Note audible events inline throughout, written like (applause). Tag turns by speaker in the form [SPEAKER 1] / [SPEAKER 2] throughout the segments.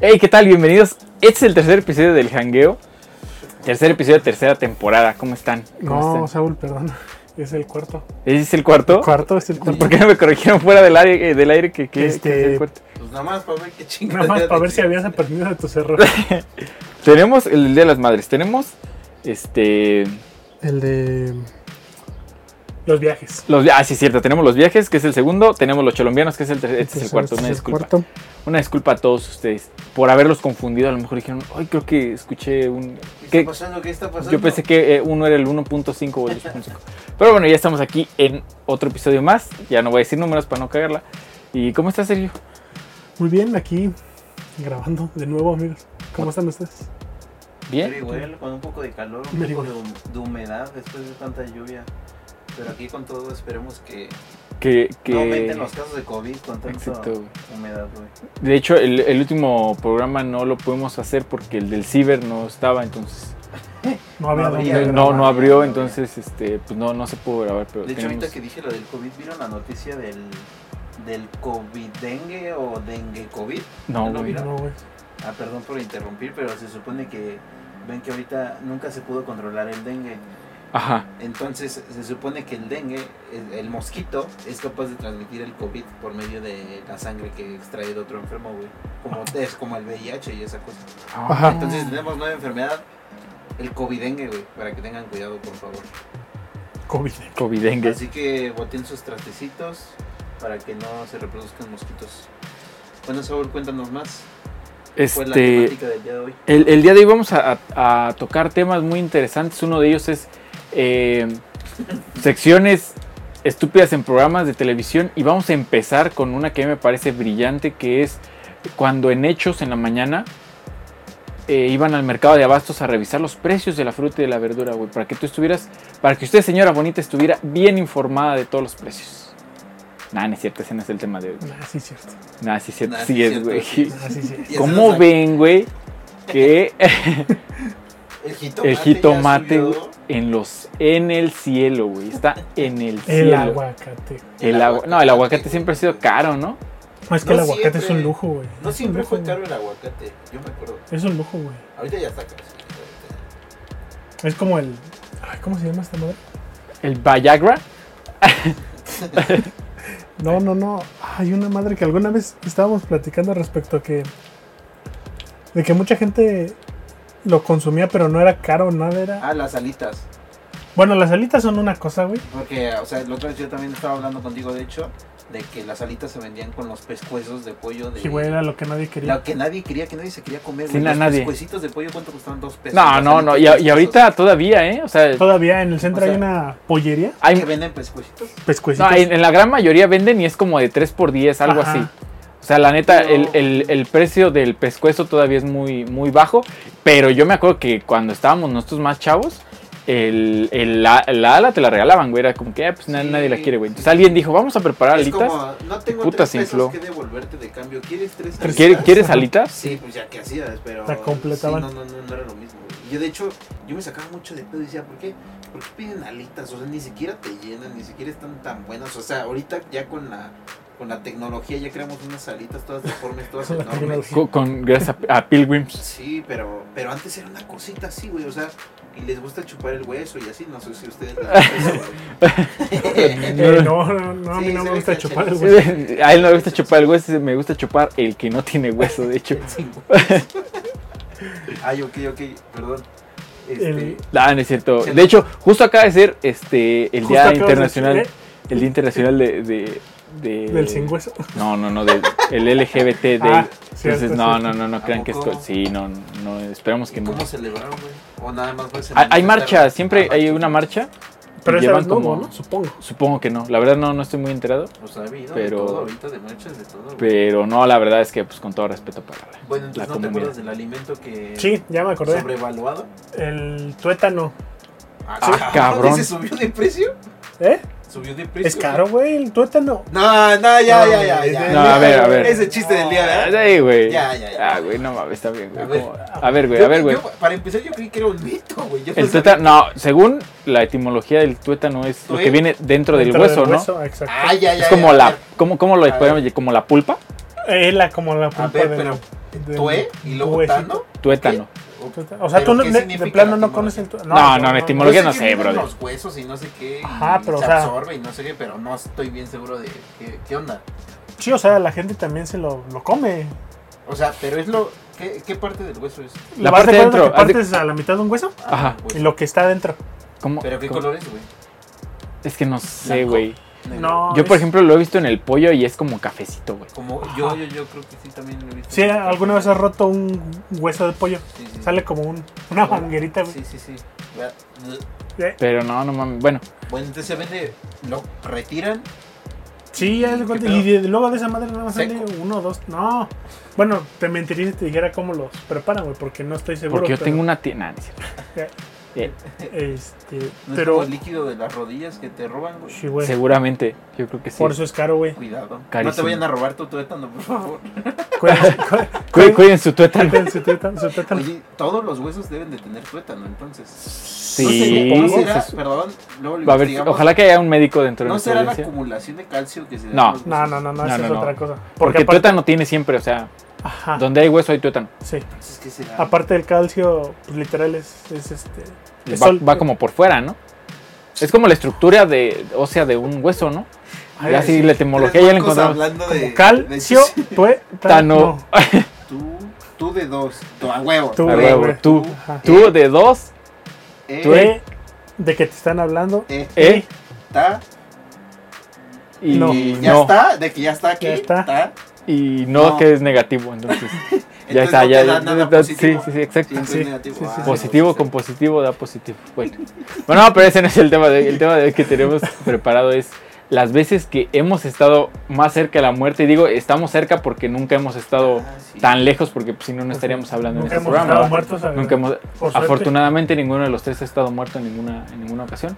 [SPEAKER 1] Hey, ¿qué tal? Bienvenidos. Este es el tercer episodio del Hangueo. Tercer episodio de tercera temporada. ¿Cómo están? ¿Cómo
[SPEAKER 2] No,
[SPEAKER 1] están?
[SPEAKER 2] Saúl, perdón. (laughs) Es el cuarto.
[SPEAKER 1] ¿Ese ¿Es el cuarto?
[SPEAKER 2] Cuarto es el cuarto.
[SPEAKER 1] ¿Por qué
[SPEAKER 3] (laughs)
[SPEAKER 1] no me corrigieron fuera del aire, eh, del aire que, que-
[SPEAKER 2] Este-
[SPEAKER 1] que es el cuarto?
[SPEAKER 3] Pues nada más para ver
[SPEAKER 2] (laughs)
[SPEAKER 3] qué
[SPEAKER 2] Nada
[SPEAKER 3] chingados.
[SPEAKER 2] más
[SPEAKER 3] ya
[SPEAKER 2] para
[SPEAKER 3] te-
[SPEAKER 2] ver si habías aprendido de tus
[SPEAKER 3] (laughs)
[SPEAKER 2] errores.
[SPEAKER 1] Tenemos el del Día de las Madres. Tenemos este
[SPEAKER 2] El de los viajes.
[SPEAKER 1] los vi- ah sí es cierto tenemos los viajes que es el segundo tenemos los colombianos que es el tercer este es el cuarto
[SPEAKER 2] Este
[SPEAKER 1] una
[SPEAKER 2] es el
[SPEAKER 1] disculpa
[SPEAKER 2] cuarto.
[SPEAKER 1] una disculpa a todos ustedes por haberlos confundido a lo mejor dijeron ay creo que escuché un
[SPEAKER 3] ¿Qué
[SPEAKER 1] ¿qué?
[SPEAKER 3] está pasando? ¿Qué está pasando?
[SPEAKER 1] Yo pensé que eh, uno era el 1.5 o el 2.5. Pero bueno, ya estamos aquí en otro episodio más. Ya no voy a decir números para no cagarla. ¿Y cómo está Sergio?
[SPEAKER 2] Muy bien, aquí grabando de nuevo, amigos. ¿Cómo están ustedes?
[SPEAKER 3] Pero
[SPEAKER 1] ¿Bien?
[SPEAKER 3] igual, con un poco de calor, un
[SPEAKER 2] Merigüey.
[SPEAKER 3] poco de, hum- de humedad después de tanta lluvia. Pero aquí con todo esperemos que
[SPEAKER 1] Que, que-
[SPEAKER 3] no aumenten los casos de COVID con tanta
[SPEAKER 1] Exacto, güey.
[SPEAKER 3] humedad, güey.
[SPEAKER 1] De hecho, el, el último programa no lo pudimos hacer porque el del ciber no estaba, entonces
[SPEAKER 2] No había
[SPEAKER 3] No
[SPEAKER 2] dónde
[SPEAKER 3] había,
[SPEAKER 2] grabar.
[SPEAKER 1] no, no abrió,
[SPEAKER 3] no,
[SPEAKER 1] entonces este, pues no, no se pudo grabar. Pero
[SPEAKER 3] De hecho,
[SPEAKER 1] tenemos-
[SPEAKER 3] ahorita que dije lo del COVID, ¿vieron la noticia del, del COVID dengue o dengue COVID?
[SPEAKER 1] no,
[SPEAKER 3] no
[SPEAKER 1] güey.
[SPEAKER 3] vino.
[SPEAKER 2] No, güey.
[SPEAKER 3] Ah, perdón por interrumpir, pero se supone que ven que ahorita nunca se pudo controlar el dengue.
[SPEAKER 1] Ajá.
[SPEAKER 3] Entonces se supone que el dengue, el, el mosquito, es capaz de transmitir el COVID por medio de la sangre que extrae de otro enfermo, güey.
[SPEAKER 1] Ah.
[SPEAKER 3] Como es como el VIH y esa cosa.
[SPEAKER 2] Ajá.
[SPEAKER 3] Entonces tenemos nueva enfermedad, el COVID dengue, güey, para que tengan cuidado, por favor.
[SPEAKER 2] COVID.
[SPEAKER 1] Covidengue.
[SPEAKER 3] Así que boten sus trastecitos para que no se reproduzcan mosquitos. Bueno, Saúl, cuéntanos más. ¿Cuál es la
[SPEAKER 1] Este,
[SPEAKER 3] temática del día de hoy?
[SPEAKER 1] El, el día de hoy vamos a, a- a tocar temas muy interesantes. Uno de ellos es eh, secciones estúpidas en programas de televisión. Y vamos a empezar con una que a mí me parece brillante, que es cuando en Hechos en la mañana eh, iban al mercado de abastos a revisar los precios de la fruta y de la verdura, güey. Para que tú estuvieras, para que usted, señora bonita, estuviera bien informada de todos los precios. Nah, no es cierto, ese no es el tema de hoy.
[SPEAKER 2] Nah, Ah, sí, es cierto.
[SPEAKER 1] Nah, sí, es cierto,
[SPEAKER 3] Nah,
[SPEAKER 1] sí
[SPEAKER 3] sí es
[SPEAKER 1] es,
[SPEAKER 3] cierto,
[SPEAKER 1] güey.
[SPEAKER 3] (laughs) sí
[SPEAKER 2] Nah, sí, sí.
[SPEAKER 3] Ya se
[SPEAKER 1] ¿Cómo
[SPEAKER 3] nos-
[SPEAKER 1] ven, güey?
[SPEAKER 3] (laughs)
[SPEAKER 1] Que
[SPEAKER 3] El jitomate.
[SPEAKER 1] El
[SPEAKER 3] ya
[SPEAKER 1] jitomate
[SPEAKER 3] subió.
[SPEAKER 1] güey, en los en el cielo, güey. Está en el cielo.
[SPEAKER 2] El aguacate.
[SPEAKER 1] El
[SPEAKER 3] El
[SPEAKER 1] agua- No, el aguacate siempre ha sido
[SPEAKER 3] güey.
[SPEAKER 1] caro, ¿no?
[SPEAKER 2] No, es que
[SPEAKER 3] No
[SPEAKER 2] el aguacate
[SPEAKER 3] siempre.
[SPEAKER 2] es un lujo, güey.
[SPEAKER 3] No
[SPEAKER 2] Es un
[SPEAKER 3] siempre
[SPEAKER 2] lujo,
[SPEAKER 3] fue
[SPEAKER 2] güey.
[SPEAKER 3] caro el aguacate, yo me acuerdo.
[SPEAKER 2] Es un lujo, güey.
[SPEAKER 3] Ahorita ya está caro.
[SPEAKER 2] Es como el. Ay, ¿Cómo se llama esta madre?
[SPEAKER 1] El Viagra.
[SPEAKER 2] No, no, no. Hay una madre que alguna vez estábamos platicando respecto a que. De que mucha gente lo consumía, pero no era caro, nada era.
[SPEAKER 3] Ah, las alitas.
[SPEAKER 2] Bueno, las alitas son una cosa, güey.
[SPEAKER 3] Porque, o sea, el otro día yo también estaba hablando contigo, de hecho, de que las alitas se vendían con los pescuezos de pollo de.
[SPEAKER 2] Sí, güey, era lo que nadie quería.
[SPEAKER 3] Lo que nadie quería, que nadie se quería comer,
[SPEAKER 1] Sí,
[SPEAKER 3] güey.
[SPEAKER 1] na-
[SPEAKER 3] los
[SPEAKER 1] nadie.
[SPEAKER 3] pescuecitos de pollo, ¿cuánto costaban? Dos pesos.
[SPEAKER 1] No,
[SPEAKER 3] Las
[SPEAKER 1] no, no. Y, y
[SPEAKER 3] alitas, dos Pues pesos.
[SPEAKER 1] ahorita todavía, ¿eh? O sea,
[SPEAKER 2] Todavía en el centro
[SPEAKER 3] O sea-
[SPEAKER 2] hay una pollería,
[SPEAKER 3] ¿Que
[SPEAKER 1] hay,
[SPEAKER 3] venden pescuecitos?
[SPEAKER 2] pescuecitos.
[SPEAKER 1] no, en, en la gran mayoría venden y es como de 3 por 10, algo
[SPEAKER 2] Ajá.
[SPEAKER 1] así. O sea, la neta,
[SPEAKER 3] Pero-
[SPEAKER 1] el, el- el precio del pescuezo todavía es muy, muy bajo. Pero yo me acuerdo que cuando estábamos nosotros más chavos, el, el, la, la ala te la regalaban, güey. Era como que ah, pues, na-
[SPEAKER 3] Sí,
[SPEAKER 1] nadie la quiere, güey.
[SPEAKER 3] sí,
[SPEAKER 1] Entonces
[SPEAKER 3] sí.
[SPEAKER 1] alguien dijo, vamos a preparar
[SPEAKER 3] Es
[SPEAKER 1] alitas.
[SPEAKER 3] como, no tengo
[SPEAKER 1] Puta,
[SPEAKER 3] tres
[SPEAKER 1] se
[SPEAKER 3] pesos
[SPEAKER 1] infló.
[SPEAKER 3] que devolverte de cambio. ¿Quieres tres
[SPEAKER 2] Tres-
[SPEAKER 1] ¿Quiere-
[SPEAKER 3] alitas?
[SPEAKER 1] ¿Quieres alitas?
[SPEAKER 3] Sí, pues ya que hacías, pero.
[SPEAKER 2] La completaban.
[SPEAKER 3] sí, no, no, no, no era lo mismo. güey. Yo, de hecho, yo me sacaba mucho de pedo y decía, ¿por qué? ¿Por qué piden alitas? O sea, ni siquiera te llenan, ni siquiera están tan buenas. O sea, ahorita ya con la, con la tecnología ya creamos unas alitas todas deformes, todas
[SPEAKER 2] Con (laughs) la
[SPEAKER 3] enormes.
[SPEAKER 2] tecnología.
[SPEAKER 1] Co- con, gracias a, a Pilgrims.
[SPEAKER 3] Sí, pero, pero antes era una cosita así, güey. O sea, y les gusta chupar el hueso y así. No sé si ustedes. les gusta eso,
[SPEAKER 2] (laughs)
[SPEAKER 3] güey. (laughs)
[SPEAKER 2] Eh, no, no, no, a mí
[SPEAKER 3] Sí,
[SPEAKER 2] no
[SPEAKER 3] se
[SPEAKER 2] me
[SPEAKER 3] ve
[SPEAKER 2] gusta
[SPEAKER 3] que
[SPEAKER 2] chupar el
[SPEAKER 3] chelas.
[SPEAKER 1] (laughs)
[SPEAKER 2] güey.
[SPEAKER 1] A él no me gusta chupar el hueso, me gusta chupar el que no tiene hueso, de (laughs) hecho.
[SPEAKER 3] Ay, ok, ok, perdón.
[SPEAKER 2] El-
[SPEAKER 3] Este,
[SPEAKER 1] Ah, no es cierto. De hecho, justo acaba de ser este el
[SPEAKER 2] Justo
[SPEAKER 1] Día
[SPEAKER 2] acabas de
[SPEAKER 1] Internacional.
[SPEAKER 2] decir,
[SPEAKER 1] El Día Internacional de. de- de-
[SPEAKER 2] Del sin hueso.
[SPEAKER 1] No, no, no, del el LGBT
[SPEAKER 2] (laughs) Ah, cierto,
[SPEAKER 1] Entonces, no,
[SPEAKER 2] cierto.
[SPEAKER 1] no, no, no
[SPEAKER 3] ¿A
[SPEAKER 1] crean que es.
[SPEAKER 3] poco?
[SPEAKER 1] co- Sí, no, no, esperamos que
[SPEAKER 3] ¿Y
[SPEAKER 1] no.
[SPEAKER 3] ¿Cómo celebraron, güey? O nada más fue
[SPEAKER 1] Hay, hay
[SPEAKER 3] manifestaron.
[SPEAKER 1] marcha, siempre
[SPEAKER 3] Ah,
[SPEAKER 1] hay una marcha.
[SPEAKER 2] Pero esa
[SPEAKER 1] llevan
[SPEAKER 2] vez no,
[SPEAKER 1] como-
[SPEAKER 2] ¿no? Supongo.
[SPEAKER 1] Supongo que no. La verdad, no, no estoy muy enterado.
[SPEAKER 3] Pues ha habido
[SPEAKER 1] Pero-
[SPEAKER 3] de todo, ahorita de marchas de todo. güey.
[SPEAKER 1] Pero no, la verdad es que, pues, con todo respeto para la,
[SPEAKER 3] bueno,
[SPEAKER 1] la
[SPEAKER 3] entonces no te
[SPEAKER 1] comunidad.
[SPEAKER 3] acuerdas del alimento que
[SPEAKER 2] Sí, ya me acordé.
[SPEAKER 3] sobrevaluado.
[SPEAKER 2] El tuétano.
[SPEAKER 1] Ah, (laughs) cabrón.
[SPEAKER 3] ¿Se subió de precio?
[SPEAKER 2] ¿Eh?
[SPEAKER 3] ¿Subió de precio?
[SPEAKER 2] Es caro, güey, el tuétano.
[SPEAKER 3] No, no, ya,
[SPEAKER 2] No,
[SPEAKER 3] ya, ya,
[SPEAKER 2] güey,
[SPEAKER 3] ya.
[SPEAKER 2] es-
[SPEAKER 1] No, a ver, a ver.
[SPEAKER 3] Ese chiste del día, ¿verdad?
[SPEAKER 1] Ah, sí, güey.
[SPEAKER 3] Ya, ya, ya.
[SPEAKER 1] Ah, güey, no mames, está bien, güey.
[SPEAKER 3] A ver.
[SPEAKER 1] ¿Cómo? A ver, güey, a
[SPEAKER 3] Yo-
[SPEAKER 1] ver, güey.
[SPEAKER 3] yo, pues, Para empezar, yo creí que era un mito, güey. Yo
[SPEAKER 1] El
[SPEAKER 3] pensé-
[SPEAKER 1] tuétano, no, según la etimología del tuétano es lo que
[SPEAKER 3] ¿Tue?
[SPEAKER 1] viene dentro del
[SPEAKER 2] Dentro
[SPEAKER 1] hueso, ¿no?
[SPEAKER 2] hueso, Exacto.
[SPEAKER 3] Ah, ya, ya.
[SPEAKER 1] Es como
[SPEAKER 3] ya,
[SPEAKER 1] la,
[SPEAKER 3] ya.
[SPEAKER 1] ¿cómo, cómo lo
[SPEAKER 3] A ver.
[SPEAKER 1] podemos decir? Como la pulpa.
[SPEAKER 2] Es la como la
[SPEAKER 3] A
[SPEAKER 2] pulpa
[SPEAKER 3] ver,
[SPEAKER 2] de-
[SPEAKER 3] pero
[SPEAKER 2] de-
[SPEAKER 3] Tue y luego
[SPEAKER 2] Tue.
[SPEAKER 3] Tano.
[SPEAKER 1] Tuétano.
[SPEAKER 2] O sea, tú
[SPEAKER 3] ¿Pero
[SPEAKER 2] no-
[SPEAKER 3] qué
[SPEAKER 2] ne- de
[SPEAKER 3] significa
[SPEAKER 2] plano no
[SPEAKER 3] etimología?
[SPEAKER 2] conoces el tu-
[SPEAKER 1] No, no,
[SPEAKER 2] yo
[SPEAKER 3] Yo
[SPEAKER 1] etimología- Homología no sé,
[SPEAKER 3] Pues que viven
[SPEAKER 1] brother.
[SPEAKER 3] Los huesos y no sé qué. y
[SPEAKER 2] Ajá, pero,
[SPEAKER 3] se
[SPEAKER 2] o sea-
[SPEAKER 3] absorbe y no sé qué, pero no estoy bien seguro de qué, qué onda.
[SPEAKER 2] Sí, o sea, la gente también se lo, lo come.
[SPEAKER 3] O sea, pero es lo. ¿Qué, qué parte del hueso es? Ah,
[SPEAKER 1] La
[SPEAKER 2] ¿Vas de
[SPEAKER 1] parte
[SPEAKER 2] acuerdo
[SPEAKER 1] dentro,
[SPEAKER 2] que
[SPEAKER 1] haz de-
[SPEAKER 2] partes a la mitad de un hueso
[SPEAKER 1] Ajá.
[SPEAKER 2] y
[SPEAKER 3] hueso.
[SPEAKER 2] lo que está adentro.
[SPEAKER 1] ¿Cómo?
[SPEAKER 3] ¿Pero qué
[SPEAKER 1] cómo?
[SPEAKER 3] color es, güey?
[SPEAKER 1] Es que no sé,
[SPEAKER 3] Blanco.
[SPEAKER 1] güey.
[SPEAKER 3] Negro.
[SPEAKER 2] No.
[SPEAKER 1] Yo, por
[SPEAKER 2] es-
[SPEAKER 1] ejemplo, lo he visto en el pollo y es como cafecito, güey.
[SPEAKER 3] Como yo, yo, yo creo que sí también lo he visto.
[SPEAKER 2] Sí, alguna vez has roto un hueso de pollo.
[SPEAKER 3] Sí, sí, sí.
[SPEAKER 2] Sale como un, una manguerita. güey.
[SPEAKER 3] Oh, Sí, sí, sí. Vea,
[SPEAKER 2] Eh,
[SPEAKER 1] Pero no, no mames. Bueno,
[SPEAKER 3] Bueno, entonces se vende, lo retiran.
[SPEAKER 2] Sí, ya se cuenta.
[SPEAKER 3] ¿Qué pedo?
[SPEAKER 2] Y de- luego de esa madre nada más
[SPEAKER 3] Seco.
[SPEAKER 2] sale uno, dos. No. Bueno, te mentiría si te dijera cómo los preparan, güey, porque no estoy seguro.
[SPEAKER 1] porque yo
[SPEAKER 2] pero,
[SPEAKER 1] tengo una tienda. Eh,
[SPEAKER 2] Este,
[SPEAKER 3] No es como
[SPEAKER 2] pero.
[SPEAKER 3] el líquido de las rodillas que te roban, güey.
[SPEAKER 2] Sí, güey.
[SPEAKER 1] seguramente, yo creo que sí.
[SPEAKER 2] Por eso es caro, güey.
[SPEAKER 3] Cuidado. No te
[SPEAKER 1] Carísimo.
[SPEAKER 3] vayan a robar tu tuétano,
[SPEAKER 2] (laughs)
[SPEAKER 3] por favor.
[SPEAKER 2] Cuiden- cu-
[SPEAKER 1] Cu- Cuiden su tuétano.
[SPEAKER 2] cuiden su tuétano, su tuétano.
[SPEAKER 3] Oye, todos los huesos deben de tener tuétano, entonces.
[SPEAKER 1] Sí.
[SPEAKER 3] No será-
[SPEAKER 1] se-
[SPEAKER 3] perdón, luego lo
[SPEAKER 1] va a haber-
[SPEAKER 3] investigamos.
[SPEAKER 1] ojalá que haya un médico dentro de
[SPEAKER 3] No
[SPEAKER 1] nuestra
[SPEAKER 3] será la
[SPEAKER 1] audiencia.
[SPEAKER 3] acumulación de calcio que se da
[SPEAKER 1] No.
[SPEAKER 3] en los
[SPEAKER 2] No,
[SPEAKER 3] huesos.
[SPEAKER 2] no, no, no,
[SPEAKER 1] No,
[SPEAKER 2] esa
[SPEAKER 1] no,
[SPEAKER 2] es
[SPEAKER 1] no.
[SPEAKER 2] otra cosa.
[SPEAKER 1] Porque
[SPEAKER 2] aparte- Ah.
[SPEAKER 1] tuétano tiene siempre, o sea,
[SPEAKER 2] Ajá.
[SPEAKER 1] donde hay hueso hay tuétano.
[SPEAKER 2] Sí.
[SPEAKER 3] Entonces, ¿qué será?
[SPEAKER 2] Aparte del calcio, pues, literal es, es este. es
[SPEAKER 1] Va,
[SPEAKER 2] sol-
[SPEAKER 1] va como por fuera, ¿no? Es como la estructura de ósea de un hueso, ¿no?
[SPEAKER 2] Ay,
[SPEAKER 1] Ya
[SPEAKER 2] sí,
[SPEAKER 1] sí, la etimología ya la
[SPEAKER 3] Tres huecos
[SPEAKER 1] encontramos.
[SPEAKER 3] hablando de
[SPEAKER 2] Calcio,
[SPEAKER 3] de-
[SPEAKER 2] eh,
[SPEAKER 1] Tano.
[SPEAKER 2] tuétano.
[SPEAKER 3] Tú, tú de dos. Tú a huevo.
[SPEAKER 2] Tú,
[SPEAKER 1] A
[SPEAKER 2] güey,
[SPEAKER 1] huevo,
[SPEAKER 2] güey.
[SPEAKER 1] tú.
[SPEAKER 2] Ajá.
[SPEAKER 1] Tú de dos,
[SPEAKER 3] eh,
[SPEAKER 1] tú eres-
[SPEAKER 2] Tue, de que te están hablando.
[SPEAKER 3] eh,
[SPEAKER 1] eh,
[SPEAKER 3] ta,
[SPEAKER 1] y
[SPEAKER 2] No.
[SPEAKER 1] no.
[SPEAKER 3] y ya está, de que ya está aquí.
[SPEAKER 2] Ya está.
[SPEAKER 3] ta.
[SPEAKER 1] Y no,
[SPEAKER 3] No.
[SPEAKER 1] que es negativo,
[SPEAKER 3] (laughs)
[SPEAKER 1] entonces. ya
[SPEAKER 3] Entonces
[SPEAKER 1] está,
[SPEAKER 3] no te
[SPEAKER 1] ya.
[SPEAKER 3] da
[SPEAKER 1] ya-
[SPEAKER 3] nada
[SPEAKER 1] ya- sí,
[SPEAKER 3] positivo.
[SPEAKER 1] sí, sí, exacto.
[SPEAKER 3] Siempre es
[SPEAKER 2] Sí,
[SPEAKER 3] negativo.
[SPEAKER 2] sí, sí,
[SPEAKER 3] Ah,
[SPEAKER 2] sí.
[SPEAKER 1] Positivo
[SPEAKER 3] no,
[SPEAKER 1] con
[SPEAKER 3] sí,
[SPEAKER 1] positivo da positivo. Bueno, bueno no, pero ese no es el tema de hoy. El tema de hoy que
[SPEAKER 2] (laughs)
[SPEAKER 1] tenemos preparado es las veces que hemos estado más cerca de la muerte. Y digo, estamos cerca porque nunca hemos estado
[SPEAKER 3] Ah, sí.
[SPEAKER 1] tan lejos, porque pues, si no, no estaríamos hablando en
[SPEAKER 2] Nunca
[SPEAKER 1] este
[SPEAKER 2] hemos
[SPEAKER 1] programa.
[SPEAKER 2] estado
[SPEAKER 1] ¿verdad?
[SPEAKER 2] muertos. ¿sabes?
[SPEAKER 1] Nunca hemos-
[SPEAKER 2] Por suerte.
[SPEAKER 1] afortunadamente, ninguno de los tres ha estado muerto en ninguna, en ninguna ocasión.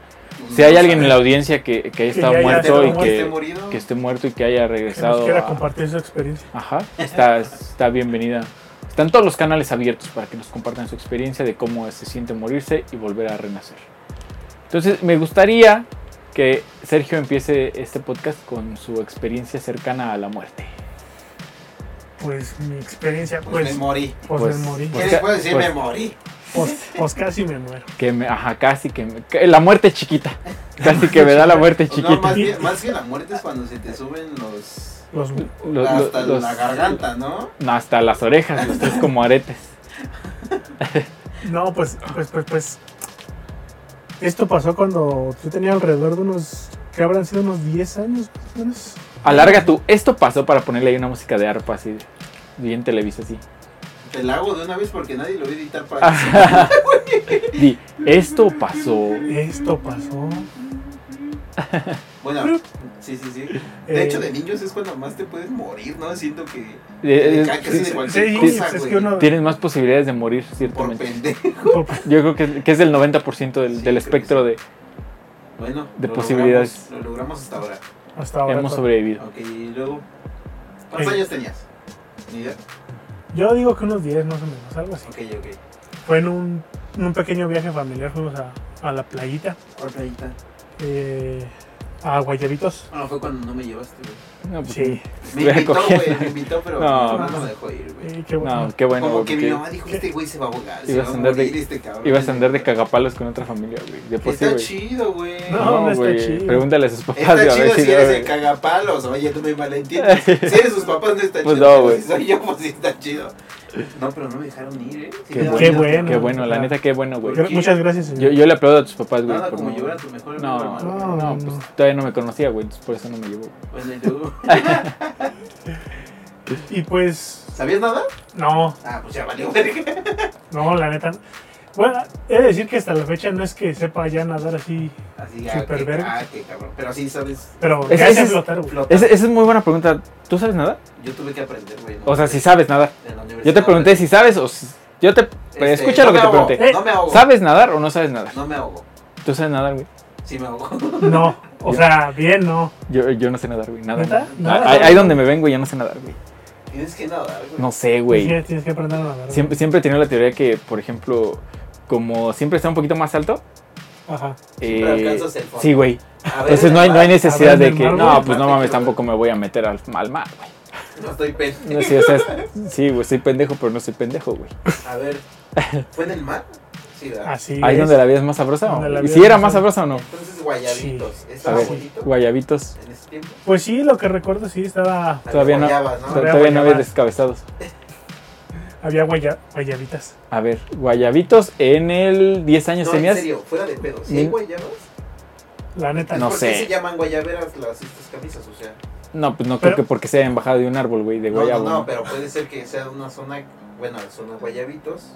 [SPEAKER 3] sí.
[SPEAKER 1] Si hay alguien en la audiencia que, que haya
[SPEAKER 2] Pues Que
[SPEAKER 1] estado
[SPEAKER 2] ya haya
[SPEAKER 1] muerto
[SPEAKER 2] estado
[SPEAKER 1] y que,
[SPEAKER 3] muerto.
[SPEAKER 1] que esté muerto y que haya
[SPEAKER 2] Que nos
[SPEAKER 1] regresado.
[SPEAKER 2] quiera
[SPEAKER 1] a-
[SPEAKER 2] compartir su experiencia.
[SPEAKER 1] Ajá, está, está bienvenida. Están todos los canales abiertos para que nos compartan su experiencia de cómo se siente morirse y volver a renacer. Entonces, me gustaría que Sergio empiece este podcast con su experiencia cercana a la muerte.
[SPEAKER 2] Pues mi experiencia,
[SPEAKER 3] Pues
[SPEAKER 2] pues.
[SPEAKER 3] me morí.
[SPEAKER 2] Pues,
[SPEAKER 1] pues-
[SPEAKER 2] me morí.
[SPEAKER 3] ¿Qué
[SPEAKER 1] pues-
[SPEAKER 3] les puedo decir?
[SPEAKER 1] pues-
[SPEAKER 3] Me morí.
[SPEAKER 2] Pues, pues casi me muero.
[SPEAKER 1] Que me, ajá, casi que, me- que- la muerte chiquita. Casi que me da la muerte
[SPEAKER 3] No,
[SPEAKER 1] chiquita.
[SPEAKER 3] más, bien, más que la muerte es cuando se te suben los.
[SPEAKER 2] Los,
[SPEAKER 1] Los-
[SPEAKER 3] hasta
[SPEAKER 1] los-
[SPEAKER 3] la garganta, ¿no?
[SPEAKER 1] no, hasta las orejas, los tres como aretes.
[SPEAKER 2] no, pues, pues, pues, pues. Esto pasó cuando yo tenía alrededor de unos. que habrán sido unos 10 años más o menos.
[SPEAKER 1] Alarga tú. Esto pasó para ponerle ahí una música de arpa así, bien televisa así.
[SPEAKER 3] Te la hago de una vez porque nadie lo va a editar para.
[SPEAKER 1] Ah. Ajá. (laughs) Di, esto pasó.
[SPEAKER 2] Esto pasó.
[SPEAKER 3] Bueno, sí, sí, sí. De
[SPEAKER 2] Eh,
[SPEAKER 3] hecho, de niños es cuando más te puedes morir, ¿no? Siento que.
[SPEAKER 1] Eh,
[SPEAKER 3] Ca- casi
[SPEAKER 1] eh,
[SPEAKER 3] de
[SPEAKER 1] sí,
[SPEAKER 3] cualquier
[SPEAKER 2] sí,
[SPEAKER 3] cosa,
[SPEAKER 2] es
[SPEAKER 3] güey.
[SPEAKER 2] que uno-
[SPEAKER 1] Tienes más posibilidades de morir,
[SPEAKER 3] Por
[SPEAKER 1] ciertamente.
[SPEAKER 3] pendejo. (laughs)
[SPEAKER 1] Yo creo que, que es el 90% del,
[SPEAKER 3] Sí,
[SPEAKER 1] del
[SPEAKER 3] creo
[SPEAKER 1] espectro de
[SPEAKER 3] Bueno,
[SPEAKER 1] De
[SPEAKER 3] lo
[SPEAKER 1] posibilidades.
[SPEAKER 3] logramos, lo logramos hasta ahora.
[SPEAKER 2] Hasta ahora.
[SPEAKER 1] hemos
[SPEAKER 2] todo.
[SPEAKER 1] sobrevivido.
[SPEAKER 3] Ok, y luego. ¿Cuántos
[SPEAKER 2] Eh.
[SPEAKER 3] años tenías? Ni idea.
[SPEAKER 2] Yo digo que unos 10 más o menos, algo así.
[SPEAKER 3] Ok, ok.
[SPEAKER 2] Fue en un, en un pequeño viaje familiar, fuimos a, a la playita,
[SPEAKER 3] Otra ahorita.
[SPEAKER 2] eh, a Guayabitos.
[SPEAKER 3] Ah, fue cuando no me llevaste, güey.
[SPEAKER 1] No, pues,
[SPEAKER 2] Sí,
[SPEAKER 3] Me
[SPEAKER 1] Hubiera
[SPEAKER 3] invitó,
[SPEAKER 1] cogido.
[SPEAKER 3] güey, me invitó, pero
[SPEAKER 1] No.
[SPEAKER 3] mi mamá no me dejó ir, güey.
[SPEAKER 2] sí, eh, qué bueno.
[SPEAKER 1] no, qué bueno.
[SPEAKER 3] Como que
[SPEAKER 1] porque
[SPEAKER 3] mi mamá dijo, este güey se va a ahogar, se
[SPEAKER 1] Ibas
[SPEAKER 3] va
[SPEAKER 1] a
[SPEAKER 3] a
[SPEAKER 1] andar de-
[SPEAKER 3] morir este cabrón.
[SPEAKER 1] ibas a andar de cagapalos con otra familia, güey. De por sí,
[SPEAKER 3] Está
[SPEAKER 1] güey.
[SPEAKER 3] chido, güey.
[SPEAKER 2] No, no está
[SPEAKER 1] güey.
[SPEAKER 2] chido.
[SPEAKER 1] Pregúntale a sus papás.
[SPEAKER 3] Está
[SPEAKER 1] güey, a ver
[SPEAKER 3] chido
[SPEAKER 1] si-
[SPEAKER 3] si eres
[SPEAKER 1] güey.
[SPEAKER 3] el cagapalos. Oye, tú
[SPEAKER 1] (laughs)
[SPEAKER 3] me malentiendes. Si eres sus papás, no está
[SPEAKER 1] Pues
[SPEAKER 3] chido.
[SPEAKER 1] no,
[SPEAKER 3] pero
[SPEAKER 1] güey.
[SPEAKER 3] Si soy yo, pues sí está chido. No, pero no me dejaron ir, ¿eh? Sí
[SPEAKER 1] Qué bueno,
[SPEAKER 3] me daba
[SPEAKER 1] qué
[SPEAKER 2] Qué
[SPEAKER 3] miedo.
[SPEAKER 1] bueno,
[SPEAKER 2] bueno.
[SPEAKER 1] la neta, qué bueno, güey.
[SPEAKER 2] Gra- Muchas gracias,
[SPEAKER 1] Yo,
[SPEAKER 2] señor.
[SPEAKER 1] yo le aplaudo a tus papás, güey.
[SPEAKER 3] Nada
[SPEAKER 1] por
[SPEAKER 3] como
[SPEAKER 1] no-
[SPEAKER 3] llora tu mejor amigo,
[SPEAKER 1] No,
[SPEAKER 3] hermano. Pues,
[SPEAKER 1] no,
[SPEAKER 2] No,
[SPEAKER 1] pues
[SPEAKER 2] no. Ah.
[SPEAKER 1] todavía no me conocía, güey. entonces Por eso no me llevó.
[SPEAKER 3] Bueno, y luego,
[SPEAKER 2] Y pues,
[SPEAKER 3] ¿Sabías nada?
[SPEAKER 2] no,
[SPEAKER 3] Ah, pues ya valió, verga.
[SPEAKER 2] no, la neta. Bueno, he de decir que hasta la fecha no es que sepa ya nadar así,
[SPEAKER 3] Así, ah,
[SPEAKER 2] Super
[SPEAKER 3] qué-
[SPEAKER 2] verga.
[SPEAKER 3] ah, qué cabrón. Pero sí, ¿sabes?
[SPEAKER 2] pero
[SPEAKER 1] Es-
[SPEAKER 2] ya
[SPEAKER 1] ese
[SPEAKER 2] sé
[SPEAKER 1] es-
[SPEAKER 2] flotar, güey.
[SPEAKER 3] Flota.
[SPEAKER 1] Esa, esa es muy buena pregunta. ¿Tú sabes nada?
[SPEAKER 3] Yo tuve que aprender, güey. ¿no?
[SPEAKER 1] O sea, si sabes nadar.
[SPEAKER 3] En la universidad,
[SPEAKER 1] Yo te pregunté
[SPEAKER 3] güey.
[SPEAKER 1] si sabes o si- Yo te... pues,
[SPEAKER 3] Este,
[SPEAKER 1] Escucha
[SPEAKER 3] no
[SPEAKER 1] lo que
[SPEAKER 3] me
[SPEAKER 1] te
[SPEAKER 3] ahogo,
[SPEAKER 1] pregunté.
[SPEAKER 3] No me ahogo.
[SPEAKER 1] ¿Sabes nadar o no sabes nadar?
[SPEAKER 3] No me ahogo.
[SPEAKER 1] ¿Tú sabes nadar, güey?
[SPEAKER 3] Sí me ahogo.
[SPEAKER 2] No, o sea, bien, no.
[SPEAKER 1] Yo, yo no sé nadar, güey. Nada.
[SPEAKER 2] ¿Neta?
[SPEAKER 1] nada.
[SPEAKER 2] Nada.
[SPEAKER 1] Ahí, ahí donde me vengo ya no sé nadar, güey.
[SPEAKER 3] Tienes que nadar, güey.
[SPEAKER 1] No sé, güey.
[SPEAKER 2] Tienes, tienes que aprender a nadar. güey.
[SPEAKER 1] Siempre, siempre he tenido la teoría que, por ejemplo, como siempre está un poquito más alto...
[SPEAKER 2] Ajá.
[SPEAKER 3] Siempre
[SPEAKER 1] eh,
[SPEAKER 3] alcanzas el fondo.
[SPEAKER 1] sí, güey.
[SPEAKER 3] A ver,
[SPEAKER 1] Entonces no hay, no hay
[SPEAKER 3] nadar.
[SPEAKER 1] necesidad
[SPEAKER 2] A ver,
[SPEAKER 1] de
[SPEAKER 2] mi
[SPEAKER 1] que...
[SPEAKER 2] hermano,
[SPEAKER 1] No,
[SPEAKER 2] güey,
[SPEAKER 1] pues no
[SPEAKER 3] mate,
[SPEAKER 1] mames,
[SPEAKER 3] güey.
[SPEAKER 1] tampoco me voy a meter al, al mar, güey.
[SPEAKER 3] No estoy pendejo.
[SPEAKER 1] No, sí, o sea, sí, güey, soy pendejo, pero no soy pendejo, güey. (laughs)
[SPEAKER 3] A ver, ¿fue en el mar? Sí, ¿verdad?
[SPEAKER 2] Así
[SPEAKER 1] Ahí
[SPEAKER 2] es.
[SPEAKER 1] donde la vida es más sabrosa.
[SPEAKER 2] Donde la
[SPEAKER 1] ¿o? ¿Y
[SPEAKER 2] vida
[SPEAKER 1] si
[SPEAKER 2] es
[SPEAKER 1] era
[SPEAKER 2] más
[SPEAKER 1] más sabrosa o no?
[SPEAKER 3] Entonces, guayabitos.
[SPEAKER 1] A
[SPEAKER 3] ¿Estaba
[SPEAKER 1] ver,
[SPEAKER 3] bonito
[SPEAKER 1] guayabitos.
[SPEAKER 3] en ese tiempo?
[SPEAKER 2] Pues sí, lo que recuerdo, sí, estaba.
[SPEAKER 1] Todavía no.
[SPEAKER 3] Guayabas, ¿no?
[SPEAKER 1] Todavía no había
[SPEAKER 2] guayabas.
[SPEAKER 1] descabezados.
[SPEAKER 2] Había guaya- guayabitas.
[SPEAKER 1] A ver, guayabitos en el 10 años
[SPEAKER 3] No, en
[SPEAKER 1] tenías.
[SPEAKER 3] serio, fuera de pedo. ¿Sí hay
[SPEAKER 1] Mil-
[SPEAKER 3] guayabas?
[SPEAKER 2] La neta.
[SPEAKER 1] No
[SPEAKER 3] ¿Por
[SPEAKER 1] sé.
[SPEAKER 3] qué se llaman guayaberas las estas camisas? O sea,
[SPEAKER 1] No, pues no creo
[SPEAKER 2] Pero-
[SPEAKER 1] que porque se hayan bajado de un árbol, güey, de
[SPEAKER 3] no, no,
[SPEAKER 1] guayabo.
[SPEAKER 3] no,
[SPEAKER 1] ¿no?
[SPEAKER 3] pero puede ser que sea de una zona, bueno, zona guayabitos.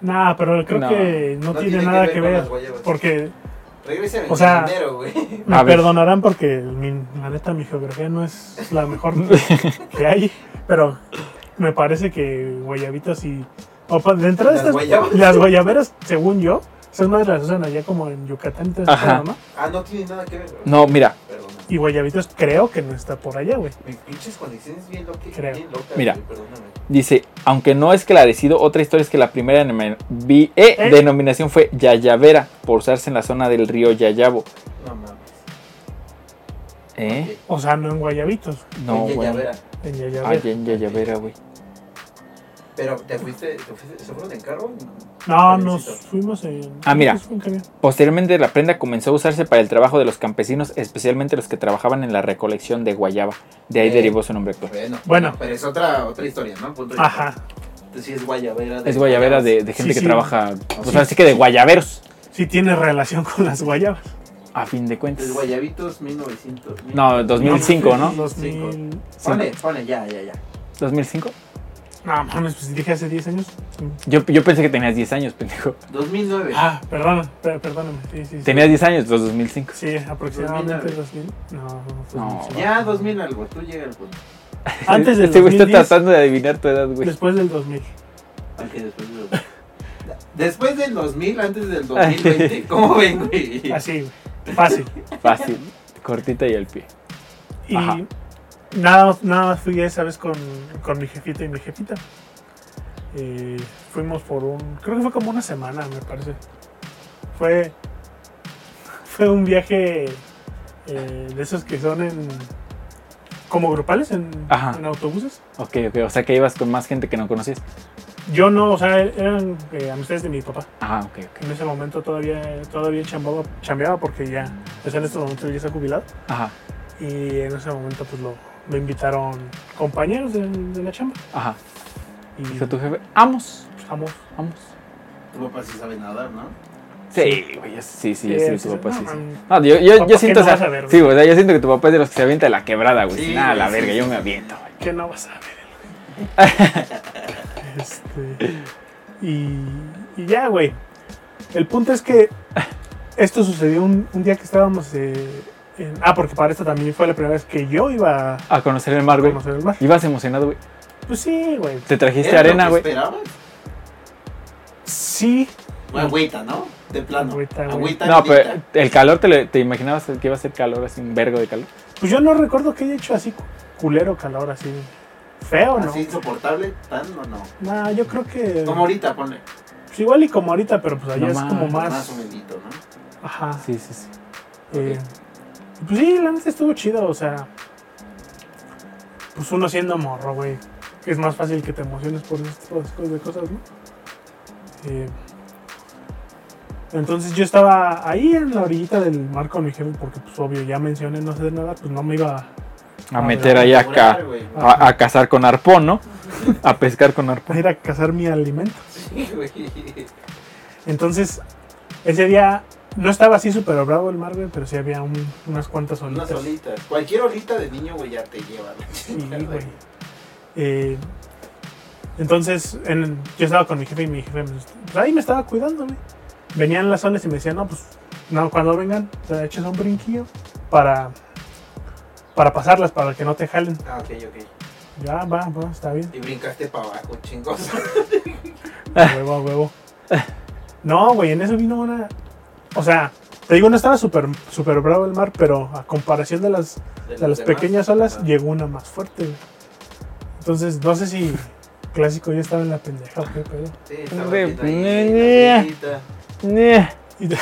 [SPEAKER 2] Nah, pero creo
[SPEAKER 1] No.
[SPEAKER 2] que no, tiene, nada que ver.
[SPEAKER 3] con las guayabas.
[SPEAKER 2] porque
[SPEAKER 3] Regresa
[SPEAKER 2] o sea-
[SPEAKER 3] dinero, güey. (laughs)
[SPEAKER 2] me
[SPEAKER 1] A ver.
[SPEAKER 2] perdonarán porque mi- la neta mi geografía no es la mejor
[SPEAKER 1] (laughs)
[SPEAKER 2] que hay. Pero me parece que guayabitas y. O pa- de entrada
[SPEAKER 3] Las
[SPEAKER 2] estas.
[SPEAKER 3] guayabas.
[SPEAKER 2] Las guayaberas, según yo, son más de las usan allá como en Yucatán. entonces,
[SPEAKER 1] Ajá.
[SPEAKER 2] ¿no?
[SPEAKER 3] Ah, no tiene nada que ver. güey.
[SPEAKER 1] No, mira,
[SPEAKER 3] Perdona.
[SPEAKER 2] Y guayabitos creo que no está por allá, güey.
[SPEAKER 3] Mis pinches condiciones bien locas.
[SPEAKER 2] Creo.
[SPEAKER 3] Bien locas,
[SPEAKER 1] Mira.
[SPEAKER 3] güey, perdóname.
[SPEAKER 1] dice, aunque no es esclarecido, otra historia es que la primera denomi- vi- eh,
[SPEAKER 2] ¿Eh?
[SPEAKER 1] denominación fue Yayavera, por usarse en la zona del río Yayabo.
[SPEAKER 3] No mames.
[SPEAKER 1] ¿Eh?
[SPEAKER 2] O sea, no en guayabitos,
[SPEAKER 1] No,
[SPEAKER 3] Oye,
[SPEAKER 1] güey.
[SPEAKER 3] ya verá.
[SPEAKER 2] en Yayabera.
[SPEAKER 1] Ay, en Yayavera, güey.
[SPEAKER 3] Pero te fuiste, te fuiste, ¿se fueron en carro?
[SPEAKER 2] No,
[SPEAKER 3] Avioncito.
[SPEAKER 2] nos fuimos en.
[SPEAKER 1] Ah, mira.
[SPEAKER 2] nos fuimos en camión.
[SPEAKER 1] Posteriormente la prenda comenzó a usarse para el trabajo de los campesinos, especialmente los que trabajaban en la recolección de guayaba. De ahí
[SPEAKER 3] Eh.
[SPEAKER 1] derivó su nombre actual.
[SPEAKER 3] Bueno,
[SPEAKER 2] Bueno.
[SPEAKER 3] pero es otra, otra historia, ¿no? Punto de-
[SPEAKER 2] Ajá.
[SPEAKER 3] Entonces sí es guayabera. de-
[SPEAKER 1] Es guayabera de, de gente
[SPEAKER 2] Sí,
[SPEAKER 1] que
[SPEAKER 2] sí.
[SPEAKER 1] trabaja,
[SPEAKER 2] Sí.
[SPEAKER 1] pues así que de guayaberos,
[SPEAKER 2] Sí tiene relación con las guayabas.
[SPEAKER 1] a fin de cuentas.
[SPEAKER 3] Los guayabitos 1900.
[SPEAKER 1] No, 2005, ¿no?
[SPEAKER 2] 2000.
[SPEAKER 3] Pone, pone, ya, ya, ya.
[SPEAKER 1] ¿2005?
[SPEAKER 2] No, mames, pues dije hace 10 años. Mm.
[SPEAKER 1] Yo, yo pensé que tenías 10 años, pendejo.
[SPEAKER 3] 2009.
[SPEAKER 2] Ah, perdón, per- perdóname. Sí, sí, sí.
[SPEAKER 1] Tenías 10 años, los 2005.
[SPEAKER 2] Sí, aproximadamente
[SPEAKER 3] 2009.
[SPEAKER 2] 2000. No, no, fue
[SPEAKER 1] No.
[SPEAKER 2] mucho.
[SPEAKER 3] Ya 2000 algo, tú llega al punto.
[SPEAKER 2] Antes del
[SPEAKER 1] Este güey está
[SPEAKER 2] 2010,
[SPEAKER 1] tratando de adivinar tu edad, güey.
[SPEAKER 2] después del 2000.
[SPEAKER 3] Aunque después de los- Después del 2000, antes
[SPEAKER 2] (laughs)
[SPEAKER 3] del 2020, ¿cómo ven, güey?
[SPEAKER 2] Así, güey, fácil.
[SPEAKER 1] Fácil, cortita y al pie.
[SPEAKER 2] Y
[SPEAKER 1] Ajá.
[SPEAKER 2] nada, más- nada más fui esa vez con, con mi jefita y mi jefita. Eh, fuimos por un. Creo que fue como una semana, me parece. Fue. Fue un viaje eh, de esos que son en. como grupales en,
[SPEAKER 1] Ajá.
[SPEAKER 2] en autobuses.
[SPEAKER 1] Ok, ok, o sea que ibas con más gente que no conocías.
[SPEAKER 2] Yo no, o sea, eran eh, amistades de mi papá.
[SPEAKER 1] Ah, ok, ok.
[SPEAKER 2] En ese momento todavía, todavía chambaba, chambeaba porque ya. O sea, en estos momentos ya está jubilado.
[SPEAKER 1] Ajá,
[SPEAKER 2] Y en ese momento, pues lo, me invitaron compañeros de, de la chamba.
[SPEAKER 1] ajá.
[SPEAKER 2] Y pues,
[SPEAKER 1] Dijo tu jefe, vamos,
[SPEAKER 2] Vamos.
[SPEAKER 1] vamos.
[SPEAKER 3] Tu papá sí sabe nadar, ¿no?
[SPEAKER 1] Sí, güey, sí, sí, sí, tu papá sí. sí.
[SPEAKER 2] man,
[SPEAKER 1] No, yo, yo,
[SPEAKER 2] Papá,
[SPEAKER 1] yo siento, o
[SPEAKER 2] ¿qué no
[SPEAKER 1] sea,
[SPEAKER 2] vas a ver,
[SPEAKER 1] sí, güey, o sea, yo siento que tu papá es de los que se avienta la quebrada, güey.
[SPEAKER 3] Sí,
[SPEAKER 1] Nada, la
[SPEAKER 3] güey, sí,
[SPEAKER 1] verga, yo
[SPEAKER 3] sí,
[SPEAKER 1] me
[SPEAKER 3] sí.
[SPEAKER 1] aviento, güey.
[SPEAKER 2] ¿Qué no vas a ver?
[SPEAKER 1] (laughs)
[SPEAKER 2] Este, y, y ya, güey. El punto es que esto sucedió un, un día que estábamos eh, en- Ah, porque para esto también fue la primera vez que yo iba a
[SPEAKER 1] A conocer el mar, güey.
[SPEAKER 2] conocer el mar.
[SPEAKER 1] Ibas emocionado, güey.
[SPEAKER 2] Pues sí, güey.
[SPEAKER 1] Te trajiste
[SPEAKER 3] ¿Era
[SPEAKER 1] arena,
[SPEAKER 3] lo que
[SPEAKER 1] güey.
[SPEAKER 3] esperabas?
[SPEAKER 2] Sí,
[SPEAKER 3] Agüita, ¿no? De plano.
[SPEAKER 2] Agüita,
[SPEAKER 3] Agüita,
[SPEAKER 2] güey.
[SPEAKER 1] No, pero
[SPEAKER 3] bendita.
[SPEAKER 1] el calor, te, le- te imaginabas que iba a ser calor, así un vergo de calor.
[SPEAKER 2] pues yo no recuerdo que haya hecho así cu- culero calor, así feo, ¿no?
[SPEAKER 3] Así insoportable, tan o no.
[SPEAKER 2] No, yo creo que...
[SPEAKER 3] Ah, Como ahorita, ponle.
[SPEAKER 2] pues igual y como ahorita, pero pues allá
[SPEAKER 1] No
[SPEAKER 2] es
[SPEAKER 1] más,
[SPEAKER 2] como
[SPEAKER 3] Más,
[SPEAKER 2] más...
[SPEAKER 3] humildito, ¿no?
[SPEAKER 2] Ajá.
[SPEAKER 1] Sí, sí, sí.
[SPEAKER 2] Eh, pues sí, la neta estuvo chido, o sea. Pues uno siendo morro, güey. que Es más fácil que te emociones por esas cosas de cosas, ¿no? Eh, entonces yo estaba ahí en la orillita del mar con mi jefe, porque pues obvio, ya mencioné no sé de nada, pues no me iba
[SPEAKER 1] A
[SPEAKER 2] Ah,
[SPEAKER 1] meter
[SPEAKER 2] pero
[SPEAKER 1] ahí
[SPEAKER 3] Por ahí,
[SPEAKER 1] acá.
[SPEAKER 3] güey.
[SPEAKER 2] Ah.
[SPEAKER 1] A, a cazar con arpón, ¿no? A pescar con arpón.
[SPEAKER 2] a ir a cazar mi alimento.
[SPEAKER 3] Sí, güey.
[SPEAKER 2] (laughs) Entonces, ese día no estaba así súper bravo el mar, güey, pero sí había un- unas cuantas
[SPEAKER 3] Unas
[SPEAKER 2] olitas.
[SPEAKER 3] olitas. Cualquier olita de niño, güey, ya te lleva. ¿no?
[SPEAKER 2] Sí,
[SPEAKER 3] (laughs)
[SPEAKER 2] güey. Eh, entonces, en- yo estaba con mi jefe y mi jefe me- pues, ahí me estaba cuidando, güey. Venían las olas y me decían, no, pues, no, cuando vengan, te echas un brinquillo para, para pasarlas, para que no te jalen.
[SPEAKER 3] Ah, ok, ok.
[SPEAKER 2] Ya, va, va, está bien. (laughs)
[SPEAKER 3] Y brincaste para abajo, chingos.
[SPEAKER 2] A huevo, a huevo. No, güey, en eso vino una... O sea, te digo, no estaba súper super bravo el mar, pero a comparación de las
[SPEAKER 3] De,
[SPEAKER 2] a las
[SPEAKER 3] demás.
[SPEAKER 2] pequeñas olas
[SPEAKER 3] Ah.
[SPEAKER 2] llegó una más fuerte, güey. Entonces, no sé si clásico yo estaba en la pendeja o qué pedo.
[SPEAKER 3] Sí, estaba
[SPEAKER 1] De-
[SPEAKER 3] viendo ahí
[SPEAKER 1] ne- ne-
[SPEAKER 3] la olita.
[SPEAKER 1] Eh,
[SPEAKER 2] Y- (laughs)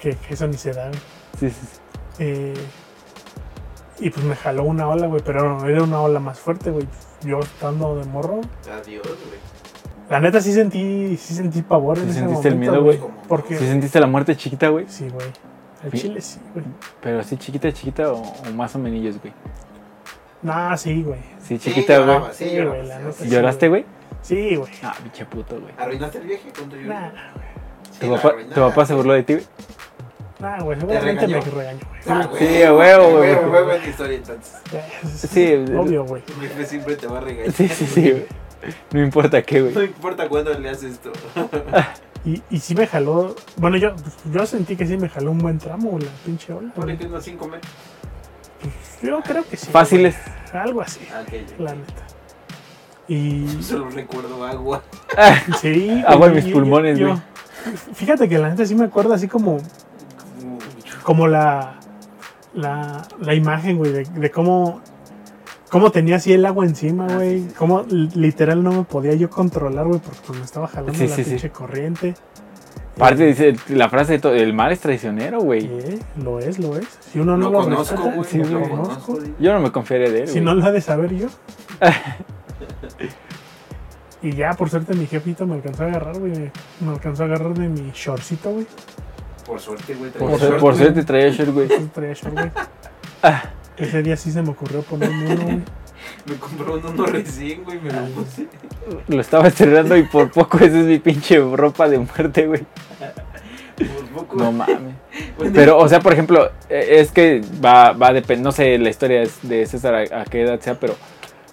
[SPEAKER 2] que, que eso ni se da, güey.
[SPEAKER 1] Sí, sí, sí.
[SPEAKER 2] Eh, Y pues me jaló una ola, güey, pero era una ola más fuerte, güey. Yo estando de morro.
[SPEAKER 3] Adiós, güey.
[SPEAKER 2] La neta sí sentí, sí sentí pavor en
[SPEAKER 1] ¿Sí
[SPEAKER 2] ese
[SPEAKER 1] sentiste el
[SPEAKER 2] momento,
[SPEAKER 1] miedo, güey?
[SPEAKER 3] Como-
[SPEAKER 2] Porque
[SPEAKER 1] ¿Sí sentiste la muerte chiquita, güey?
[SPEAKER 2] sí, güey. El
[SPEAKER 1] Sí.
[SPEAKER 2] chile sí, güey.
[SPEAKER 1] Pero así chiquita, chiquita o, o más o menos, güey.
[SPEAKER 2] Nah, sí, güey.
[SPEAKER 1] Sí,
[SPEAKER 3] Sí,
[SPEAKER 1] chiquita, güey.
[SPEAKER 3] lloraba, sí,
[SPEAKER 2] Sí,
[SPEAKER 3] lloraba,
[SPEAKER 2] güey, la
[SPEAKER 3] sí,
[SPEAKER 2] neta
[SPEAKER 3] sí.
[SPEAKER 2] sí.
[SPEAKER 1] ¿Lloraste, güey?
[SPEAKER 2] Sí, güey.
[SPEAKER 1] Ah, pinche puto, güey.
[SPEAKER 3] ¿Arruinaste el viaje? ¿Cuánto lloró?
[SPEAKER 2] Nah,
[SPEAKER 3] Sí,
[SPEAKER 1] ¿Tu,
[SPEAKER 3] la
[SPEAKER 1] papá,
[SPEAKER 3] arruinaste.
[SPEAKER 1] ¿Tu papá se burló de ti, güey?
[SPEAKER 2] nah, güey. Seguramente me
[SPEAKER 3] regañó?
[SPEAKER 2] regañó, güey.
[SPEAKER 3] Ah, güey.
[SPEAKER 1] Sí, a huevo, güey.
[SPEAKER 3] A huevo, huevo es la historia, entonces.
[SPEAKER 1] Sí,
[SPEAKER 2] Obvio, güey.
[SPEAKER 3] Tu jefe siempre te va a regañar.
[SPEAKER 1] Sí, sí, sí, güey. No importa qué, güey.
[SPEAKER 3] (laughs) No importa cuándo le haces esto. (laughs)
[SPEAKER 2] Y, y sí me jaló. Bueno, yo, pues, yo sentí que sí me jaló un buen tramo, la pinche ola.
[SPEAKER 3] Ponle
[SPEAKER 2] güey. Pues,
[SPEAKER 3] que unos 5 meses.
[SPEAKER 2] Yo creo que sí.
[SPEAKER 1] Fáciles.
[SPEAKER 2] güey. Algo así,
[SPEAKER 3] Ah, ok.
[SPEAKER 2] la neta. Y.
[SPEAKER 3] Solo recuerdo agua.
[SPEAKER 2] Sí.
[SPEAKER 1] (laughs) Agua en
[SPEAKER 2] güey,
[SPEAKER 1] mis
[SPEAKER 2] yo-
[SPEAKER 1] pulmones,
[SPEAKER 2] yo-
[SPEAKER 1] güey.
[SPEAKER 2] Fíjate que la neta sí me acuerdo así como, como la, la, la imagen, güey, de, de cómo, cómo tenía así el agua encima,
[SPEAKER 3] Ah,
[SPEAKER 2] güey.
[SPEAKER 3] sí, sí, sí.
[SPEAKER 2] Cómo li- literal no me podía yo controlar, güey, porque me estaba jalando
[SPEAKER 1] Sí,
[SPEAKER 2] la
[SPEAKER 1] sí, sí.
[SPEAKER 2] pinche corriente.
[SPEAKER 1] Aparte dice la frase de todo, el mar es traicionero, güey.
[SPEAKER 2] Eh, Lo es, lo es. Si uno no
[SPEAKER 3] Lo
[SPEAKER 2] lo,
[SPEAKER 3] conozco,
[SPEAKER 2] respeta,
[SPEAKER 3] güey.
[SPEAKER 1] sí,
[SPEAKER 3] lo
[SPEAKER 1] güey.
[SPEAKER 3] conozco.
[SPEAKER 1] Yo no me confiaré de él,
[SPEAKER 2] si
[SPEAKER 1] güey.
[SPEAKER 2] no lo ha de saber yo. y ya, por suerte, mi jefito me alcanzó a agarrar, güey. Me alcanzó a agarrar de mi shortcito, güey.
[SPEAKER 3] Por suerte, güey.
[SPEAKER 1] Por,
[SPEAKER 3] traía
[SPEAKER 1] ser-
[SPEAKER 3] suerte.
[SPEAKER 1] por suerte traía short, güey.
[SPEAKER 2] Entonces traía short, güey. Ese día sí se me ocurrió ponerme uno, güey.
[SPEAKER 3] Me compró uno, uno recién, güey. Me lo puse.
[SPEAKER 1] Lo estaba estrenando y por poco esa es mi pinche ropa de muerte, güey.
[SPEAKER 3] Por poco.
[SPEAKER 1] No mames.
[SPEAKER 3] Bueno,
[SPEAKER 1] Pero, o sea, por ejemplo, eh, es que va, va a depender, no sé la historia es de César a, a qué edad sea, pero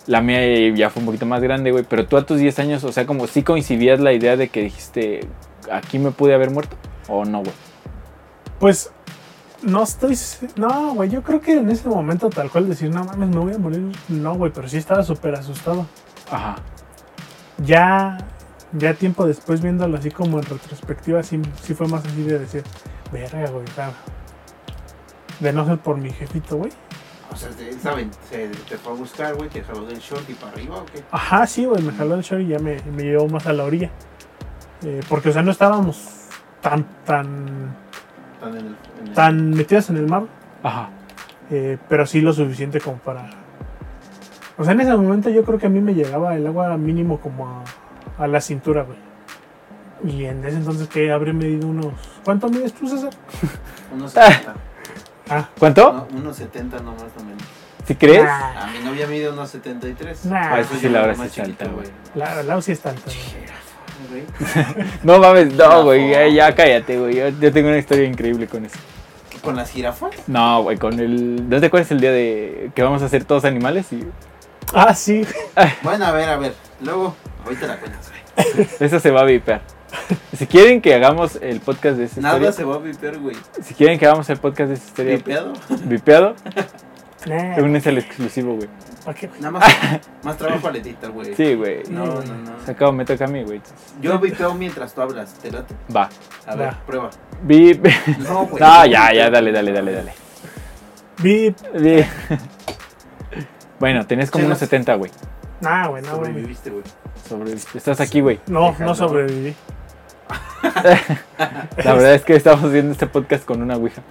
[SPEAKER 1] la mía eh, ya fue un poquito más grande, güey. Pero tú a tus 10 años, o sea, como sí coincidías la idea de que dijiste, aquí me pude haber muerto, o no, güey.
[SPEAKER 2] Pues no estoy. se- No, güey, yo creo que en ese momento, tal cual, decir, no mames, me voy a morir. No, güey, pero sí estaba súper asustado.
[SPEAKER 1] Ajá.
[SPEAKER 2] Ya, ya tiempo después, viéndolo así como en retrospectiva, sí, sí fue más así de decir, verga, güey, o sea, de no ser por mi jefito, güey.
[SPEAKER 3] O sea, te- ¿saben? Se te fue a buscar, güey. Te jaló del short y para arriba, ¿o qué?
[SPEAKER 2] Ajá, sí, güey, me jaló el short y ya me, me llevó más a la orilla. Eh, porque, o sea, no estábamos tan, tan,
[SPEAKER 3] Tan en el. en el-
[SPEAKER 2] tan metidos en el mar,
[SPEAKER 1] Ajá.
[SPEAKER 2] eh, pero sí lo suficiente como para... O sea, en ese momento yo creo que a mí me llegaba el agua mínimo como a, a la cintura, güey. Y en ese entonces que habré medido unos... ¿Cuánto mides tú, César?
[SPEAKER 3] Unos 70.
[SPEAKER 2] Ah,
[SPEAKER 1] ¿Cuánto?
[SPEAKER 3] No, unos 70 nomás o menos.
[SPEAKER 1] ¿Sí crees?
[SPEAKER 2] nah,
[SPEAKER 3] A mi novia mide unos 73.
[SPEAKER 2] Nah.
[SPEAKER 3] Por
[SPEAKER 2] Ah,
[SPEAKER 3] eso
[SPEAKER 1] Pues sí,
[SPEAKER 3] yo
[SPEAKER 1] la
[SPEAKER 3] era
[SPEAKER 1] hora
[SPEAKER 3] más
[SPEAKER 1] sí es alta,
[SPEAKER 3] chiquito,
[SPEAKER 1] güey.
[SPEAKER 2] la, la UCI es tanta, güey.
[SPEAKER 3] Güey.
[SPEAKER 1] No mames, no,
[SPEAKER 3] Jirafón.
[SPEAKER 1] güey, ya, ya cállate, güey. Yo, yo tengo una historia increíble con eso.
[SPEAKER 3] ¿Con las jirafas?
[SPEAKER 1] No, güey, con el. ¿No te acuerdas el día de que vamos a hacer todos animales? Y
[SPEAKER 2] Ah, sí, güey.
[SPEAKER 3] Bueno, a ver, a ver. Luego, ahorita la cuentas, güey.
[SPEAKER 1] esa se va a
[SPEAKER 3] (laughs)
[SPEAKER 1] vipear. Si quieren que hagamos el podcast de esa
[SPEAKER 3] Nada
[SPEAKER 1] historia,
[SPEAKER 3] se va a vipear, güey.
[SPEAKER 1] si quieren que hagamos el podcast de esa historia
[SPEAKER 3] Vipeado.
[SPEAKER 1] vipeado,
[SPEAKER 2] Nah,
[SPEAKER 1] únense al exclusivo, güey.
[SPEAKER 2] ¿pa' qué, güey?
[SPEAKER 1] (laughs)
[SPEAKER 3] Nada más, más trabajo aletita, güey.
[SPEAKER 1] Sí, güey.
[SPEAKER 3] No, no, no.
[SPEAKER 1] Se acabó, me toca a mí, güey.
[SPEAKER 3] Yo vipeo mientras tú hablas, te late.
[SPEAKER 1] Va.
[SPEAKER 3] A ver,
[SPEAKER 2] Va. (laughs)
[SPEAKER 3] prueba.
[SPEAKER 1] Vip.
[SPEAKER 3] (laughs) No, güey.
[SPEAKER 1] No, Ah, ya, ya, dale, dale, dale, dale.
[SPEAKER 2] Vi...
[SPEAKER 1] Vi- (laughs) Bueno, tenés como unos 70, güey.
[SPEAKER 2] Nah, güey, no, güey.
[SPEAKER 3] Sobreviviste, güey.
[SPEAKER 1] Sobre- Estás aquí, güey.
[SPEAKER 2] No,
[SPEAKER 3] Déjalo.
[SPEAKER 2] no sobreviví.
[SPEAKER 1] (laughs) La verdad es que estamos haciendo este podcast con una ouija.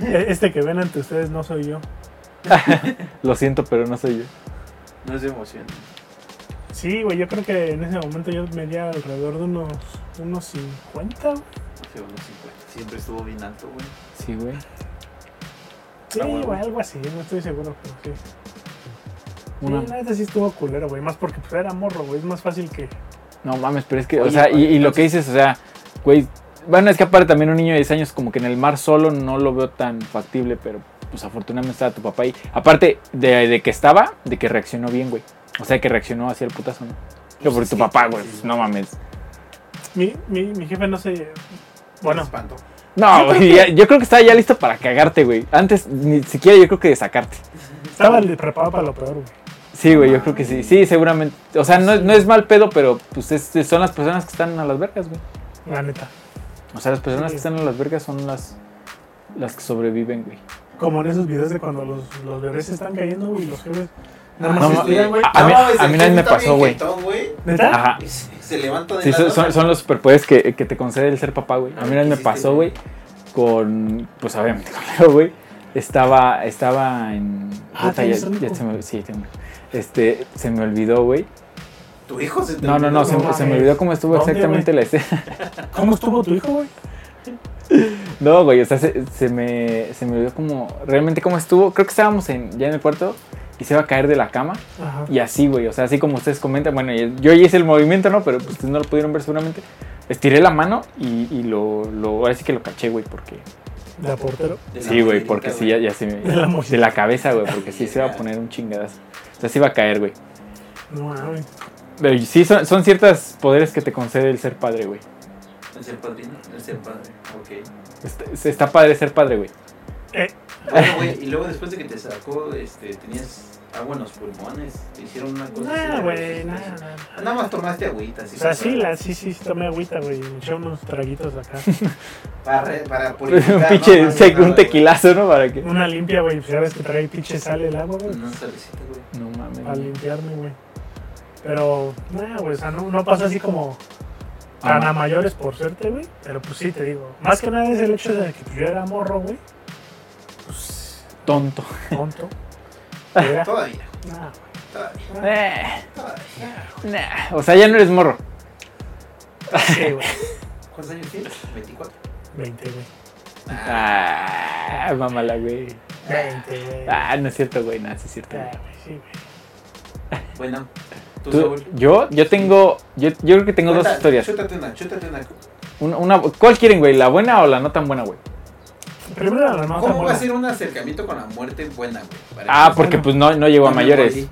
[SPEAKER 2] E- Este que ven ante ustedes no soy yo.
[SPEAKER 1] Lo siento, pero no soy yo.
[SPEAKER 3] No se emociona.
[SPEAKER 2] Sí, güey, yo creo que en ese momento yo medía alrededor de unos, unos 50. güey.
[SPEAKER 3] Se va a los 50. Siempre estuvo bien alto, güey.
[SPEAKER 1] Sí, güey.
[SPEAKER 2] Sí,
[SPEAKER 3] Ah, bueno.
[SPEAKER 2] güey, algo así, no estoy seguro. Pero sí.
[SPEAKER 1] Una-
[SPEAKER 2] Sí, la neta sí estuvo culero, güey. Más porque pues, era morro, güey. Es más fácil que.
[SPEAKER 1] No mames, pero es que, o
[SPEAKER 3] Oye,
[SPEAKER 1] sea, y,
[SPEAKER 3] güey,
[SPEAKER 1] y lo que dices, o sea, güey, bueno, es que aparte también un niño de 10 años como que en el mar solo no lo veo tan factible, pero pues afortunadamente estaba tu papá ahí. Aparte de, de que estaba, de que reaccionó bien, güey. O sea, que reaccionó hacia el putazo, ¿no? Yo por
[SPEAKER 3] Pues
[SPEAKER 1] tu
[SPEAKER 3] sí,
[SPEAKER 1] papá, güey,
[SPEAKER 3] sí,
[SPEAKER 1] pues,
[SPEAKER 3] sí.
[SPEAKER 1] no mames.
[SPEAKER 2] Mi, mi, mi jefe no se.
[SPEAKER 3] Bueno.
[SPEAKER 2] Bueno,
[SPEAKER 3] Espanto.
[SPEAKER 1] No,
[SPEAKER 2] Yo creo
[SPEAKER 1] güey,
[SPEAKER 2] que-
[SPEAKER 1] ya- yo creo que estaba ya listo para cagarte, güey. Antes, ni siquiera yo creo que de sacarte.
[SPEAKER 2] estaba preparado para lo peor, güey.
[SPEAKER 1] Sí, güey, yo creo que sí. Sí, seguramente. O sea, no, no es mal pedo, pero pues es- son las personas que están a las vergas, güey.
[SPEAKER 2] La neta.
[SPEAKER 1] O sea, las personas
[SPEAKER 2] Sí.
[SPEAKER 1] que están a las vergas son las, las que sobreviven, güey.
[SPEAKER 2] Como en esos videos de cuando los, los bebés se están cayendo, güey, y los jefes. Nada
[SPEAKER 3] Nada
[SPEAKER 2] más
[SPEAKER 1] no, Ah.
[SPEAKER 2] se estiran, güey.
[SPEAKER 1] a- a mí-
[SPEAKER 3] No, es
[SPEAKER 1] a
[SPEAKER 3] el
[SPEAKER 1] mí nadie
[SPEAKER 3] jefe
[SPEAKER 1] me
[SPEAKER 3] está
[SPEAKER 1] pasó,
[SPEAKER 3] bien
[SPEAKER 1] güey.
[SPEAKER 3] jetón, güey.
[SPEAKER 2] ¿Neta?
[SPEAKER 1] Ajá.
[SPEAKER 3] Y Se se levanta de
[SPEAKER 1] Sí,
[SPEAKER 3] la
[SPEAKER 1] son,
[SPEAKER 3] nada.
[SPEAKER 1] son- son los superpoderes que, que te concede el ser papá, güey.
[SPEAKER 3] A
[SPEAKER 1] A mí
[SPEAKER 3] ver,
[SPEAKER 1] una vez
[SPEAKER 3] ¿qué
[SPEAKER 1] me
[SPEAKER 3] hiciste,
[SPEAKER 1] pasó,
[SPEAKER 3] güey?
[SPEAKER 1] güey, con. Pues obviamente (laughs) con Leo, güey. Estaba, estaba en.
[SPEAKER 2] Ah,
[SPEAKER 1] puta,
[SPEAKER 2] ¿tienes un hijo?
[SPEAKER 1] se me, sí, tengo. Este, se me olvidó, güey.
[SPEAKER 3] ¿Tu hijo se te
[SPEAKER 1] No, no, no,
[SPEAKER 3] olvidó?
[SPEAKER 1] se,
[SPEAKER 2] No
[SPEAKER 1] se me
[SPEAKER 2] mames.
[SPEAKER 1] olvidó cómo estuvo
[SPEAKER 2] ¿Dónde,
[SPEAKER 1] exactamente la escena. (laughs)
[SPEAKER 2] ¿Cómo estuvo tu hijo, güey?
[SPEAKER 1] No, güey, o sea, se, se me, se me olvidó como. Realmente cómo estuvo. Creo que estábamos en, ya en el cuarto y se iba a caer de la cama.
[SPEAKER 2] Ajá.
[SPEAKER 1] Y así, güey, o sea, así como ustedes comentan, bueno, y- yo hice el movimiento, ¿no? Pero pues, ustedes no lo pudieron ver seguramente. Estiré la mano y, y lo, lo, ahora sí que lo caché, güey, porque...
[SPEAKER 2] De la portero.
[SPEAKER 3] De la
[SPEAKER 1] Sí, güey,
[SPEAKER 3] mujerita,
[SPEAKER 1] porque sí, ya, ya se me...
[SPEAKER 2] De la
[SPEAKER 1] Pues De la cabeza, güey, porque sí se iba a
[SPEAKER 3] Ya.
[SPEAKER 1] poner un chingadazo. O sea, se iba a caer, güey.
[SPEAKER 2] No mames.
[SPEAKER 1] Pero sí, son, son ciertos poderes que te concede el ser padre, güey.
[SPEAKER 3] El ser padrino, el ser padre, ok.
[SPEAKER 1] Está, está padre ser padre, güey.
[SPEAKER 2] Eh,
[SPEAKER 3] Bueno, güey, y luego después de que te sacó, este, tenías agua en los pulmones, te hicieron una cosa
[SPEAKER 2] nah,
[SPEAKER 3] así.
[SPEAKER 2] güey,
[SPEAKER 3] ¿no?
[SPEAKER 2] nada, nada.
[SPEAKER 3] Nada más tomaste agüita, así
[SPEAKER 2] O sea, sí, la, sí, sí, tomé agüita, güey. Me eché unos traguitos
[SPEAKER 1] (laughs)
[SPEAKER 2] acá.
[SPEAKER 3] Para, re- para purificar,
[SPEAKER 1] un
[SPEAKER 3] ¿no?
[SPEAKER 1] pinche,
[SPEAKER 3] Más
[SPEAKER 1] sec-
[SPEAKER 3] que nada,
[SPEAKER 1] un
[SPEAKER 3] güey.
[SPEAKER 1] tequilazo, ¿no? Para que...
[SPEAKER 2] Una limpia, güey. Pues ya ves que trae pinche sal el agua, güey.
[SPEAKER 3] Una salecita, güey.
[SPEAKER 1] No mames.
[SPEAKER 2] Para
[SPEAKER 1] güey.
[SPEAKER 2] limpiarme, güey. Pero, nada, güey. O sea, no, no pasa así como tan a
[SPEAKER 1] Ah,
[SPEAKER 2] mayores por suerte, güey. Pero pues sí, te digo. Más que nada es el hecho de que yo era morro, güey. Pues,
[SPEAKER 1] tonto. (laughs)
[SPEAKER 2] tonto. Era.
[SPEAKER 3] Todavía,
[SPEAKER 2] Nah,
[SPEAKER 3] todavía,
[SPEAKER 2] güey.
[SPEAKER 1] Eh,
[SPEAKER 3] todavía.
[SPEAKER 1] nah. O sea, ya no eres morro.
[SPEAKER 2] Sí, güey.
[SPEAKER 3] ¿Cuántos años tienes? 24.
[SPEAKER 2] 20, güey.
[SPEAKER 1] Ah, mamala, güey.
[SPEAKER 2] 20, güey.
[SPEAKER 1] Ah, no es cierto, güey, nada, sí es cierto.
[SPEAKER 2] Ah,
[SPEAKER 1] güey.
[SPEAKER 2] güey, sí, güey.
[SPEAKER 3] Bueno, tú,
[SPEAKER 1] Tú-
[SPEAKER 3] Saúl.
[SPEAKER 1] yo, yo tengo, yo, yo creo que tengo dos
[SPEAKER 3] Cuenta-
[SPEAKER 1] historias.
[SPEAKER 3] Chútate una, chútate una.
[SPEAKER 1] Una, una- ¿Cuál quieren, güey? ¿La buena o la no tan buena, güey?
[SPEAKER 2] Primero la nota
[SPEAKER 3] ¿Cómo va a
[SPEAKER 2] buena.
[SPEAKER 3] ser un acercamiento con la muerte buena, güey? Para
[SPEAKER 1] Ah,
[SPEAKER 3] que-
[SPEAKER 1] porque pues no, no llegó a mayores.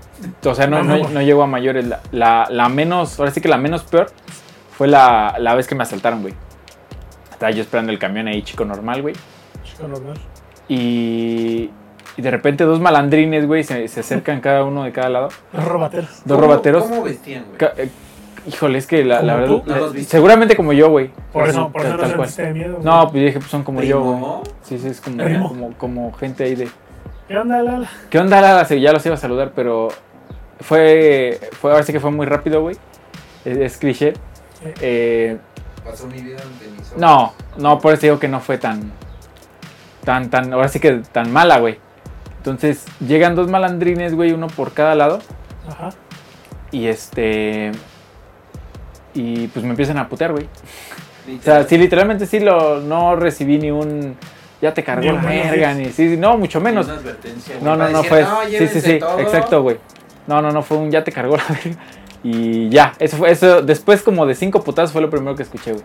[SPEAKER 1] O sea, no,
[SPEAKER 2] No, no,
[SPEAKER 1] no,
[SPEAKER 2] güey.
[SPEAKER 1] no llegó a mayores. La, la, la menos, ahora sí que la menos peor fue la, la vez que me asaltaron, güey. Estaba yo esperando el camión ahí, chico normal, güey.
[SPEAKER 2] Chico normal.
[SPEAKER 1] Y, y de repente dos malandrines, güey, se, se acercan cada uno de cada lado.
[SPEAKER 2] Los robateros.
[SPEAKER 1] Dos
[SPEAKER 3] ¿Cómo-
[SPEAKER 1] robateros.
[SPEAKER 3] ¿Cómo vestían, güey?
[SPEAKER 1] Ca- eh, Híjole, es que la, la
[SPEAKER 2] ¿Como
[SPEAKER 1] verdad.
[SPEAKER 2] tú?
[SPEAKER 3] No
[SPEAKER 1] la-
[SPEAKER 3] los viste.
[SPEAKER 1] seguramente como yo, güey.
[SPEAKER 2] Por eso, por
[SPEAKER 1] Tal-
[SPEAKER 2] eso
[SPEAKER 1] tal
[SPEAKER 2] no
[SPEAKER 1] cual.
[SPEAKER 2] sentiste de miedo. güey.
[SPEAKER 1] No, pues yo dije, pues son como yo, güey.
[SPEAKER 3] Primo.
[SPEAKER 1] Sí, sí, es como,
[SPEAKER 2] Primo.
[SPEAKER 1] como, como gente ahí de.
[SPEAKER 2] ¿Qué onda, Lala?
[SPEAKER 1] ¿Qué onda, Lala? Sí, ya los iba a saludar, pero fue. fue ahora sí que fue muy rápido, güey. Es, es cliché. Eh,
[SPEAKER 3] Pasó mi vida ante mis ojos.
[SPEAKER 1] no, no, por eso digo que no fue tan. Tan, tan. Ahora sí que tan mala, güey. Entonces, llegan dos malandrines, güey, uno por cada lado.
[SPEAKER 2] Ajá.
[SPEAKER 1] Y este. Y pues me empiezan a putear, güey. O sea, sí, literalmente sí lo. No recibí ni un. Ya te
[SPEAKER 2] Ni
[SPEAKER 1] cargó
[SPEAKER 2] un
[SPEAKER 1] la
[SPEAKER 2] buenos
[SPEAKER 1] verga,
[SPEAKER 2] días.
[SPEAKER 1] ni. Sí, sí, no, mucho menos.
[SPEAKER 3] Una advertencia, güey,
[SPEAKER 1] No, no,
[SPEAKER 3] para
[SPEAKER 1] no
[SPEAKER 3] decir,
[SPEAKER 1] fue.
[SPEAKER 3] "No,
[SPEAKER 1] sí, sí,
[SPEAKER 3] llévense
[SPEAKER 1] sí.
[SPEAKER 3] todo".
[SPEAKER 1] Exacto, güey. No, no, no, fue un ya te cargó la (laughs) verga. Y ya, eso fue eso. Después como de cinco putazos fue lo primero que escuché, güey.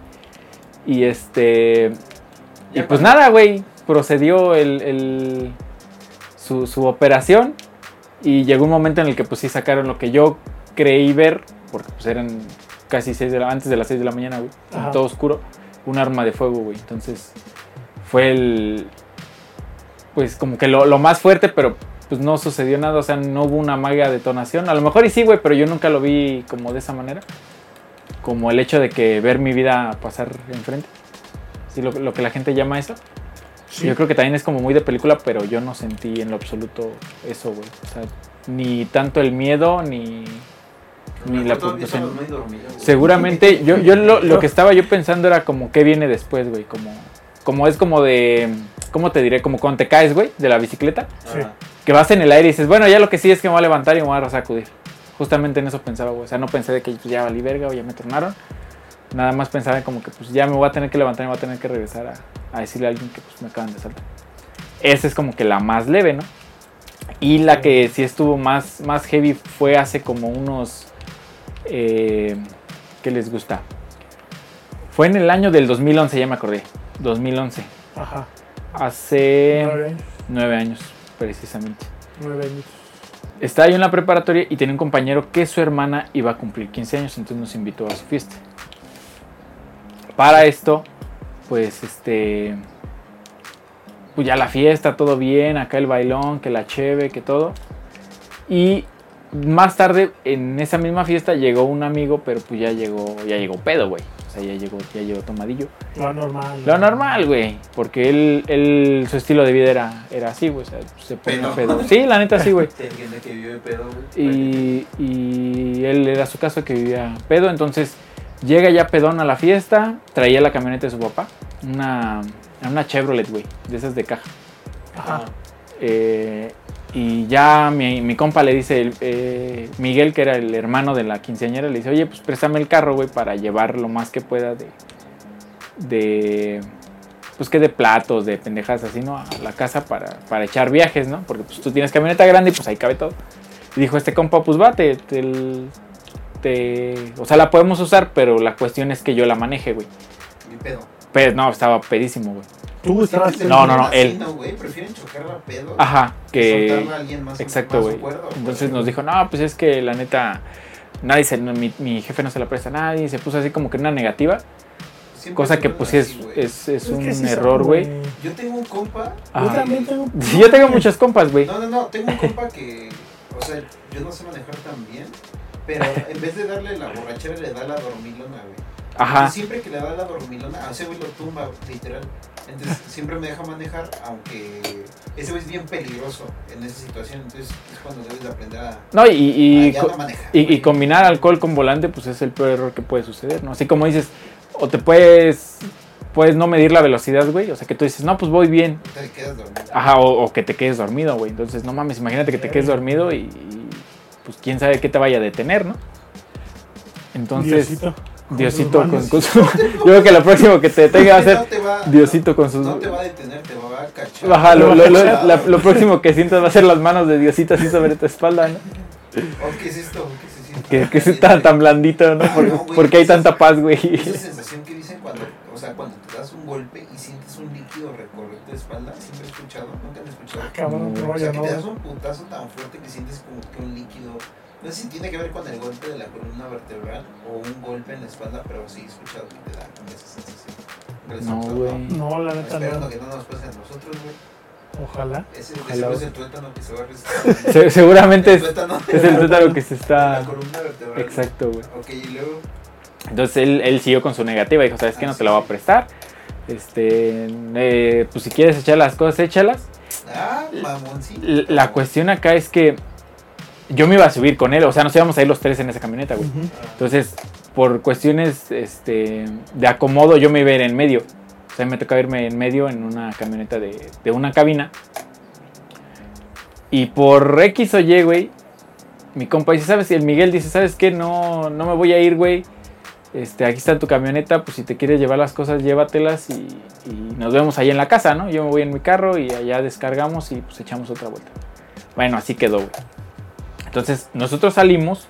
[SPEAKER 1] Y este... Y
[SPEAKER 3] Ya
[SPEAKER 1] pues
[SPEAKER 3] pasó.
[SPEAKER 1] nada, güey. Procedió el, el- su, su operación. Y llegó un momento en el que pues sí sacaron lo que yo creí ver. Porque pues eran casi seis de la, antes de las 6 de la mañana, güey.
[SPEAKER 2] Ajá.
[SPEAKER 1] Todo oscuro. Un arma de fuego, güey. Entonces fue el... Pues como que lo, lo más fuerte, pero pues no sucedió nada. O sea, no hubo una maga detonación. A lo mejor y sí, güey, pero yo nunca lo vi como de esa manera. Como el hecho de que ver mi vida pasar enfrente. Sí, lo, lo que la gente llama eso.
[SPEAKER 2] Sí.
[SPEAKER 1] Yo creo que también es como muy de película, pero yo no sentí en lo absoluto eso, güey. O sea, ni tanto el miedo, ni... ni la
[SPEAKER 3] Nosotros
[SPEAKER 1] puntuación.
[SPEAKER 3] estamos muy dormidos, güey.
[SPEAKER 1] Seguramente, yo,
[SPEAKER 3] (laughs)
[SPEAKER 1] yo lo, lo que estaba yo pensando era como qué viene después, güey. Como, como es como de... ¿Cómo te diré? Como cuando te caes, güey, de la bicicleta.
[SPEAKER 2] Sí.
[SPEAKER 3] Ajá.
[SPEAKER 1] Que vas en el aire y dices, bueno, ya lo que sí es que me voy a levantar y me voy a sacudir. Justamente en eso pensaba, güey. O sea, no pensé de que ya valí verga o ya me tornaron. Nada más pensaba en como que pues ya me voy a tener que levantar y me voy a tener que regresar a, a decirle a alguien que pues me acaban de saltar. Esa es como que la más leve, ¿no? Y la que sí estuvo más, más heavy fue hace como unos... eh, ¿Qué les gusta? Fue en el año del 2011, ya me acordé. 2011.
[SPEAKER 2] Ajá.
[SPEAKER 1] Hace
[SPEAKER 2] Nueve años.
[SPEAKER 1] nueve años, precisamente.
[SPEAKER 2] Nueve años.
[SPEAKER 1] Estaba yo en la preparatoria y tenía un compañero que su hermana iba a cumplir 15 años, entonces nos invitó a su fiesta. Para esto, pues este. Pues ya la fiesta, todo bien, acá el bailón, que la cheve, que todo. Y más tarde, en esa misma fiesta, llegó un amigo, pero pues ya llegó, ya llegó pedo, güey. O sea, ya llegó, ya llegó tomadillo.
[SPEAKER 2] Lo normal.
[SPEAKER 1] Lo normal, güey. Porque él, él, su estilo de vida era, era así, güey. O sea, se ponía
[SPEAKER 3] Pedo.
[SPEAKER 1] pedo. Sí, la neta sí, güey.
[SPEAKER 3] Te entiende Este, que vive pedo, güey.
[SPEAKER 1] Y, y él era su caso que vivía pedo. Entonces llega ya pedón a la fiesta. Traía la camioneta de su papá. Una, una Chevrolet, güey. De esas de caja.
[SPEAKER 2] Ajá.
[SPEAKER 3] Ajá.
[SPEAKER 1] eh, y ya mi, mi compa le dice, el- eh, Miguel, que era el hermano de la quinceañera, le dice, oye, pues préstame el carro, güey, para llevar lo más que pueda de... de pues que de platos, de pendejas así, ¿no? A la casa para, para echar viajes, ¿no? Porque pues tú tienes camioneta grande y pues ahí cabe todo. Y dijo este compa, pues va, te, te, te- O sea, la podemos usar, pero la cuestión es que yo la maneje, güey.
[SPEAKER 3] Ni pedo.
[SPEAKER 1] Pero no, estaba pedísimo, güey.
[SPEAKER 2] Tú estabas.
[SPEAKER 3] Siéntate
[SPEAKER 2] en-
[SPEAKER 1] No, no, no,
[SPEAKER 3] así,
[SPEAKER 1] él.
[SPEAKER 3] güey, prefieren chocarla a pedo.
[SPEAKER 1] Ajá,
[SPEAKER 3] que
[SPEAKER 1] que...
[SPEAKER 3] soltarla a alguien más.
[SPEAKER 1] Exacto,
[SPEAKER 3] más
[SPEAKER 1] güey.
[SPEAKER 3] cuerdo,
[SPEAKER 1] Entonces nos dijo, no, pues es que la neta, nadie se, no, mi, mi jefe no se la presta a nadie, se puso así como que una negativa,
[SPEAKER 3] Siempre
[SPEAKER 1] cosa que
[SPEAKER 3] son
[SPEAKER 1] pues sí
[SPEAKER 3] así,
[SPEAKER 1] es,
[SPEAKER 3] güey.
[SPEAKER 1] es, es
[SPEAKER 2] Es
[SPEAKER 1] un
[SPEAKER 2] que sí son,
[SPEAKER 1] error, güey.
[SPEAKER 3] Yo tengo un compa.
[SPEAKER 1] Ajá.
[SPEAKER 2] Yo también tengo.
[SPEAKER 1] Sí, (laughs) yo tengo muchas compas, güey.
[SPEAKER 3] No, no, no, tengo un compa que, o sea, yo no sé manejar tan bien, pero en vez de darle la borrachera le da la dormilona, güey. Y
[SPEAKER 1] Ajá,
[SPEAKER 3] siempre que le da la dormilona, a ese güey lo tumba, literal.
[SPEAKER 1] (laughs)
[SPEAKER 3] Entonces siempre me deja manejar, aunque ese güey es bien peligroso en esa situación, entonces es cuando debes de aprender a,
[SPEAKER 1] no, y, y,
[SPEAKER 3] a Ah, ya
[SPEAKER 1] co-
[SPEAKER 3] no manejar.
[SPEAKER 1] y- y
[SPEAKER 3] güey.
[SPEAKER 1] combinar alcohol con volante, pues es el peor error que puede suceder, ¿no? Así como dices, o te puedes, puedes no medir la velocidad, güey, o sea que tú dices, no, pues voy bien,
[SPEAKER 3] Te quedas dormido.
[SPEAKER 1] Ajá, o, o que te quedes dormido, güey. Entonces, no mames, imagínate que te quedes dormido y, y, pues quién sabe qué te vaya a detener, ¿no? Entonces, Diosito,
[SPEAKER 2] Diosito. con sus
[SPEAKER 1] con,
[SPEAKER 2] manos.
[SPEAKER 1] con su- Yo creo que lo próximo que te detenga va a
[SPEAKER 3] No
[SPEAKER 1] ser
[SPEAKER 3] te va-
[SPEAKER 1] Diosito con
[SPEAKER 3] No,
[SPEAKER 1] sus...
[SPEAKER 3] no te va a detener, te va a cachar.
[SPEAKER 1] Ajá, lo,
[SPEAKER 2] te va
[SPEAKER 1] lo-
[SPEAKER 2] a
[SPEAKER 1] lo-
[SPEAKER 2] cachar.
[SPEAKER 1] la- lo próximo que sientas va a ser las manos de Diosito así sobre tu espalda, ¿no?
[SPEAKER 3] Oh, ¿Qué es esto? ¿Qué es esto?
[SPEAKER 1] Que, que es tan, tan blandito, ¿no?
[SPEAKER 3] Ah,
[SPEAKER 1] Por-
[SPEAKER 3] no, güey,
[SPEAKER 1] porque hay
[SPEAKER 3] esa-
[SPEAKER 1] tanta paz, güey.
[SPEAKER 3] Esa sensación que dicen cuando, o sea, cuando te das un golpe y sientes un líquido recorrer tu espalda, siempre he escuchado, nunca han escuchado.
[SPEAKER 2] Ah, Cabrón,
[SPEAKER 1] No,
[SPEAKER 2] no,
[SPEAKER 3] O sea,
[SPEAKER 2] vaya,
[SPEAKER 3] que
[SPEAKER 2] no.
[SPEAKER 3] te das un putazo tan fuerte que sientes como que un líquido. No sé si tiene que ver con el golpe de la columna vertebral o un golpe en la espalda, pero sí he escuchado que te da como esa sensación. Pero
[SPEAKER 1] No,
[SPEAKER 3] eso,
[SPEAKER 1] güey.
[SPEAKER 2] No, la neta
[SPEAKER 3] Esperando
[SPEAKER 2] no.
[SPEAKER 3] que no nos pase a nosotros, güey.
[SPEAKER 2] Ojalá.
[SPEAKER 3] Ese,
[SPEAKER 1] Ojalá,
[SPEAKER 3] ese no es
[SPEAKER 1] güey.
[SPEAKER 3] el tuétano que
[SPEAKER 1] (laughs)
[SPEAKER 3] se va a resistir.
[SPEAKER 1] Se- seguramente
[SPEAKER 3] el
[SPEAKER 1] es,
[SPEAKER 3] tuétano de
[SPEAKER 1] es el tuétano que se está...
[SPEAKER 3] la columna vertebral.
[SPEAKER 1] Exacto, güey.
[SPEAKER 3] Ok, y luego.
[SPEAKER 1] Entonces él, él siguió con su negativa, dijo, ¿sabes qué? No te la voy a prestar. Este, eh, pues si quieres echar las cosas, échalas.
[SPEAKER 3] Ah, mamoncito.
[SPEAKER 1] L- La cuestión acá es que yo me iba a subir con él, o sea, nos íbamos a ir los tres en esa camioneta, güey.
[SPEAKER 2] Ujú.
[SPEAKER 3] Ah.
[SPEAKER 1] Entonces, por cuestiones este, de acomodo, yo me iba a ir en medio. O sea, me tocaba irme en medio en una camioneta de, de una cabina. Y por X o Y, güey, mi compa dice, ¿sabes? Y el Miguel dice, ¿sabes qué? No, no me voy a ir, güey. Este, aquí está tu camioneta, pues si te quieres llevar las cosas, llévatelas y, y nos vemos ahí en la casa, ¿no? Yo me voy en mi carro y allá descargamos y pues echamos otra vuelta. Bueno, así quedó, güey. Entonces, nosotros salimos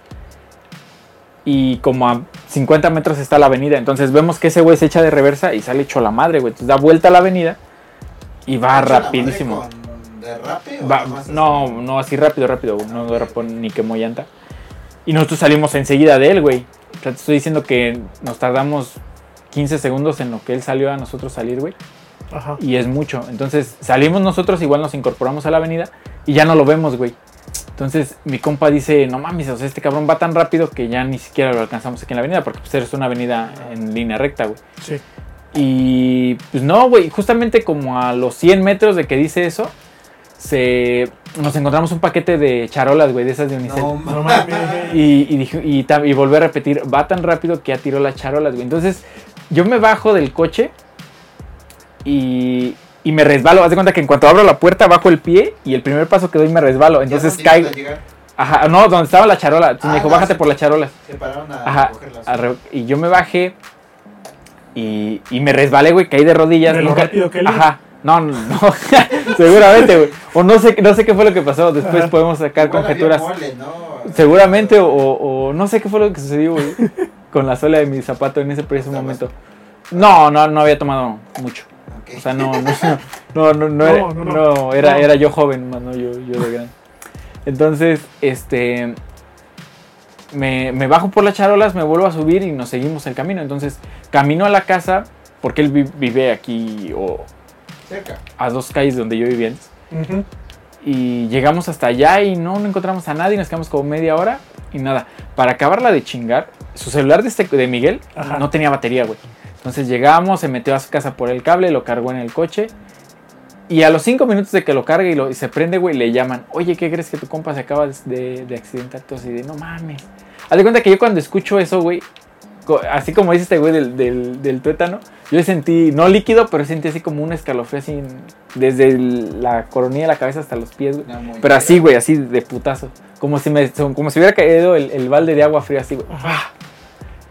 [SPEAKER 1] y como a 50 metros está la avenida. Entonces vemos que ese güey se echa de reversa y sale hecho la madre, güey. Entonces da vuelta a la avenida y va
[SPEAKER 3] ¿Echa la
[SPEAKER 1] rapidísimo.
[SPEAKER 3] madre con ¿Derrape o
[SPEAKER 1] Va-
[SPEAKER 3] nada más
[SPEAKER 1] no, no, así rápido, rápido, güey. No derrapó ni quemó llanta. Y nosotros salimos enseguida de él, güey. O sea, te estoy diciendo que nos tardamos 15 segundos en lo que él salió a nosotros salir, güey.
[SPEAKER 2] Ajá.
[SPEAKER 1] Y es mucho. Entonces salimos nosotros, igual nos incorporamos a la avenida y ya no lo vemos, güey. Entonces mi compa dice, no mames, o sea, este cabrón va tan rápido que ya ni siquiera lo alcanzamos aquí en la avenida, porque pues es una avenida en línea recta, güey.
[SPEAKER 2] Sí.
[SPEAKER 1] Y pues no, güey, justamente como a los 100 metros de que dice eso, se, nos encontramos un paquete de charolas, güey, de esas de Unicel.
[SPEAKER 3] No,
[SPEAKER 2] No
[SPEAKER 3] mames.
[SPEAKER 2] mames.
[SPEAKER 1] Y, y, dije- y, tam- y volví a repetir, va tan rápido que ya tiró las charolas, güey. Entonces, yo me bajo del coche y, y me resbalo. Haz de cuenta que en cuanto abro la puerta, bajo el pie y el primer paso que doy me resbalo. Entonces
[SPEAKER 3] Ya no
[SPEAKER 1] caigo.
[SPEAKER 3] llegas a llegar,
[SPEAKER 1] Ajá, no, donde estaba la charola. Entonces
[SPEAKER 3] Ah,
[SPEAKER 1] me dijo,
[SPEAKER 3] no,
[SPEAKER 1] bájate
[SPEAKER 3] sí.
[SPEAKER 1] por las charolas.
[SPEAKER 3] Se pararon a
[SPEAKER 1] Ajá.
[SPEAKER 3] recogerlas.
[SPEAKER 1] a re- y yo me bajé y, y me resbalé, güey, caí de rodillas.
[SPEAKER 2] De lo rápido que él iba.
[SPEAKER 1] Ajá. No, (laughs) no, no. seguramente, güey. O no sé, no sé qué fue lo que pasó. Después
[SPEAKER 2] Ajá.
[SPEAKER 1] podemos sacar
[SPEAKER 3] Igual había
[SPEAKER 1] conjeturas.
[SPEAKER 3] mole, ¿no?
[SPEAKER 1] Seguramente, o, o no sé qué fue lo que sucedió, güey, con la sola de mi zapato en ese preciso
[SPEAKER 3] Estabas-
[SPEAKER 1] momento. No, no, no había tomado mucho.
[SPEAKER 3] Ok.
[SPEAKER 1] O sea, no, no, no, (laughs) no, no era,
[SPEAKER 2] No, no, no.
[SPEAKER 1] no, era,
[SPEAKER 2] No.
[SPEAKER 1] era yo joven, más no yo, yo de gran. Entonces, este, me, me bajo por las charolas, me vuelvo a subir y nos seguimos el camino. Entonces, camino a la casa, porque él vi- vive aquí o
[SPEAKER 3] Cerca.
[SPEAKER 1] a dos calles de donde yo vivía antes.
[SPEAKER 2] Ujú.
[SPEAKER 1] Y llegamos hasta allá y no, no encontramos a nadie, nos quedamos como media hora y nada. Para acabarla de chingar, su celular de, este, de Miguel
[SPEAKER 2] Ajá.
[SPEAKER 1] no tenía batería, güey. Entonces llegamos, se metió a su casa por el cable, lo cargó en el coche. Y a los cinco minutos de que lo cargue y, lo, y se prende, güey, le llaman. Oye, ¿qué crees que tu compa se acaba de, de accidentar? Todo así de, no mames. Haz de cuenta que yo cuando escucho eso, güey, co- así como dice este güey del, del, del tuétano, yo sentí, no líquido, pero sentí así como un escalofrío así en- desde el- la coronilla de la cabeza hasta los pies, güey.
[SPEAKER 3] Una muy
[SPEAKER 1] Pero
[SPEAKER 3] fea.
[SPEAKER 1] así, güey, así de putazo. Como si, me, como si hubiera caído el, el balde de agua fría, así, güey. ¡Ah!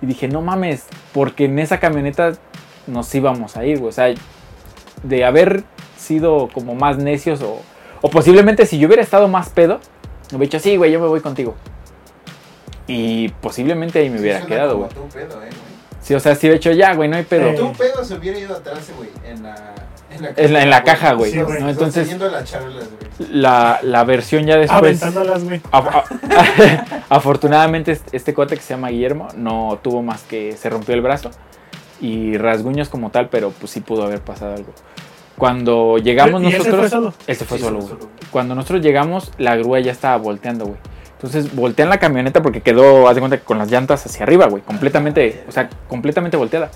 [SPEAKER 1] Y dije, no mames, porque en esa camioneta nos íbamos a ir, güey. O sea, de haber sido como más necios o, o posiblemente si yo hubiera estado más pedo, me hubiera dicho, sí, güey, yo me voy contigo. Y posiblemente ahí me
[SPEAKER 3] Sí,
[SPEAKER 1] hubiera
[SPEAKER 3] suena
[SPEAKER 1] quedado,
[SPEAKER 3] como
[SPEAKER 1] güey.
[SPEAKER 3] tu pedo, eh, güey.
[SPEAKER 1] Sí, o sea, sí hubiera hecho, ya, güey, no hay pedo.
[SPEAKER 2] Sí.
[SPEAKER 3] Tu pedo se hubiera ido atrás, güey, en la, en la
[SPEAKER 1] En la- en la caja, güey,
[SPEAKER 2] ¿no?
[SPEAKER 1] Entonces-
[SPEAKER 3] Sosteniendo las charolas, güey.
[SPEAKER 1] La, la versión ya después...
[SPEAKER 2] Aventándolas, güey.
[SPEAKER 1] Af- a- (laughs) Afortunadamente este- este cuate que se llama Guillermo no tuvo más que se rompió el brazo y rasguños como tal, pero pues sí pudo haber pasado algo. Cuando llegamos
[SPEAKER 2] ¿Y ese fue
[SPEAKER 1] nosotros,
[SPEAKER 2] solo?
[SPEAKER 1] él se fue
[SPEAKER 3] Sí,
[SPEAKER 1] solo,
[SPEAKER 3] solo,
[SPEAKER 1] güey.
[SPEAKER 3] solo, güey.
[SPEAKER 1] Cuando nosotros llegamos, la grúa ya estaba volteando, güey. Entonces voltean la camioneta porque quedó, haz de cuenta, que con las llantas hacia arriba, güey. Completamente, o sea, completamente volteada.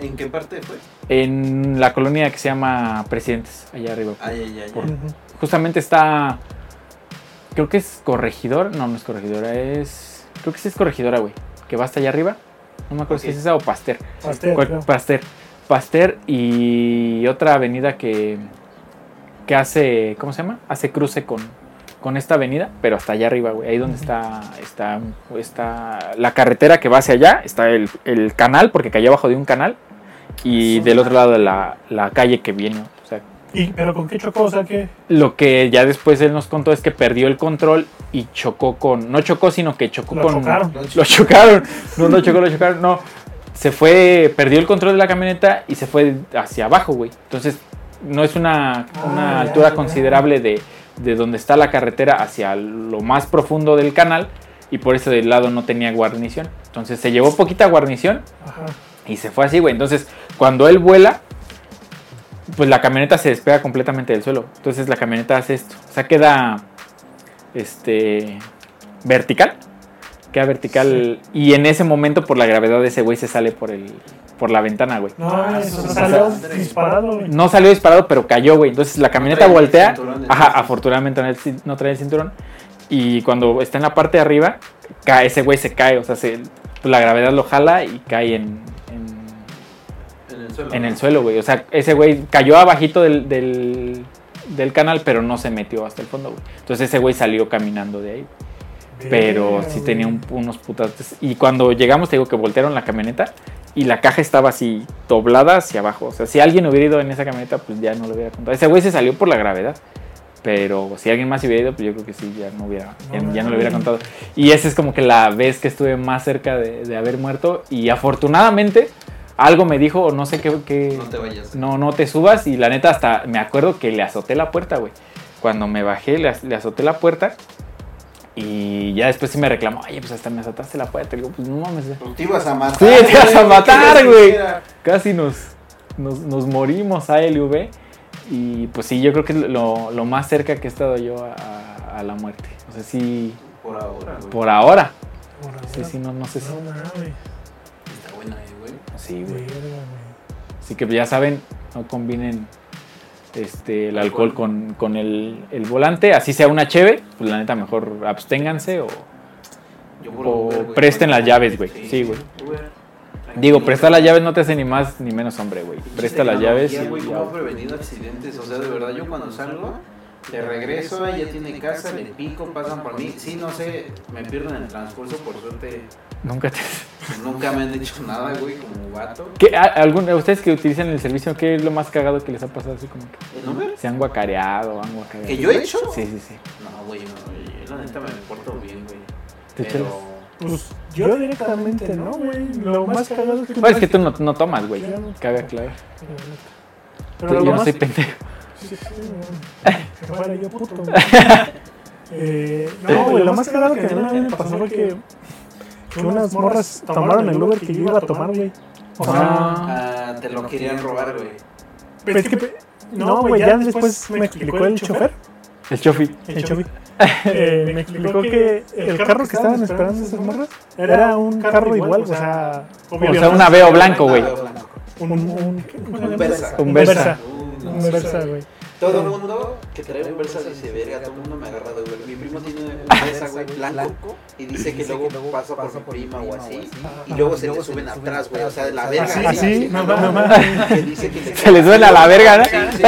[SPEAKER 3] ¿En, en qué parte fue?
[SPEAKER 1] En la colonia que se llama Presidentes, allá arriba.
[SPEAKER 3] Ay, ay, ay.
[SPEAKER 1] Por-
[SPEAKER 3] ay.
[SPEAKER 2] Ujú.
[SPEAKER 1] justamente está. Creo que es corregidor. No, no es corregidora, es. Creo que sí es corregidora, güey. Que va hasta allá arriba. No me acuerdo si
[SPEAKER 3] Ok.
[SPEAKER 1] es esa o Pasteur.
[SPEAKER 2] Pastel,
[SPEAKER 1] ¿Cuál?
[SPEAKER 2] creo.
[SPEAKER 1] Pasteur. Pasteur y otra avenida que. que hace. ¿Cómo se llama? Hace cruce con. Con esta avenida, pero hasta allá arriba, güey. Ahí donde está, está, está la carretera que va hacia allá, está el, el canal, porque cayó abajo de un canal, y
[SPEAKER 3] Eso.
[SPEAKER 1] del otro lado la, la calle que viene. O sea,
[SPEAKER 2] ¿Y, ¿Pero con qué chocó? O sea, que
[SPEAKER 1] lo que ya después él nos contó es que perdió el control y chocó con. No chocó, sino que chocó
[SPEAKER 2] lo
[SPEAKER 1] con.
[SPEAKER 2] chocaron.
[SPEAKER 3] No,
[SPEAKER 1] Lo chocaron. No, no chocó, lo chocaron. No. Se fue. Perdió el control de la camioneta y se fue hacia abajo, güey. Entonces, no es una, una
[SPEAKER 2] Ah, ya,
[SPEAKER 1] altura
[SPEAKER 2] ya.
[SPEAKER 1] considerable de, de donde está la carretera hacia lo más profundo del canal. Y por eso del lado no tenía guarnición. Entonces se llevó poquita guarnición
[SPEAKER 2] Ajá.
[SPEAKER 1] y se fue así, güey. Entonces, cuando él vuela, pues la camioneta se despega completamente del suelo. Entonces la camioneta hace esto. O sea, queda este vertical. Queda vertical. Y en ese momento, por la gravedad de ese güey, se sale por el. por la ventana, güey.
[SPEAKER 2] No,
[SPEAKER 3] Ah,
[SPEAKER 2] eso
[SPEAKER 3] eso
[SPEAKER 1] es
[SPEAKER 2] salió
[SPEAKER 3] madre.
[SPEAKER 2] disparado, güey.
[SPEAKER 1] No salió disparado, pero cayó, güey. Entonces la camioneta
[SPEAKER 3] traía el
[SPEAKER 1] voltea.
[SPEAKER 3] cinturón, entonces.
[SPEAKER 1] Ajá, afortunadamente no, trae el cin- no trae el cinturón. Y cuando está en la parte de arriba, cae, ese güey se cae. O sea, se- pues, la gravedad lo jala y cae en- en,
[SPEAKER 3] en el suelo.
[SPEAKER 1] en el suelo, güey. O sea, ese güey cayó abajito del, del, del canal, pero no se metió hasta el fondo, güey. Entonces ese güey salió caminando de ahí. Pero
[SPEAKER 2] Verga,
[SPEAKER 1] sí
[SPEAKER 2] güey.
[SPEAKER 1] tenía un- unos putates. Y cuando llegamos, te digo que voltearon la camioneta y la caja estaba así doblada hacia abajo. O sea, si alguien hubiera ido en esa camioneta, pues ya no lo hubiera contado. Ese güey se salió por la gravedad. Pero si alguien más hubiera ido, pues yo creo que sí, ya no hubiera, ya,
[SPEAKER 2] No,
[SPEAKER 1] ya no
[SPEAKER 2] no,
[SPEAKER 1] lo hubiera
[SPEAKER 2] no.
[SPEAKER 1] contado. Y esa es como que la vez que estuve más cerca de, de haber muerto. Y afortunadamente, algo me dijo, o no sé qué, qué-
[SPEAKER 3] No te vayas.
[SPEAKER 1] no, no te subas. Y la neta, hasta me acuerdo que le azoté la puerta, güey. Cuando me bajé, le, az- le azoté la puerta. Y ya después sí me reclamó, oye, pues hasta me azotaste la puerta. Le digo, pues no mames, güey.
[SPEAKER 3] Te ibas a matar.
[SPEAKER 1] Sí, te ibas a
[SPEAKER 3] güey,
[SPEAKER 1] matar,
[SPEAKER 3] ¿qué
[SPEAKER 1] güey.
[SPEAKER 3] era?
[SPEAKER 1] casi nos, nos, nos morimos a LV. Y pues sí, yo creo que es lo, lo más cerca que he estado yo a, a- a la muerte. O sea, sí,
[SPEAKER 3] Por ahora, güey.
[SPEAKER 1] por ahora.
[SPEAKER 2] Por ahora.
[SPEAKER 1] Sí, sí, no, no sé si.
[SPEAKER 2] No mames.
[SPEAKER 3] Está buena, eh, güey.
[SPEAKER 1] Sí, güey.
[SPEAKER 2] Verga, güey.
[SPEAKER 1] Así que ya saben, no combinen este, el alcohol con, con el, el volante. Así sea una cheve, pues la neta mejor absténganse o...
[SPEAKER 3] Yo
[SPEAKER 1] O
[SPEAKER 3] vuelvo a ver, güey,
[SPEAKER 1] presten
[SPEAKER 3] cuando-
[SPEAKER 1] las llaves, güey. Sí, güey. Digo, prestar las llaves no te hace ni más ni menos hombre, güey. Presta las llaves
[SPEAKER 3] Tecnología,
[SPEAKER 1] y...
[SPEAKER 3] güey,
[SPEAKER 1] y-
[SPEAKER 3] ¿Cómo ha prevenido accidentes? O sea, de verdad, yo cuando salgo, de regreso, ella tiene casa, le pico, pasan por mí. Sí, no sé, me pierdo en el transcurso, por suerte.
[SPEAKER 1] Nunca te... (laughs)
[SPEAKER 3] Nunca me han dicho nada, güey, como vato.
[SPEAKER 1] ¿Qué, a- algún- a ustedes que utilizan el servicio, qué es lo más cagado que les ha pasado? Así como que
[SPEAKER 3] ¿El número?
[SPEAKER 1] se han guacareado, han guacareado.
[SPEAKER 3] ¿Que yo he hecho?
[SPEAKER 1] Sí, sí, sí.
[SPEAKER 3] No, güey, no, güey, la neta me porto bien, güey.
[SPEAKER 1] ¿Te chelas?
[SPEAKER 3] Pero...
[SPEAKER 2] Pues yo directamente no, güey. Lo más cagado que.
[SPEAKER 1] Bueno, es que tú no, no tomas, güey.
[SPEAKER 2] Yo no.
[SPEAKER 1] Cabe aclarar.
[SPEAKER 2] Pero
[SPEAKER 1] yo
[SPEAKER 2] lo
[SPEAKER 1] no
[SPEAKER 2] (laughs) más
[SPEAKER 1] soy pendejo.
[SPEAKER 2] Sí, sí, güey. (laughs) Que fuera yo puto. güey. Eh, no, güey, lo más cagado que a mí una vez me pasó fue que, que unas morras tomaron el Uber que yo iba a tomar, güey. O sea,
[SPEAKER 1] Ah.
[SPEAKER 3] Ah, te lo querían robar, güey.
[SPEAKER 2] es que, no, güey, ya después me explicó el chofer,
[SPEAKER 1] El chofi.
[SPEAKER 2] el chofer, eh, me explicó que el carro que estaban esperando esas morras era un carro igual, o sea,
[SPEAKER 1] O sea, una veo blanco, güey.
[SPEAKER 2] un, un, un,
[SPEAKER 3] Un persa.
[SPEAKER 1] Un Versa.
[SPEAKER 3] Uy, no,
[SPEAKER 2] Un Versa, güey.
[SPEAKER 3] Todo el mundo que trae
[SPEAKER 4] trae
[SPEAKER 3] un
[SPEAKER 4] un
[SPEAKER 3] Versa
[SPEAKER 4] Versa
[SPEAKER 3] dice,
[SPEAKER 4] dice,
[SPEAKER 3] verga,
[SPEAKER 4] "Verga,
[SPEAKER 3] todo el mundo
[SPEAKER 4] todo
[SPEAKER 3] me
[SPEAKER 4] mundo
[SPEAKER 3] agarra
[SPEAKER 4] me
[SPEAKER 3] de güey.
[SPEAKER 4] agarra
[SPEAKER 3] Mi
[SPEAKER 4] de
[SPEAKER 3] primo
[SPEAKER 4] güey.
[SPEAKER 3] tiene un
[SPEAKER 4] Ajá.
[SPEAKER 3] (laughs) Versa, güey, blanco. Y dice que luego pasa por mi prima o así. Y luego se le suben atrás, güey. O sea, de la verga.
[SPEAKER 2] Así, así,
[SPEAKER 3] no,
[SPEAKER 2] mamá, mamá.
[SPEAKER 3] Que dice que le-
[SPEAKER 1] Se les duele a la verga, ¿no?
[SPEAKER 3] Sí, sí.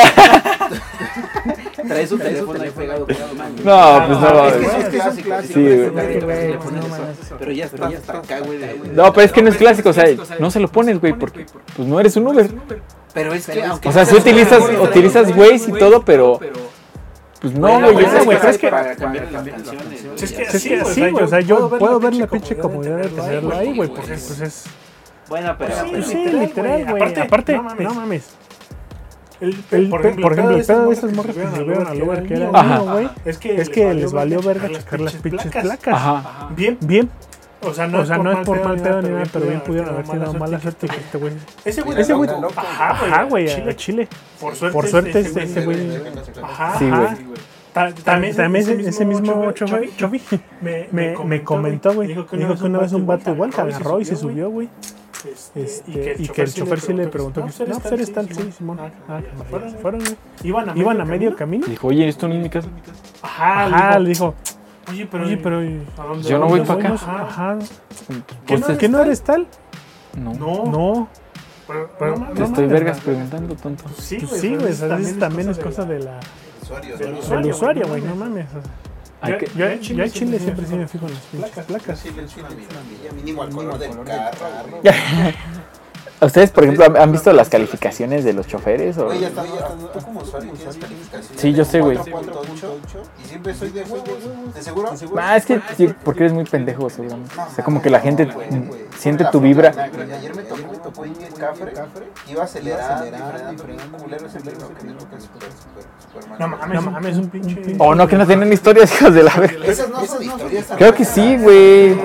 [SPEAKER 3] Trae su teléfono ahí pegado. güey, no mames.
[SPEAKER 1] No, pues no.
[SPEAKER 3] Es que
[SPEAKER 1] güey.
[SPEAKER 3] es un clásico.
[SPEAKER 1] Sí, güey.
[SPEAKER 3] güey, le pones
[SPEAKER 4] No
[SPEAKER 3] eso.
[SPEAKER 4] mames.
[SPEAKER 3] Pero ya está hasta acá, güey. de-
[SPEAKER 1] No, pero es que no es clásico, o sea, no se lo pones, güey, porque pues no eres un Uber.
[SPEAKER 3] Pero es que, aunque
[SPEAKER 1] O sea, sí utilizas, utilizas Waze y todo, pero pues no,
[SPEAKER 2] Bueno,
[SPEAKER 1] güey,
[SPEAKER 2] pues,
[SPEAKER 1] ese güey,
[SPEAKER 2] güey,
[SPEAKER 1] pero es que
[SPEAKER 3] para cambiar las canciones.
[SPEAKER 2] Sí, es que
[SPEAKER 3] güey,
[SPEAKER 2] así,
[SPEAKER 3] ya.
[SPEAKER 2] así, güey. O sea, yo puedo ver la pinche comodidad de tenerlo
[SPEAKER 3] güey,
[SPEAKER 2] ahí, güey.
[SPEAKER 3] güey,
[SPEAKER 2] Pues es- pues es.
[SPEAKER 3] Bueno, pero.
[SPEAKER 2] Sí,
[SPEAKER 3] pero-
[SPEAKER 2] sí, literal, güey. Aparte, no mames. El- el-
[SPEAKER 5] por ejemplo,
[SPEAKER 2] por ejemplo, el pedo de esas
[SPEAKER 5] esas
[SPEAKER 2] morras que
[SPEAKER 5] morras
[SPEAKER 2] se subieron al Uber, que era
[SPEAKER 1] mío,
[SPEAKER 2] mío, güey,
[SPEAKER 5] Es que,
[SPEAKER 2] es que les valió verga checar las pinches placas.
[SPEAKER 1] ajá.
[SPEAKER 5] Bien,
[SPEAKER 2] Bien,
[SPEAKER 5] o sea,
[SPEAKER 2] o sea, no es por mal pedo ni nada, pero bien pudieron haber tenido mala suerte que este güey.
[SPEAKER 5] Ese güey,
[SPEAKER 3] Mira,
[SPEAKER 5] ese güey,
[SPEAKER 3] loco, loco.
[SPEAKER 2] Ajá, güey,
[SPEAKER 5] Chile.
[SPEAKER 2] a Chile.
[SPEAKER 5] por suerte,
[SPEAKER 2] Por suerte, este-
[SPEAKER 3] Sí,
[SPEAKER 2] ese güey-
[SPEAKER 3] checan las placas.
[SPEAKER 5] Ajá.
[SPEAKER 1] Sí, güey.
[SPEAKER 2] Ajá.
[SPEAKER 5] Ta-
[SPEAKER 2] También, también ese, ese mismo
[SPEAKER 5] chofer-
[SPEAKER 2] Chofi Chofi
[SPEAKER 5] me,
[SPEAKER 2] me, me comentó, güey. Dijo que una vez un vato igual se agarró y se subió, güey. Este, y que el chofer sí le preguntó, que, no, pues eres tal, sí, Simón. Ah, que se fueron, güey.
[SPEAKER 5] Iban a
[SPEAKER 2] Iban a medio camino.
[SPEAKER 1] Dijo, oye, esto no es mi casa.
[SPEAKER 5] Ajá,
[SPEAKER 2] Ajá,
[SPEAKER 5] le
[SPEAKER 2] le
[SPEAKER 5] dijo,
[SPEAKER 2] dijo,
[SPEAKER 5] oye, pero,
[SPEAKER 2] oye, pero...
[SPEAKER 5] ¿a dónde
[SPEAKER 1] Yo no
[SPEAKER 5] vamos?
[SPEAKER 1] voy pa' acá.
[SPEAKER 5] Fuimos, Ajá.
[SPEAKER 2] Ajá.
[SPEAKER 1] Pues es
[SPEAKER 2] ¿Qué
[SPEAKER 1] que
[SPEAKER 2] no eres tal?
[SPEAKER 1] no.
[SPEAKER 5] No,
[SPEAKER 2] No.
[SPEAKER 5] pero,
[SPEAKER 2] pero-
[SPEAKER 5] no mames.
[SPEAKER 1] Te estoy
[SPEAKER 2] mames,
[SPEAKER 1] vergas
[SPEAKER 2] no.
[SPEAKER 1] preguntando, tonto.
[SPEAKER 5] Pues sí,
[SPEAKER 2] Pues
[SPEAKER 5] güey,
[SPEAKER 2] sí,
[SPEAKER 5] pero
[SPEAKER 2] güey,
[SPEAKER 5] eso
[SPEAKER 2] a veces también es cosa de la,
[SPEAKER 3] Usuarios,
[SPEAKER 5] del
[SPEAKER 3] ¿no?
[SPEAKER 5] usuario.
[SPEAKER 2] del usuario, güey,
[SPEAKER 5] no
[SPEAKER 2] no mames. o sea,
[SPEAKER 1] Hay que- (laughs)
[SPEAKER 2] Yo, yo en Chile siempre sí me fijo en las pinches placas.
[SPEAKER 3] Sí, el chino, mira, mira, Mínimo al color del carro.
[SPEAKER 1] ¿Ustedes, por ejemplo, han- han visto las calificaciones de los choferes? o-
[SPEAKER 3] Güey, ya está, ya está. Tú como usuario tienes calificaciones.
[SPEAKER 1] Sí, yo sé, güey.
[SPEAKER 3] 4.8 y siempre soy de huevos. ¿De seguro? ¿De seguro?
[SPEAKER 1] Ah, es que sí, porque eres muy pendejo, seguramente. O sea, como que la gente
[SPEAKER 3] güey,
[SPEAKER 1] mm,
[SPEAKER 3] güey.
[SPEAKER 1] siente
[SPEAKER 3] La
[SPEAKER 1] tu
[SPEAKER 3] foto de
[SPEAKER 1] vibra.
[SPEAKER 3] la- güey, Ayer me tocó, me tocó un cafre. Iba a acelerar, y frenando, un culero ese perro que me toca el super, super, Superman.
[SPEAKER 5] No mames,
[SPEAKER 2] No mames, un pinche...
[SPEAKER 1] O no, que no tienen historias, (laughs) hijos de la verga.
[SPEAKER 3] Esas no son historias. tan
[SPEAKER 1] Creo que
[SPEAKER 3] raras.
[SPEAKER 1] sí, güey.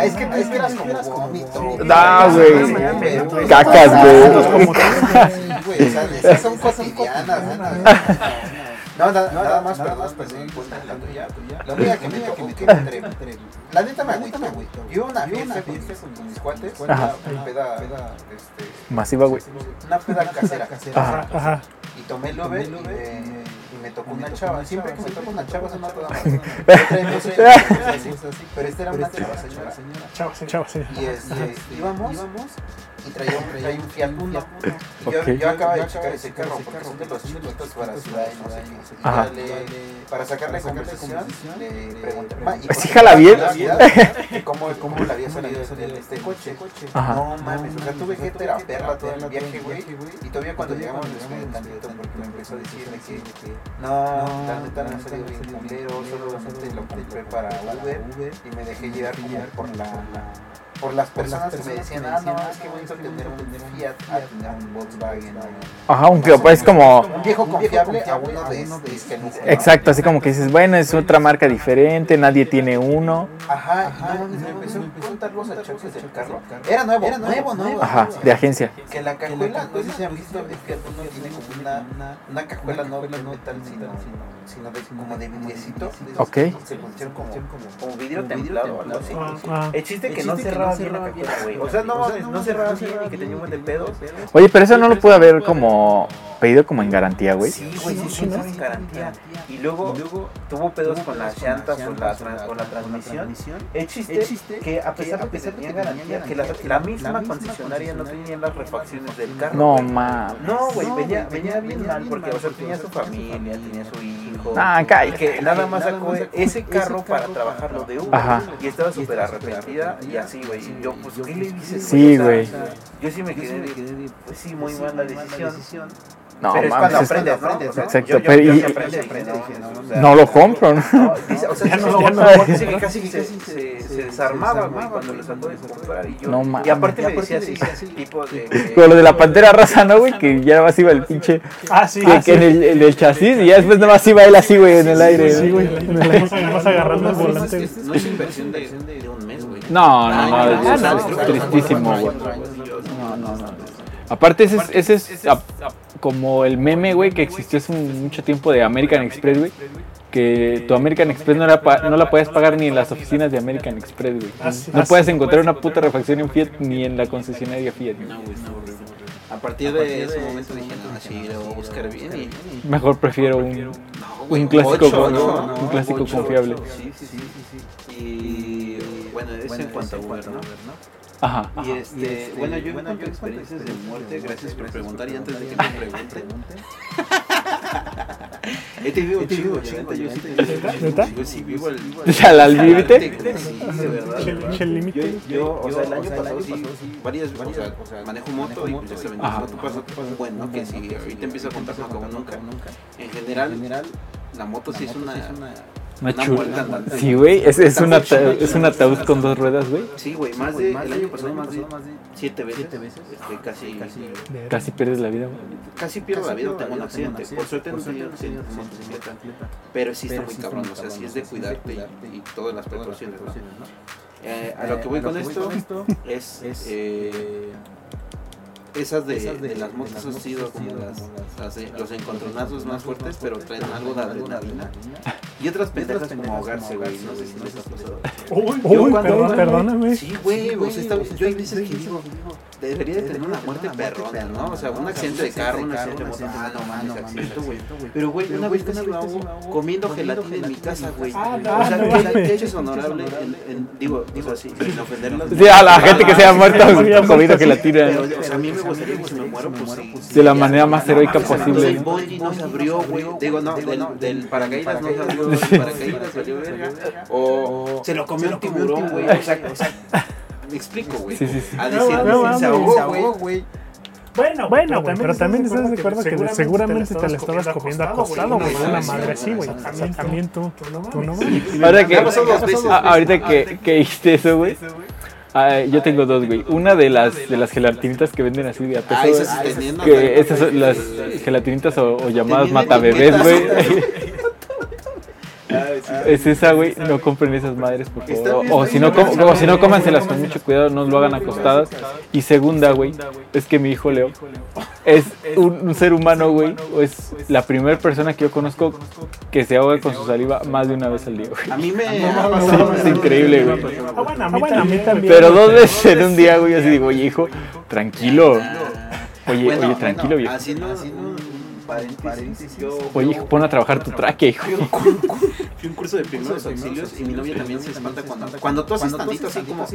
[SPEAKER 3] Ah, es que tú esperas como vómito.
[SPEAKER 1] No,
[SPEAKER 3] güey.
[SPEAKER 1] güey. Cacas, güey.
[SPEAKER 3] (laughs) Como güey, o sea, esas son cotidianas. ¿no? No, nada, nada más, nada más perdí en cuenta la tuya. La única que me tocó que me entre- La neta me agüita, güey. Yo una fiesta fiesta con mis cuates, una
[SPEAKER 1] Ajá.
[SPEAKER 3] peda, este,
[SPEAKER 1] Masiva, güey.
[SPEAKER 3] una peda casera.
[SPEAKER 1] Ajá.
[SPEAKER 2] Ajá.
[SPEAKER 3] Y tomé el Uber y me, y me tocó una chava. Siempre que me toca una chava es una toda madre. (laughs) Otra vez, otra (laughs) vez, otra vez, así. Pero esta era una chava, señora.
[SPEAKER 2] Chao, chao, sí.
[SPEAKER 3] Y este, íbamos, y traía un, traía un Fiat Uno. Y yo,
[SPEAKER 1] Ok.
[SPEAKER 3] yo acababa de checar ese carro porque son de los chiquitos para ciudad y no sé qué. Y
[SPEAKER 1] Ajá.
[SPEAKER 3] ya le- para sacarle conversación, le pregunté, "Ma, ¿y
[SPEAKER 1] Pues
[SPEAKER 3] por
[SPEAKER 1] sí,
[SPEAKER 3] qué
[SPEAKER 1] jala bien".
[SPEAKER 3] la ciudad? ¿Y ¿Cómo, cómo le había salido ese- de este coche?
[SPEAKER 1] Ajá.
[SPEAKER 3] No mames, o sea, tuve que ir a perra todo el viaje, güey. Y todavía cuando llegamos me desmayé tantito porque me empezó a decir de que no, la neta no me ha salido bien culero, solamente lo compré para Uber y me dejé llevar como por la por las personas que me decían, ah, no, es que bonito tener un Fiat a tener un Volkswagen. ¿no?
[SPEAKER 1] Ajá, un que pues como.
[SPEAKER 3] Un viejo confiable a uno de estos que no.
[SPEAKER 1] Exacto, así como que dices, bueno, es otra marca diferente, nadie tiene uno.
[SPEAKER 3] Ajá, ajá. Y me empezó a contar los achaques del carro. Era nuevo, era nuevo, nuevo.
[SPEAKER 1] Ajá, de agencia.
[SPEAKER 3] Que la cajuela, no sé si han visto, el Fiat Uno tiene como una, una cajuela no de metal, sino, sino de, como de vidriecito.
[SPEAKER 1] Ok.
[SPEAKER 3] Se pusieron como, como vidrio templado o algo así.
[SPEAKER 2] Ajá.
[SPEAKER 6] El chiste que no cerraba bien la cajuela, güey. O sea, no mames, no cerraba bien y que tenía un buen de pedos.
[SPEAKER 1] Oye, pero eso no lo pude haber como pedido como en garantía, güey.
[SPEAKER 6] Sí, güey, sí, sí, no es garantía. Y luego tuvo pedos con las llantas o la, tran- o la transmisión. El chiste que a pesar de que tenía garantía, que la, la misma concesionaria no tenía las refacciones del carro.
[SPEAKER 1] No
[SPEAKER 6] güey.
[SPEAKER 1] mames.
[SPEAKER 6] No, güey, venía, venía bien mal porque, o sea, tenía su familia, tenía su hijo.
[SPEAKER 1] Ah,
[SPEAKER 6] Y
[SPEAKER 1] cállate.
[SPEAKER 6] que nada más sacó ese carro para trabajarlo de Uber.
[SPEAKER 1] Ajá.
[SPEAKER 6] Y estaba súper arrepentida y así, güey. Y yo, pues, ¿qué le dices?
[SPEAKER 1] Sí,
[SPEAKER 6] O sea,
[SPEAKER 1] güey.
[SPEAKER 6] Yo sí me quedé, de, pues sí, muy mala decisión.
[SPEAKER 1] No
[SPEAKER 6] pero es cuando
[SPEAKER 1] mames. es-
[SPEAKER 6] aprendes, ¿no? O sea,
[SPEAKER 1] Exacto,
[SPEAKER 6] yo- yo-
[SPEAKER 1] pero
[SPEAKER 6] yo
[SPEAKER 1] y-
[SPEAKER 6] sí aprendí, aprendí, dije, no, o sea,
[SPEAKER 1] No lo compro,
[SPEAKER 2] (laughs)
[SPEAKER 1] ¿no?
[SPEAKER 6] no, dice, o sea,
[SPEAKER 2] Ya
[SPEAKER 6] sí,
[SPEAKER 2] no
[SPEAKER 6] sí,
[SPEAKER 2] lo
[SPEAKER 6] ya
[SPEAKER 2] voy
[SPEAKER 6] no
[SPEAKER 2] a
[SPEAKER 6] lo-
[SPEAKER 2] comprar.
[SPEAKER 6] dice que casi se, se, se desarmaba, güey, cuando lo trató de comprar. Y, yo,
[SPEAKER 1] No
[SPEAKER 6] y
[SPEAKER 1] mames.
[SPEAKER 6] aparte me decía así, tipo de... de-
[SPEAKER 1] Como lo de la pantera rosa, ¿no, güey? Que ya más iba el pinche.
[SPEAKER 2] Ah, sí.
[SPEAKER 1] Que, que en, el, en el chasis y ya después nomás iba él así, güey, en el aire.
[SPEAKER 2] Sí, güey. (laughs) Vas agarrando el
[SPEAKER 3] No, no, no,
[SPEAKER 2] volante.
[SPEAKER 3] es- no es inversión de, de un mes, güey.
[SPEAKER 1] No,
[SPEAKER 3] Ah,
[SPEAKER 1] no, no,
[SPEAKER 3] no,
[SPEAKER 1] es-
[SPEAKER 3] no,
[SPEAKER 1] es
[SPEAKER 3] no,
[SPEAKER 1] tristísimo,
[SPEAKER 3] no,
[SPEAKER 1] güey.
[SPEAKER 3] no, no, no,
[SPEAKER 1] No, no, no. Aparte, ese es, ese es ah, como el meme, güey, que existió hace un- mucho tiempo de American Express, güey. Que tu American Express no, era pa- no la podías pagar ni en las oficinas de American Express, güey.
[SPEAKER 2] Ah, sí.
[SPEAKER 1] No
[SPEAKER 2] Ah,
[SPEAKER 1] puedes
[SPEAKER 2] sí.
[SPEAKER 1] encontrar una puta refacción en Fiat ni en la concesionaria Fiat. güey.
[SPEAKER 3] güey, está horrible. A partir, de, ese momento dije, no, sí, lo voy a buscar bien. Y,
[SPEAKER 1] Mejor prefiero un,
[SPEAKER 3] no,
[SPEAKER 1] un clásico,
[SPEAKER 3] ocho,
[SPEAKER 1] con-
[SPEAKER 3] no,
[SPEAKER 1] un
[SPEAKER 3] no,
[SPEAKER 1] clásico
[SPEAKER 3] ocho,
[SPEAKER 1] confiable.
[SPEAKER 3] ocho, Sí, sí, sí. Y bueno, eso en cuanto a Uber, ¿no?
[SPEAKER 1] Ajá.
[SPEAKER 3] Y este, bueno, yo en cuanto a experiencias de muerte, gracias por preguntar y antes de que me pregunten. He tenido un chingo, la neta, yo sí he tenido un chingo,
[SPEAKER 2] ¿Neta?
[SPEAKER 3] yo sí vivo el...
[SPEAKER 1] O sea, ¿al límite?
[SPEAKER 3] Sí, de verdad. de verdad.
[SPEAKER 2] Eche el límite.
[SPEAKER 3] Yo, o sea, el año pasado sí, varias, varias, o sea, manejo moto y pues ya saben,
[SPEAKER 1] Ajá.
[SPEAKER 3] las moto pasa un buen, ¿no? Que si ahorita empiezo a contar como nunca. En general, la moto sí es una...
[SPEAKER 1] Una
[SPEAKER 3] una
[SPEAKER 1] chula.
[SPEAKER 3] vuelta andante.
[SPEAKER 1] Sí, güey. Es, es, un ata- es un ataúd con dos ruedas, güey.
[SPEAKER 3] Sí, güey, más de, el año pasado más de siete veces, este, casi, casi,
[SPEAKER 1] Casi pierdes la vida, güey.
[SPEAKER 3] casi pierdo la vida o tengo un accidente. Por suerte no he tenido accidentes en motocicleta, pero sí está muy cabrón, o sea, sí es de cuidarte y, y todas las precauciones, ¿no? Eh, a lo que voy con esto es, eh, esas de, de las motos han sido como las, las de- los encontronazos más fuertes, pero traen algo de adrenalina. Y otras pendejas como ahogarse, güey, no sé si les ha pasado.
[SPEAKER 2] Uy,
[SPEAKER 3] Yo
[SPEAKER 2] uy,
[SPEAKER 3] cuando-
[SPEAKER 2] perdón, perdóname.
[SPEAKER 3] Sí, güey, o sea, está- yo hay veces que digo, debería de tener una muerte perrona, ¿no? O sea, un accidente de carro, un accidente de moto, ah, no mames, accidente, güey. Pero, güey, una vez casi lo hago comiendo gelatina en mi casa, güey.
[SPEAKER 2] Ah,
[SPEAKER 3] O
[SPEAKER 2] no,
[SPEAKER 3] sea,
[SPEAKER 2] no
[SPEAKER 3] que la-
[SPEAKER 2] mames.
[SPEAKER 3] que hecho es honorable, en- en- digo, digo así, sin ofenderlos.
[SPEAKER 1] Ah, Sí, a la gente que se ha muerto (laughs)
[SPEAKER 2] sí, sí, sí,
[SPEAKER 1] comido
[SPEAKER 2] sí,
[SPEAKER 1] que la tira.
[SPEAKER 3] Pero, o sea, a mí me gustaría que si me muero, pues sí.
[SPEAKER 1] De la manera más heroica
[SPEAKER 3] El
[SPEAKER 1] posible.
[SPEAKER 3] bondi no se abrió, güey. Digo, no, del, del paracaídas no se abrió, el paracaídas salió verga. O se lo comió un tiburón, güey. O sea, o sea, me explico, güey.
[SPEAKER 1] Sí, sí, sí.
[SPEAKER 3] A
[SPEAKER 2] No,
[SPEAKER 3] decir,
[SPEAKER 2] no,
[SPEAKER 3] se
[SPEAKER 2] mames.
[SPEAKER 3] ahogó, güey.
[SPEAKER 5] Bueno,
[SPEAKER 2] Bueno, güey, pero también estás de acuerdo que
[SPEAKER 5] seguramente,
[SPEAKER 2] seguramente te la estabas comiendo acostado, güey.
[SPEAKER 3] no
[SPEAKER 2] Una
[SPEAKER 3] mames,
[SPEAKER 2] madre
[SPEAKER 3] sí,
[SPEAKER 2] así, güey.
[SPEAKER 3] no
[SPEAKER 2] O
[SPEAKER 3] mames.
[SPEAKER 2] sea, También tú, tú no mames.
[SPEAKER 1] Ahora que,
[SPEAKER 3] Me ha pasado dos veces,
[SPEAKER 1] a-
[SPEAKER 3] güey.
[SPEAKER 1] ahorita que, que dijiste Ah, eso, güey. ah, yo tengo dos, güey. Una de las, de las gelatinitas que venden así de a
[SPEAKER 3] Ah,
[SPEAKER 1] peso.
[SPEAKER 3] esas sí tenían, ¿no?
[SPEAKER 1] Que esas son las gelatinitas o, o llamadas matabebés, güey. (laughs) Es esa, güey. No compren esas madres, por favor. O, o si no, com- o si no, cómanselas con mucho cuidado. No lo hagan acostadas. Y segunda, güey, es que mi hijo Leo es un, un ser humano, güey. o Es la primera persona que yo conozco que se ahoga con su saliva más de una vez al día, güey.
[SPEAKER 3] A mí me.
[SPEAKER 1] Sí, es increíble, güey.
[SPEAKER 2] Ah, bueno, a mí también, güey.
[SPEAKER 1] Pero dos veces en un día, güey, así digo, oye, hijo, tranquilo. Oye,
[SPEAKER 3] Bueno,
[SPEAKER 1] oye, tranquilo,
[SPEAKER 3] bueno,
[SPEAKER 1] viejo.
[SPEAKER 3] Haciendo un paréntesis, yo.
[SPEAKER 1] Oye, hijo, pon a trabajar tu traque, hijo.
[SPEAKER 3] Fui a un cur- cur- fui a un curso de primeros auxilios y mi novia también se espanta cuando cuando tú haces tantito así como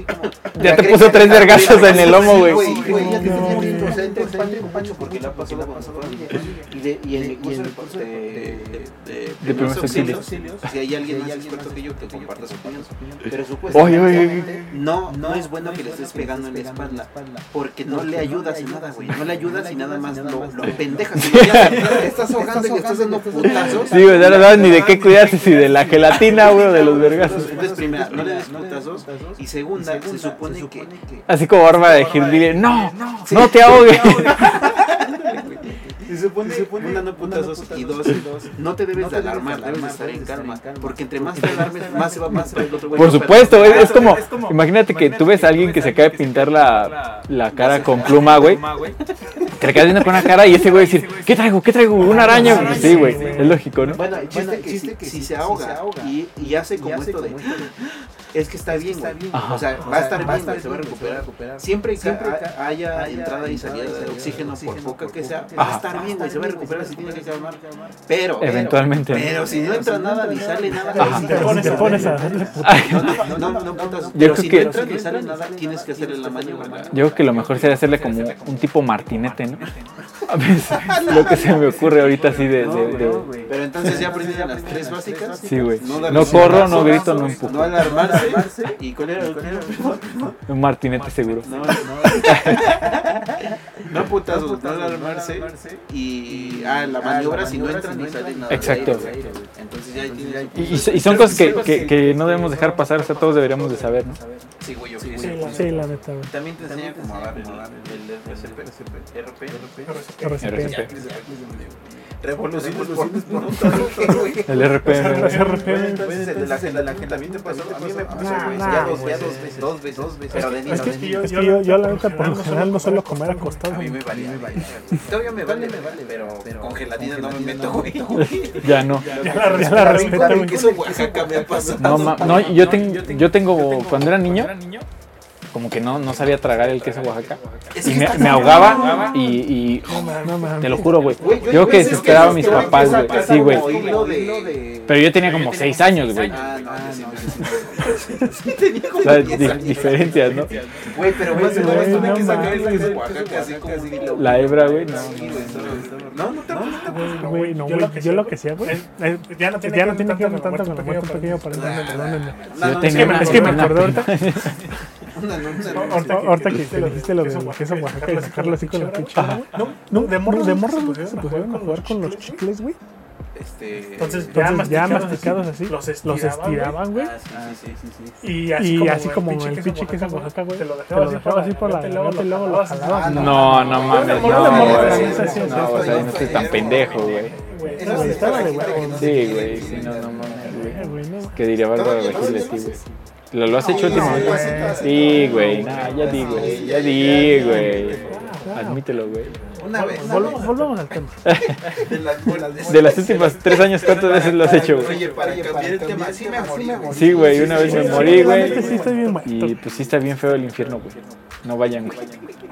[SPEAKER 1] Ya te puso tres vergazos en el lomo, güey.
[SPEAKER 3] Sí, güey, ya te
[SPEAKER 2] No,
[SPEAKER 3] sientes
[SPEAKER 2] güey.
[SPEAKER 3] bien inocente, Pancho, con Pancho, porque la pasó la pasó con ella. Y de- y en mi curso de- de- de- de primeros
[SPEAKER 1] primeros auxilios.
[SPEAKER 3] auxilios, si hay alguien más experto que yo, que comparta su opinión. Pero
[SPEAKER 1] Oye, oye, oye.
[SPEAKER 3] supuestamente no, no es bueno que le estés pegando en la espalda, porque no le ayudas en nada, güey. No le ayudas y nada más lo lo pendejas. Ya te Estás ahogando y le estás dando putazos.
[SPEAKER 1] Sí, güey, ya no sabes ni de qué cuidarse, si de la gelatina, güey, o de los vergazos.
[SPEAKER 3] Entonces, primera, no le des putazos. Y segunda, se supone que.
[SPEAKER 1] Así como barba de Gil, dile, no, no te ahogues.
[SPEAKER 3] Se supone una, no putazos. Y dos, no te debes de alarmar, debes de estar en calma. Porque entre más te alarmes, más se va a pasar el otro güey.
[SPEAKER 1] Por
[SPEAKER 3] No,
[SPEAKER 1] supuesto,
[SPEAKER 3] pero-
[SPEAKER 1] güey, es como, imagínate que tú ves a alguien que se acaba de pintar la, la cara con pluma, güey. Que le quedas viendo con una cara y ese güey decir, ¿qué traigo? ¿Qué traigo? ¿Una araña? Pues sí, güey, es lógico, ¿no?
[SPEAKER 3] Bueno, el chiste que, si, si se ahoga, y, y hace como esto de. Es que está bien, güey.
[SPEAKER 1] Ajá.
[SPEAKER 3] O sea, va a estar bien, güey, se va a recuperar. Siempre que ha- haya entrada y salida de oxígeno, por poca que sea, va a
[SPEAKER 1] Ajá.
[SPEAKER 3] estar bien, güey, se va a recuperar si tiene que calmar. Pero,
[SPEAKER 1] Eventualmente. ¿no?
[SPEAKER 3] Pero si no entra nada ni sale nada,
[SPEAKER 1] Ajá.
[SPEAKER 3] sí,
[SPEAKER 2] Pero si te pones a darle
[SPEAKER 3] No, no, no, no, no, putas. Pero
[SPEAKER 1] creo
[SPEAKER 3] si
[SPEAKER 1] que-
[SPEAKER 3] no entra ni sale nada, tienes que hacerle la maniobra.
[SPEAKER 1] Yo creo que lo mejor sería hacerle como un tipo martinete, ¿no? A mí es lo que se me ocurre ahorita así de... de- de-
[SPEAKER 3] Pero entonces ya aprendieron las tres básicas.
[SPEAKER 1] Sí, güey.
[SPEAKER 3] dar
[SPEAKER 1] No
[SPEAKER 3] los
[SPEAKER 1] corro, no
[SPEAKER 3] madrazos,
[SPEAKER 1] grito, no empujo.
[SPEAKER 3] No alarmarse. ¿Y cuál era el último?
[SPEAKER 1] Un martinete seguro.
[SPEAKER 3] No, no. No putazos, no alarmarse. Y. Ah, la maniobra si no entra ni sale nada.
[SPEAKER 1] Exacto.
[SPEAKER 3] Entonces ya tienes.
[SPEAKER 1] Y, y- y son cosas que, que- que no debemos dejar pasar, o sea, todos deberíamos de saber, ¿no?
[SPEAKER 3] Sí, güey, yo creo
[SPEAKER 2] Sí,
[SPEAKER 3] que
[SPEAKER 2] la-
[SPEAKER 3] sí.
[SPEAKER 2] Sí, la neta, güey.
[SPEAKER 3] También te enseña cómo dar el el RCP. RP.
[SPEAKER 2] RCP.
[SPEAKER 1] RCP.
[SPEAKER 3] Revoluciones por un traje, güey.
[SPEAKER 1] (laughs) El RPM.
[SPEAKER 2] Los
[SPEAKER 1] güey.
[SPEAKER 2] RPM.
[SPEAKER 3] Entonces, el de la gente, la gente también te pasó. A mí me pasó,
[SPEAKER 2] Nah,
[SPEAKER 3] güey.
[SPEAKER 2] nah,
[SPEAKER 3] ya dos,
[SPEAKER 2] güey.
[SPEAKER 3] ya dos veces. Dos veces. Dos veces. Pero de niño,
[SPEAKER 2] Es que,
[SPEAKER 3] de niño.
[SPEAKER 2] es que yo, yo la neta, por lo general no suelo comer acostado.
[SPEAKER 3] A mí
[SPEAKER 2] güey.
[SPEAKER 3] me valía. güey. Todavía me vale, me vale. Pero, con gelatina no me meto, güey.
[SPEAKER 1] Ya no.
[SPEAKER 2] Ya la, ya la respeto,
[SPEAKER 3] Igual en
[SPEAKER 2] güey.
[SPEAKER 3] queso Oaxaca me ha pasado.
[SPEAKER 1] No, ma- no, yo, tengo, yo tengo, cuando era niño, como que no, no sabía tragar el queso Oaxaca.
[SPEAKER 3] Es
[SPEAKER 1] Y
[SPEAKER 3] que
[SPEAKER 1] me,
[SPEAKER 3] está
[SPEAKER 1] me
[SPEAKER 3] cabrón,
[SPEAKER 1] ahogaba
[SPEAKER 3] güey.
[SPEAKER 1] y, y-
[SPEAKER 2] No mames, no mames.
[SPEAKER 1] te lo juro, güey.
[SPEAKER 3] Güey,
[SPEAKER 1] Yo creo que
[SPEAKER 3] pensé
[SPEAKER 1] desesperaba a mis
[SPEAKER 3] esa-
[SPEAKER 1] papás,
[SPEAKER 3] esa
[SPEAKER 1] güey.
[SPEAKER 3] pasa
[SPEAKER 1] Sí, güey.
[SPEAKER 3] como hilo de-
[SPEAKER 1] Pero yo tenía como seis años, güey.
[SPEAKER 3] Ah, no, yo sí, yo sí.
[SPEAKER 1] (laughs)
[SPEAKER 3] (laughs)
[SPEAKER 1] O sea, di- diferencias, ¿no?
[SPEAKER 6] Güey, pero güey,
[SPEAKER 2] Güey,
[SPEAKER 6] se lo
[SPEAKER 2] no
[SPEAKER 6] tuve que sacar el
[SPEAKER 2] mames.
[SPEAKER 6] queso Oaxaca, así como un hilo.
[SPEAKER 1] La hebra, güey, no.
[SPEAKER 6] Sí, güey, solo- No, no te
[SPEAKER 2] Güey, güey, no,
[SPEAKER 5] Yo
[SPEAKER 2] güey,
[SPEAKER 5] lo que
[SPEAKER 2] yo
[SPEAKER 5] sea,
[SPEAKER 2] lo que sea, güey.
[SPEAKER 5] Es- es- Ya no tiene
[SPEAKER 2] Ya no tiene que
[SPEAKER 5] ver
[SPEAKER 2] ver tanto con la muerte, un pequeño para
[SPEAKER 3] Ah,
[SPEAKER 2] perdónenme.
[SPEAKER 3] Una
[SPEAKER 1] Yo
[SPEAKER 3] noche-
[SPEAKER 1] tenía
[SPEAKER 2] Es que me
[SPEAKER 1] una
[SPEAKER 2] acordé
[SPEAKER 1] prima-
[SPEAKER 3] una noche-
[SPEAKER 2] Ahorita ahorita que que dijiste lo de queso Oaxaca y sacarlo así con la cuchara, güey. No, de morros, de morros, güey, se pusieron a jugar con los chicles, güey.
[SPEAKER 6] Este.
[SPEAKER 5] Entonces,
[SPEAKER 6] ah,
[SPEAKER 2] Entonces ya
[SPEAKER 5] masticados
[SPEAKER 2] masticados
[SPEAKER 5] así,
[SPEAKER 2] así,
[SPEAKER 5] los
[SPEAKER 2] los
[SPEAKER 5] estiraban, güey.
[SPEAKER 2] estiraban, güey.
[SPEAKER 3] Ah,
[SPEAKER 6] sí, sí, sí, sí.
[SPEAKER 5] Y
[SPEAKER 2] Y así como el pinche queso Oaxaca, güey.
[SPEAKER 5] Te lo
[SPEAKER 2] Te lo
[SPEAKER 5] dejaba así por la garganta y luego lo jalabas.
[SPEAKER 1] Ah, No, no, mames.
[SPEAKER 5] Yo
[SPEAKER 1] No,
[SPEAKER 5] le morro, le morro,
[SPEAKER 1] güey,
[SPEAKER 5] sí, sí, sí,
[SPEAKER 1] no,
[SPEAKER 5] sí,
[SPEAKER 1] o sea,
[SPEAKER 5] sí,
[SPEAKER 1] no
[SPEAKER 3] sí,
[SPEAKER 1] estoy tan
[SPEAKER 3] sí,
[SPEAKER 1] pendejo, güey.
[SPEAKER 5] Güey,
[SPEAKER 3] Eso
[SPEAKER 5] güey,
[SPEAKER 3] sí
[SPEAKER 5] estaba
[SPEAKER 3] está
[SPEAKER 5] de
[SPEAKER 3] la gente que
[SPEAKER 5] huevo.
[SPEAKER 3] no se
[SPEAKER 1] Sí,
[SPEAKER 3] quiere
[SPEAKER 1] güey. Sí,
[SPEAKER 3] vivir,
[SPEAKER 1] no, no
[SPEAKER 3] ¿no?
[SPEAKER 1] mames,
[SPEAKER 2] Eh,
[SPEAKER 1] güey.
[SPEAKER 2] güey, no,
[SPEAKER 1] Que diría Bárbara
[SPEAKER 3] Todavía
[SPEAKER 1] Regil de
[SPEAKER 3] no,
[SPEAKER 1] ti,
[SPEAKER 3] no,
[SPEAKER 1] güey. ¿Lo, lo has hecho
[SPEAKER 3] No,
[SPEAKER 1] últimamente?
[SPEAKER 3] güey, sí,
[SPEAKER 1] sí,
[SPEAKER 3] sí,
[SPEAKER 1] güey.
[SPEAKER 3] no,
[SPEAKER 1] nah,
[SPEAKER 3] no,
[SPEAKER 1] ya
[SPEAKER 3] no,
[SPEAKER 1] di,
[SPEAKER 3] no,
[SPEAKER 1] güey.
[SPEAKER 3] sí,
[SPEAKER 1] Ya
[SPEAKER 3] ya,
[SPEAKER 1] di,
[SPEAKER 3] ya,
[SPEAKER 1] güey.
[SPEAKER 2] ya.
[SPEAKER 1] Admítelo, güey.
[SPEAKER 3] Una vez. una
[SPEAKER 2] Volvamos,
[SPEAKER 3] vez.
[SPEAKER 2] volvamos al tema.
[SPEAKER 3] De las- de las-
[SPEAKER 1] De las últimas tres años, ¿cuántas veces lo has hecho, güey?
[SPEAKER 3] Oye, para cambiar el tema, sí me morí. güey.
[SPEAKER 1] Sí, güey. Una vez me morí,
[SPEAKER 2] Realmente sí
[SPEAKER 1] güey.
[SPEAKER 2] estoy bien muerto.
[SPEAKER 1] Y pues sí está bien feo el infierno, güey. No vayan, güey.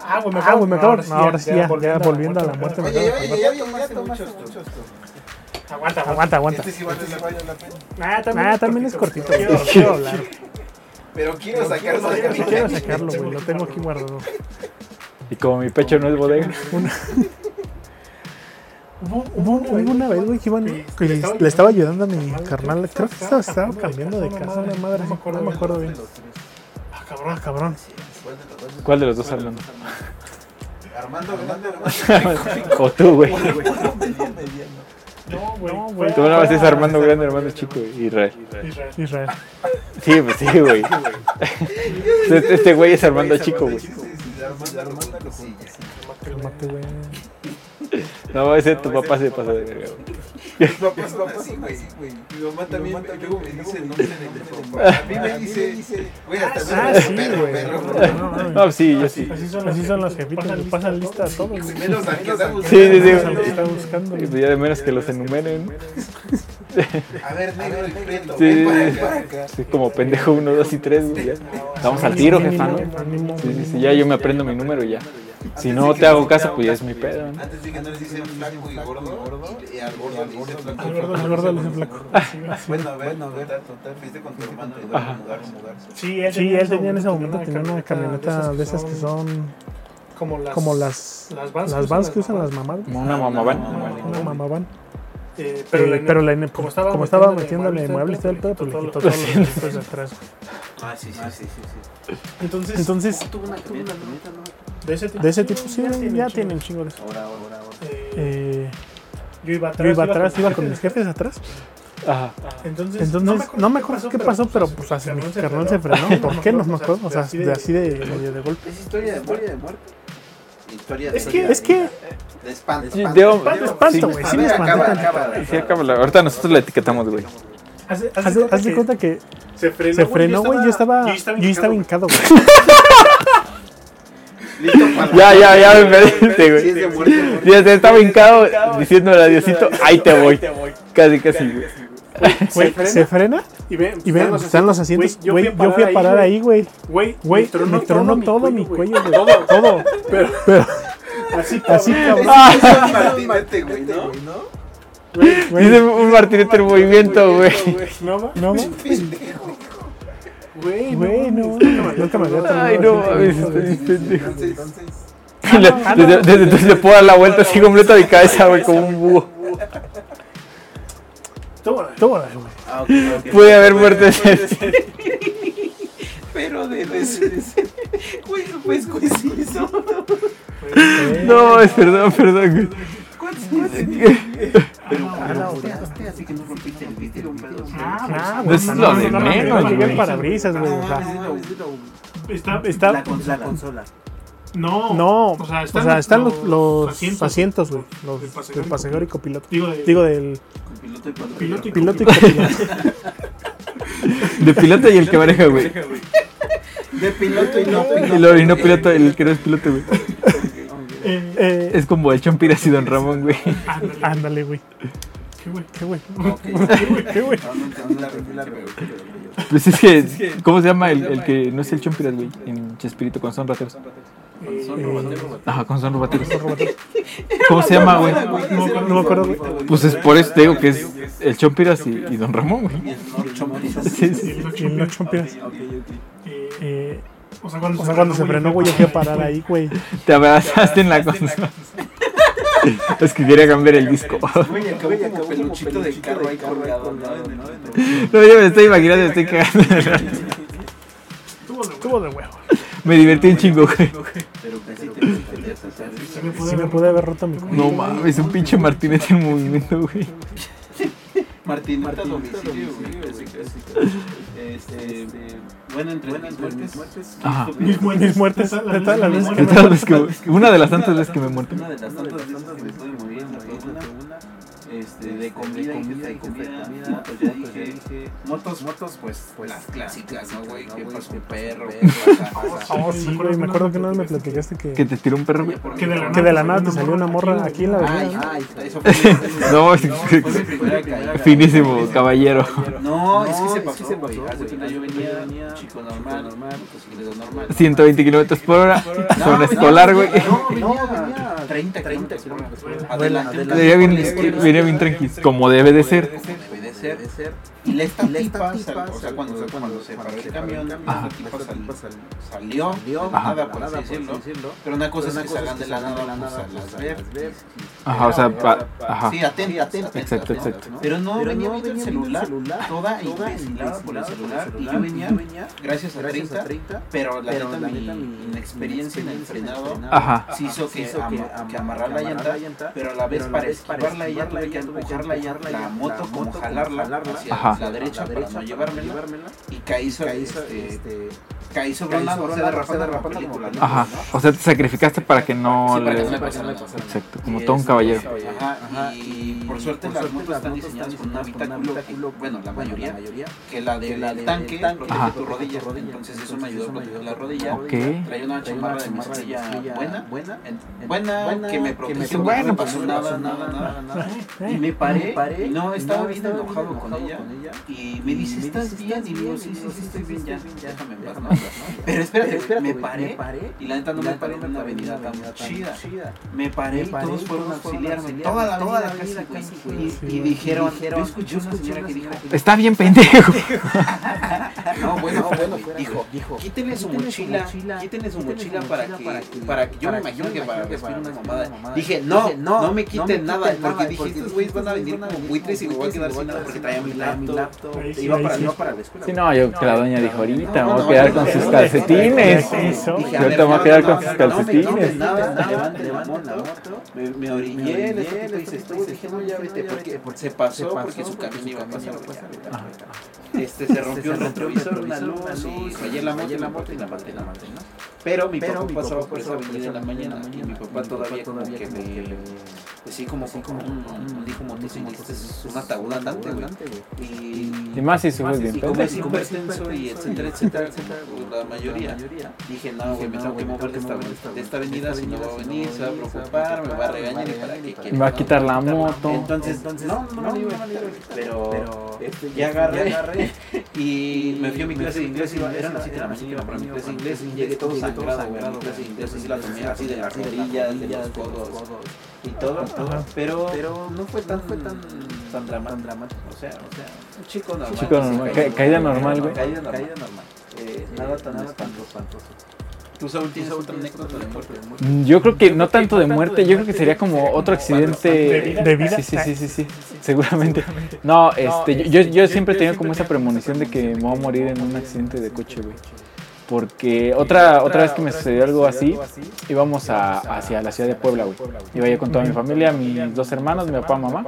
[SPEAKER 5] Ah, güey, me
[SPEAKER 2] Ah, güey, me
[SPEAKER 5] acabo.
[SPEAKER 2] acabo. Ahora sí, ya, ya volviendo a la muerte. me
[SPEAKER 3] Oye,
[SPEAKER 2] acabo.
[SPEAKER 3] oye, ya, ya tomaste muchos muchos.
[SPEAKER 5] Aguanta, aguanta.
[SPEAKER 2] Aguanta, aguanta.
[SPEAKER 3] Este sí vale la vale la pena.
[SPEAKER 5] Ah,
[SPEAKER 2] Nah, también es cortito. güey.
[SPEAKER 5] Quiero-
[SPEAKER 2] Quiero hablar.
[SPEAKER 3] Pero quiero sacarlo de
[SPEAKER 5] quiero
[SPEAKER 3] mi
[SPEAKER 2] Quiero
[SPEAKER 3] mente.
[SPEAKER 2] sacarlo, güey. Lo tengo aquí guardado.
[SPEAKER 1] Y como mi pecho no es bodega.
[SPEAKER 5] Hubo,
[SPEAKER 2] Hubo, hubo una vez, güey, que iban.
[SPEAKER 5] que
[SPEAKER 2] que
[SPEAKER 5] le
[SPEAKER 2] le,
[SPEAKER 5] estaba
[SPEAKER 2] estaba ayudando a mi
[SPEAKER 5] ayudando.
[SPEAKER 2] carnal. Creo que estaba, estaba cambiando de casa, la madre.
[SPEAKER 5] No me
[SPEAKER 2] sí,
[SPEAKER 5] acuerdo
[SPEAKER 2] No me acuerdo bien.
[SPEAKER 5] Ah, cabrón, cabrón.
[SPEAKER 1] ¿Cuál de los dos hablando? (laughs)
[SPEAKER 3] Armando, Armando, Armando.
[SPEAKER 1] O tú, güey.
[SPEAKER 5] No, güey.
[SPEAKER 2] No, güey.
[SPEAKER 5] fue-
[SPEAKER 1] Tú hablabas de ese Armando grande, Armando chico, güey. Israel.
[SPEAKER 5] Israel.
[SPEAKER 2] Israel.
[SPEAKER 1] Sí, pues sí, güey. Este este güey es Armando chico, güey.
[SPEAKER 2] Cálmate, güey.
[SPEAKER 1] No, ese tu papá se pasa de verga, güey.
[SPEAKER 3] Mis papás son así, güey. Mi mamá también luego me dice el nombre de mi papá. A mí me dice, güey, hasta
[SPEAKER 2] Ah,
[SPEAKER 3] me
[SPEAKER 2] sí,
[SPEAKER 3] dice perro,
[SPEAKER 2] güey.
[SPEAKER 3] perro.
[SPEAKER 2] No, no,
[SPEAKER 1] No,
[SPEAKER 2] no.
[SPEAKER 1] sí, yo sí.
[SPEAKER 2] Así son, así son los jefitos. le pasan lista a todos, güey.
[SPEAKER 3] Menos al que estamos.
[SPEAKER 1] Sí, sí, sí.
[SPEAKER 2] Menos al que está buscando,
[SPEAKER 1] Y
[SPEAKER 2] güey.
[SPEAKER 1] pues ya de menos que los enumeren.
[SPEAKER 3] A ver, negro, el prieto.
[SPEAKER 1] Sí,
[SPEAKER 3] ven
[SPEAKER 1] sí,
[SPEAKER 3] para
[SPEAKER 1] sí.
[SPEAKER 3] acá, para acá.
[SPEAKER 1] Sí, como pendejo 1, 2 y 3, güey. ya. Estamos al tiro, jefa, ¿no? Sí, sí, sí, ya yo me aprendo mi número y ya. Si no te hago caso, pues ya es mi pedo, ¿no?
[SPEAKER 3] Antes de que nos dicen flaco y gordo, y al gordo le dicen flaco.
[SPEAKER 2] Al gordo, al gordo le hice flaco.
[SPEAKER 3] Bueno, a ver, no, a ver, total, fuiste con tu hermano y luego mudar, mudar.
[SPEAKER 5] Sí, él
[SPEAKER 2] Sí, él tenía en ese momento
[SPEAKER 5] una
[SPEAKER 2] tenía una camioneta de esas que son
[SPEAKER 5] como las,
[SPEAKER 2] como las
[SPEAKER 5] las vans,
[SPEAKER 2] las vans que usan las mamás. güey.
[SPEAKER 1] Como una mamabán.
[SPEAKER 2] Una mamá van.
[SPEAKER 5] Eh, pero, la,
[SPEAKER 2] Eh, Pero la-
[SPEAKER 5] como estaba
[SPEAKER 2] como estaba
[SPEAKER 5] metiéndole
[SPEAKER 2] metiéndole muebles y todo el pedo, pues le quitó todos los asientos de atrás. güey.
[SPEAKER 3] Ah, sí, sí, sí, sí.
[SPEAKER 5] entonces,
[SPEAKER 2] Entonces,
[SPEAKER 3] Tuvo una camioneta, ¿no?
[SPEAKER 5] de ese tipo,
[SPEAKER 2] de ese tipo, sí, ya
[SPEAKER 5] chingos.
[SPEAKER 2] tienen chingo de eso.
[SPEAKER 6] Ahora, ahora, ahora.
[SPEAKER 5] Eh,
[SPEAKER 2] Eh,
[SPEAKER 5] yo iba atrás,
[SPEAKER 2] yo iba atrás,
[SPEAKER 5] con-
[SPEAKER 2] iba con mis jefes atrás.
[SPEAKER 1] Ajá.
[SPEAKER 5] Entonces,
[SPEAKER 2] Entonces, no me acuerdo qué pasó, pero pues así mi carnal se frenó. ¿Por qué? No me acuerdo. O sea, de- así de medio de golpe.
[SPEAKER 6] Es historia de muerte. de muerte.
[SPEAKER 3] Historia
[SPEAKER 2] Es que, es que,
[SPEAKER 3] De espanto.
[SPEAKER 1] Sí, debo-
[SPEAKER 2] de espanto, güey. Sí me espanté tantito.
[SPEAKER 1] Sí, acábala. Ahorita nosotros la etiquetamos, güey.
[SPEAKER 5] Haz, haz de
[SPEAKER 2] Haz de- haz de cuenta que
[SPEAKER 5] se frenó,
[SPEAKER 2] se frenó, güey. Yo estaba, yo estaba hincado, güey.
[SPEAKER 3] Listo para
[SPEAKER 1] Ya, ya, ya me perdiste,
[SPEAKER 3] Sí, es de
[SPEAKER 1] güey.
[SPEAKER 3] muerte, muerte.
[SPEAKER 1] Ya se estaba hincado diciéndole a Diosito, ahí te voy. Casi, casi, güey.
[SPEAKER 2] Güey, se frena
[SPEAKER 5] Y ven,
[SPEAKER 2] y ven, están los asientos. Güey, yo fui a parar ahí, güey.
[SPEAKER 5] Güey,
[SPEAKER 2] Güey,
[SPEAKER 5] me tronó,
[SPEAKER 2] me tronó todo mi cuello, güey.
[SPEAKER 5] Todo,
[SPEAKER 2] Todo. Pero, pero,
[SPEAKER 5] así,
[SPEAKER 2] así,
[SPEAKER 5] cabrón.
[SPEAKER 2] cabrón.
[SPEAKER 3] Ah, es un martinete, güey, ¿no?
[SPEAKER 2] güey.
[SPEAKER 1] Dice un martinete en movimiento, güey.
[SPEAKER 5] No va,
[SPEAKER 2] No, güey.
[SPEAKER 3] Pendejo.
[SPEAKER 5] güey,
[SPEAKER 2] Güey, no,
[SPEAKER 5] mames.
[SPEAKER 2] nunca me había tronado
[SPEAKER 1] Ay, no,
[SPEAKER 2] así,
[SPEAKER 1] a veces
[SPEAKER 2] güey.
[SPEAKER 1] estoy pendejo.
[SPEAKER 3] Entonces, entonces,
[SPEAKER 1] Le- Desde desde entonces le puedo dar la vuelta así completa de cabeza, güey, como un búho.
[SPEAKER 5] Tú,
[SPEAKER 2] Todo, güey.
[SPEAKER 6] Ah, ok, ok.
[SPEAKER 1] Puede haber muerto ese.
[SPEAKER 3] Pero de ese. Güey, no puedes coincidir.
[SPEAKER 1] No, es perdón, perdón, güey.
[SPEAKER 6] Pero, pero juraste, así que no rompiste el vidrio, un pedo.
[SPEAKER 2] Ah,
[SPEAKER 1] Eso es lo de
[SPEAKER 2] no, no, no,
[SPEAKER 1] menos,
[SPEAKER 2] Llegué en
[SPEAKER 1] güey.
[SPEAKER 2] parabrisas, güey. o sea,
[SPEAKER 5] está,
[SPEAKER 2] está,
[SPEAKER 6] La consola.
[SPEAKER 5] no,
[SPEAKER 2] no,
[SPEAKER 5] o sea, están,
[SPEAKER 2] o sea,
[SPEAKER 5] los,
[SPEAKER 2] están los, los
[SPEAKER 5] asientos,
[SPEAKER 2] asientos, güey.
[SPEAKER 5] del
[SPEAKER 2] Los
[SPEAKER 5] pasajero
[SPEAKER 2] del
[SPEAKER 5] y
[SPEAKER 2] pasajero y copiloto.
[SPEAKER 5] Digo, de-
[SPEAKER 2] Digo, del
[SPEAKER 6] Con piloto y cuatro.
[SPEAKER 5] piloto y
[SPEAKER 2] piloto y copiloto.
[SPEAKER 1] De piloto y el que maneja, güey.
[SPEAKER 3] De piloto y no
[SPEAKER 1] Y lo y no piloto, el que no es piloto, güey.
[SPEAKER 5] Eh,
[SPEAKER 2] Eh,
[SPEAKER 1] Es como el Chompiras y Don Ramón, güey.
[SPEAKER 5] ándale,
[SPEAKER 2] ándale, güey.
[SPEAKER 5] qué güey.
[SPEAKER 2] Qué güey.
[SPEAKER 3] Ok.
[SPEAKER 2] Qué güey.
[SPEAKER 3] No, no entendí la- la- la-
[SPEAKER 1] Pues es que, ¿cómo se llama el, el que no es el Chompiras, güey? En Chespirito, cuando son rateros.
[SPEAKER 3] Cuando son robateros.
[SPEAKER 1] Ajá, cuando son robateros. ¿Cómo se llama, güey?
[SPEAKER 5] No, me acuerdo- no me acuerdo, güey.
[SPEAKER 1] Pues es por eso te digo que es el Chompiras y, y Don Ramón, güey. Sí, sí.
[SPEAKER 5] Y no chompeas.
[SPEAKER 2] Eh,
[SPEAKER 5] Eh,
[SPEAKER 2] o sea, cuando,
[SPEAKER 5] o sea, cuando se frenó, güey, yo fui a parar ahí, güey.
[SPEAKER 1] Te abrazaste en la consola. Es que quería cambiar el disco.
[SPEAKER 4] Güey, acabó como peluchito de carro ahí colgado, ¿no? En el- en el-
[SPEAKER 1] No, yo me estoy imaginando, me estoy cagando.
[SPEAKER 2] Estuvo de
[SPEAKER 5] Estuvo de huevo.
[SPEAKER 1] Me divertí un chingo, güey.
[SPEAKER 2] Sí me pude
[SPEAKER 5] Sí me
[SPEAKER 2] haber-
[SPEAKER 5] pude haber roto mi cuello.
[SPEAKER 1] No mames, un pinche martinete en movimiento, güey.
[SPEAKER 3] Martín, Martín, domicilio, güey. así que- así que- Este, bueno, entre buenas muertes.
[SPEAKER 1] Ajá.
[SPEAKER 2] Mis muertes.
[SPEAKER 5] Mis muertes, ¿qué tal la vez?
[SPEAKER 1] Que todas las que- una de las tantas veces que me muerto.
[SPEAKER 3] Una de las tantas veces que me pude morir en la película, este, de comida, ingesta de comida, pues ya dije, motos, motos, pues,
[SPEAKER 4] Pues las clásicas, ¿no, güey? Que pasa un perro,
[SPEAKER 5] Oh, sí, güey, me acuerdo que una vez me platicaste
[SPEAKER 1] Que
[SPEAKER 5] que,
[SPEAKER 1] te tiró un perro, güey.
[SPEAKER 2] Que de la
[SPEAKER 5] que de la nada te salió una morra aquí en la
[SPEAKER 7] Ay,
[SPEAKER 5] avenida.
[SPEAKER 7] ay, eso fue.
[SPEAKER 1] No, pues,
[SPEAKER 3] Fue mi primera caída.
[SPEAKER 1] finísimo, caballero.
[SPEAKER 3] No, es que se
[SPEAKER 4] No, es que
[SPEAKER 3] pasó,
[SPEAKER 4] se
[SPEAKER 3] güey.
[SPEAKER 4] pasó,
[SPEAKER 3] Haz de
[SPEAKER 4] güey.
[SPEAKER 3] cuenta, yo venía chico normal, pues, motocicleta normal.
[SPEAKER 1] 120 kilómetros por hora, zona
[SPEAKER 3] no,
[SPEAKER 1] escolar, güey.
[SPEAKER 3] No,
[SPEAKER 4] No,
[SPEAKER 3] venía
[SPEAKER 4] venía
[SPEAKER 3] 30, 30,
[SPEAKER 4] por hora.
[SPEAKER 3] Adelante.
[SPEAKER 1] Venía bien, venía bien tranquilo, como debe de ser.
[SPEAKER 3] Debe de ser. Y la esta tipa, sal- o sea, cuando, cuando, se paró el camión,
[SPEAKER 1] Ajá.
[SPEAKER 3] la tipa sal- salió, salió
[SPEAKER 1] Ajá.
[SPEAKER 3] nada, por así decirlo. Pero una cosa es que salgan de la nada, pues a las ver.
[SPEAKER 1] Ajá, o sea, pa- ajá.
[SPEAKER 3] Sí, atenta, atenta.
[SPEAKER 1] Exacto, exacto.
[SPEAKER 3] Pero no venía viendo el celular, toda imbecilada por el celular. Y yo venía, gracias a 30, pero la neta, mi inexperiencia en el frenado
[SPEAKER 1] Ajá.
[SPEAKER 3] se hizo que, ama- que amarrar la llanta, pero a la vez para esquivarla ella tuve que empujar la llanta, la moto como jalarla hacia
[SPEAKER 1] Ajá.
[SPEAKER 3] la derecha para no llevármela y caí sobre, este, caí sobre
[SPEAKER 4] caí
[SPEAKER 3] una
[SPEAKER 4] sobre
[SPEAKER 3] cosa
[SPEAKER 4] una
[SPEAKER 3] de
[SPEAKER 4] arrasada
[SPEAKER 3] rapada
[SPEAKER 4] rapata
[SPEAKER 3] película,
[SPEAKER 4] como
[SPEAKER 3] ¿no?
[SPEAKER 1] Ajá. O sea, te sacrificaste para que no
[SPEAKER 3] Sí, para que
[SPEAKER 1] le.
[SPEAKER 3] no le pasara nada.
[SPEAKER 1] Exacto, como todo un caballero.
[SPEAKER 3] Ajá, y por suerte las motos están diseñadas con un habitáculo, que- bueno, la mayoría, que la de la del tanque
[SPEAKER 1] Ajá.
[SPEAKER 3] protege tu rodilla, entonces eso me ayudó a proteger la rodilla.
[SPEAKER 1] Ok.
[SPEAKER 3] Traía una chamarra de mezclilla buena,
[SPEAKER 4] buena,
[SPEAKER 3] buena, que me protegió,
[SPEAKER 1] protegió,
[SPEAKER 3] no me
[SPEAKER 1] bueno,
[SPEAKER 3] pasó
[SPEAKER 1] pues,
[SPEAKER 3] nada, nada, nada. Y
[SPEAKER 5] Eh,
[SPEAKER 3] me paré,
[SPEAKER 4] paré,
[SPEAKER 3] y no, estaba bien
[SPEAKER 4] estaba bien
[SPEAKER 3] enojado
[SPEAKER 4] enojado
[SPEAKER 3] con ella.
[SPEAKER 4] con ella,
[SPEAKER 3] Y me dice, ¿estás bien? Y me digo, sí, sí, sí, estoy bien, ya, déjame en paz, ¿no?". Pero
[SPEAKER 4] Espérate,
[SPEAKER 3] espérate, me paré, y la neta no me paré en una avenida tan chida. Me paré y todos fueron a auxiliarme, toda la
[SPEAKER 4] toda
[SPEAKER 3] vida
[SPEAKER 4] la
[SPEAKER 3] casi,
[SPEAKER 4] vida
[SPEAKER 3] güey.
[SPEAKER 4] casi,
[SPEAKER 3] Y-
[SPEAKER 4] güey.
[SPEAKER 3] Y
[SPEAKER 4] Sí,
[SPEAKER 3] dijeron,
[SPEAKER 4] dijeron,
[SPEAKER 3] yo escuché una señora que dijo,
[SPEAKER 1] Está Ah, bien pendejo.
[SPEAKER 3] no, bueno, bueno,
[SPEAKER 4] fuera,
[SPEAKER 3] dijo,
[SPEAKER 4] dijo,
[SPEAKER 3] quítenle su
[SPEAKER 4] quítenle su
[SPEAKER 3] mochila,
[SPEAKER 4] mochila,
[SPEAKER 3] quítenle su
[SPEAKER 4] quítenle su
[SPEAKER 3] mochila para
[SPEAKER 4] mochila para
[SPEAKER 3] que,
[SPEAKER 4] que-
[SPEAKER 3] para que, yo me
[SPEAKER 4] para que-
[SPEAKER 3] imagino
[SPEAKER 4] yo me
[SPEAKER 3] que para
[SPEAKER 4] imagino que
[SPEAKER 3] vestir
[SPEAKER 4] para
[SPEAKER 3] una
[SPEAKER 4] vestir
[SPEAKER 3] mamada.
[SPEAKER 4] una mamada.
[SPEAKER 3] Dije, no,
[SPEAKER 4] Dije, no,
[SPEAKER 3] no me
[SPEAKER 4] no me
[SPEAKER 3] quiten
[SPEAKER 4] quiten
[SPEAKER 3] nada,
[SPEAKER 4] nada,
[SPEAKER 3] porque
[SPEAKER 4] porque
[SPEAKER 3] dije, estos
[SPEAKER 4] estos
[SPEAKER 3] güeyes van a
[SPEAKER 4] güeyes
[SPEAKER 3] venir
[SPEAKER 4] van a
[SPEAKER 3] como
[SPEAKER 4] venir
[SPEAKER 3] buitres y me
[SPEAKER 4] como
[SPEAKER 3] voy a quedar
[SPEAKER 4] buitres y
[SPEAKER 3] sin
[SPEAKER 4] me voy
[SPEAKER 3] nada porque traía
[SPEAKER 4] a quedar
[SPEAKER 3] mi
[SPEAKER 4] sin nada, mi
[SPEAKER 3] laptop.
[SPEAKER 5] Ahí sí,
[SPEAKER 3] Iba
[SPEAKER 5] ahí
[SPEAKER 3] para,
[SPEAKER 5] sí.
[SPEAKER 3] iba para la escuela.
[SPEAKER 1] Sí, no, yo creo que la doña dijo ahorita, me voy a
[SPEAKER 3] no,
[SPEAKER 1] quedar
[SPEAKER 3] no,
[SPEAKER 1] con
[SPEAKER 3] no,
[SPEAKER 1] sus
[SPEAKER 3] no,
[SPEAKER 1] calcetines.
[SPEAKER 5] no, no, no,
[SPEAKER 3] Dije,
[SPEAKER 1] Yo
[SPEAKER 3] ver,
[SPEAKER 1] te voy a
[SPEAKER 3] no,
[SPEAKER 1] quedar
[SPEAKER 3] no,
[SPEAKER 1] con
[SPEAKER 3] no,
[SPEAKER 1] sus
[SPEAKER 3] no, me
[SPEAKER 1] calcetines.
[SPEAKER 3] quiten nada, levanten la moto. Me, me orillé, el estúpido dice, estuvo, dije, no, ya vete, porque, porque se pasó, porque su camión iba a pasar. güey. Este, se rompió el retrovisor, una luz, y fallé la moto, la moto y la maté, la maté, ¿no? Pero mi papá pasaba por esa avenida en la mañana, y mi papá todavía como que me... Pues sí, como, como un, un, dijo motociclista, es un ataúd andante, güey. Y
[SPEAKER 1] Y más si subes bien
[SPEAKER 3] y como es
[SPEAKER 1] pendejo.
[SPEAKER 3] hipertenso y etcétera, etcétera, como la mayoría, dije, no, güey, me tengo que mover de esta, aven- de esta avenida, si no va a venir, se va a preocupar, me va a regañar y para qué quiere.
[SPEAKER 1] Me va a
[SPEAKER 3] ¿no?
[SPEAKER 1] quitar la moto.
[SPEAKER 3] Entonces, no, no, no, me iba a quitar, pero este, ya agarré (laughs) y me fui a mi clase de inglés, iba- eran las 7 de la mañana, iba para mi clase de inglés y llegué todo sangrado, güey, a mi clase de inglés, así la tomé así de las rodillas, de los codos y todo,
[SPEAKER 5] Ajá.
[SPEAKER 3] pero, pero no fue tan, fue tan, tan dramático, o sea, o sea, un chico normal.
[SPEAKER 1] Chico normal,
[SPEAKER 3] Sí,
[SPEAKER 1] ca- caída normal, güey.
[SPEAKER 3] Caída normal. Eh, nada tan espantoso. ¿Tú, Saúl, tienes otra anécdota de muerte?
[SPEAKER 1] Yo creo que no tanto de muerte, yo creo que sería como otro
[SPEAKER 5] ¿De
[SPEAKER 1] accidente.
[SPEAKER 5] vida? ¿De vida?
[SPEAKER 1] Sí, sí, sí, sí, sí, seguramente. No, este, yo, yo siempre he tenido como esa premonición de que me voy a morir en un accidente de coche, güey. Porque otra, otra vez que me sucedió algo así, íbamos a, hacia la ciudad de Puebla, güey. Iba yo con toda mi familia, mis dos hermanos, mi papá, mamá.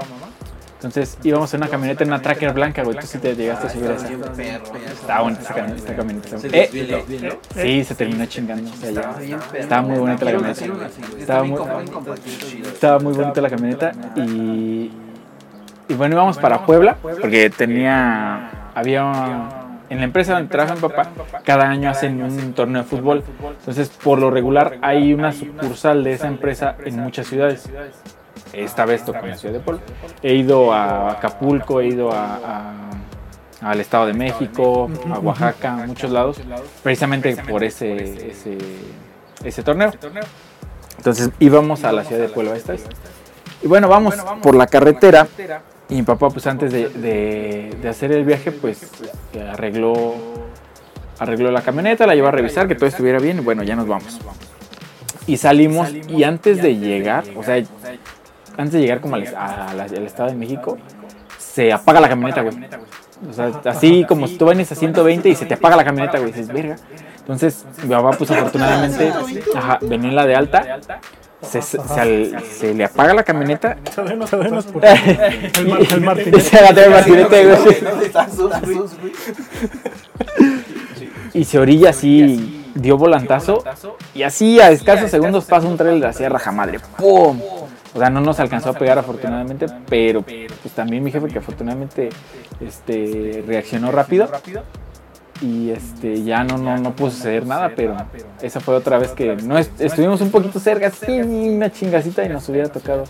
[SPEAKER 1] Entonces íbamos en una camioneta, en una tracker blanca, güey. Tú Este sí te llegaste a subir a esa.
[SPEAKER 3] Bien perro, ya
[SPEAKER 1] Está bonita esa camioneta. Esta camioneta.
[SPEAKER 3] Se
[SPEAKER 1] Eh,
[SPEAKER 3] desvió,
[SPEAKER 5] eh, eh,
[SPEAKER 1] sí, se terminó chingando. o sea, ya.
[SPEAKER 3] Estaba bien perro.
[SPEAKER 1] Estaba muy bonita la
[SPEAKER 3] Quiero
[SPEAKER 1] camioneta.
[SPEAKER 3] una, quiero una.
[SPEAKER 1] Estaba muy-
[SPEAKER 3] bien compactito, chido.
[SPEAKER 1] Estaba muy bonita la camioneta y, y bueno, íbamos para Puebla porque tenía, había, en la empresa donde trabaja mi papá, cada año hacen un torneo de fútbol. Entonces, por lo regular, hay una sucursal de esa empresa en muchas ciudades. Ah, Esta vez tocó en la ciudad de Puebla. He ido a Acapulco, he ido a, a- al Estado de México, a Oaxaca, a muchos lados, precisamente por ese, ese, ese torneo. Entonces íbamos a la ciudad de Puebla esta vez. Y bueno, vamos por la carretera. Y mi papá, pues antes de, de- de hacer el viaje, pues arregló, arregló la camioneta, la llevó a revisar, que todo estuviera bien. Y bueno, ya nos vamos. Y salimos, y antes de llegar, o sea, antes de llegar como al, a la- al Estado de México, se apaga la camioneta, güey. O sea, así como tú vienes a 120 y se te apaga la camioneta, güey, dices, verga. Entonces, mi papá, pues afortunadamente, ajá, venía en la de alta, se, se- se al- se le apaga la (laughs) camioneta
[SPEAKER 2] Sabemos, sabemos por qué. El, Mar-
[SPEAKER 1] (laughs)
[SPEAKER 2] el Martín.
[SPEAKER 1] Ese era el martinete, güey. Y se orilla así, dio volantazo. Y así a escasos segundos pasa un trailer así a rajamadre. ¡Pum! O sea, no nos alcanzó a pegar afortunadamente, pero pues también mi jefe que afortunadamente este, reaccionó rápido. Y este ya no, no, no pudo suceder nada, pero esa fue otra vez que no est- estuvimos un poquito cerca, así una chingacita y nos hubiera tocado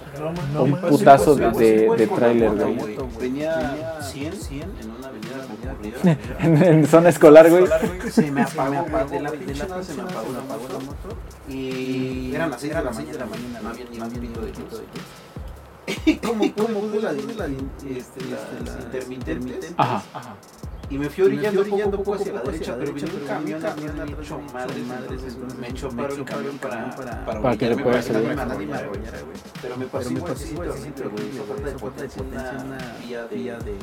[SPEAKER 2] No,
[SPEAKER 1] un
[SPEAKER 2] man.
[SPEAKER 4] Pues,
[SPEAKER 1] putazo de, de, de tráiler, güey.
[SPEAKER 4] Tenía 100, 100 en una avenida concurrida.
[SPEAKER 1] En, en zona escolar, güey.
[SPEAKER 4] (laughs) Se me apagó, güey, de la pinche nada se me apagó la apagó la moto. Y eran las 6 de la mañana, no había ni un pito de quito de quito. Y (laughs) como como pude la la este las intermitentes Ah,
[SPEAKER 1] Ajá.
[SPEAKER 4] y me fui orillando poco a poco hacia la derecha, pero vino un camión, camión hecho madres, madres, entonces me echó paro el camión para
[SPEAKER 1] Para que lo
[SPEAKER 4] ubicarme,
[SPEAKER 1] puedas
[SPEAKER 4] para que
[SPEAKER 1] subir.
[SPEAKER 4] nadie me arrollara, güey. Pero me pasó igual, sí, igualcito, güey, hizo falta de potencia, una vía de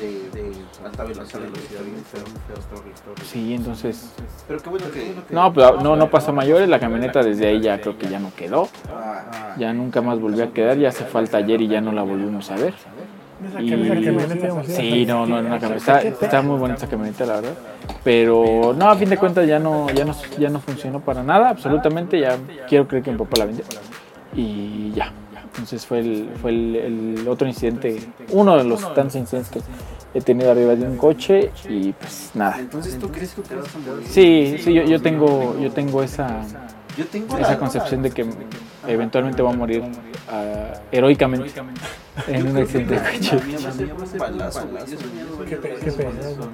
[SPEAKER 4] de de alta velocidad, velocidad, bien feo, bien feo, está horrible, está horrible.
[SPEAKER 1] Sí, entonces.
[SPEAKER 4] Pero qué bueno que.
[SPEAKER 1] No, pero no, no pasó a mayores. La camioneta desde ahí ya creo que ya no quedó. Ya nunca más volvió a quedar. Ya hace falta ayer y ya no la volvimos a ver.
[SPEAKER 2] Esa
[SPEAKER 1] Y-
[SPEAKER 2] camioneta que viene, tenemos que
[SPEAKER 1] Sí,
[SPEAKER 2] ir a-
[SPEAKER 1] no, no, era una camioneta. Está, está muy bonita esa camioneta, la verdad. Pero no, a fin de cuentas ya no, ya no, ya no funcionó para nada, absolutamente. Ya quiero creer que mi papá la vendió. Y ya. Entonces fue el, fue el, el otro incidente, uno de los tantos incidentes que he tenido arriba de un coche. Y pues nada.
[SPEAKER 4] Entonces tú crees que te vas a morir.
[SPEAKER 1] Sí, sí, yo, yo tengo, yo tengo esa,
[SPEAKER 4] Yo tengo
[SPEAKER 1] esa concepción de que eventualmente va a morir ah, heroicamente en un accidente de coche. (laughs)
[SPEAKER 2] Qué pe- qué pesado.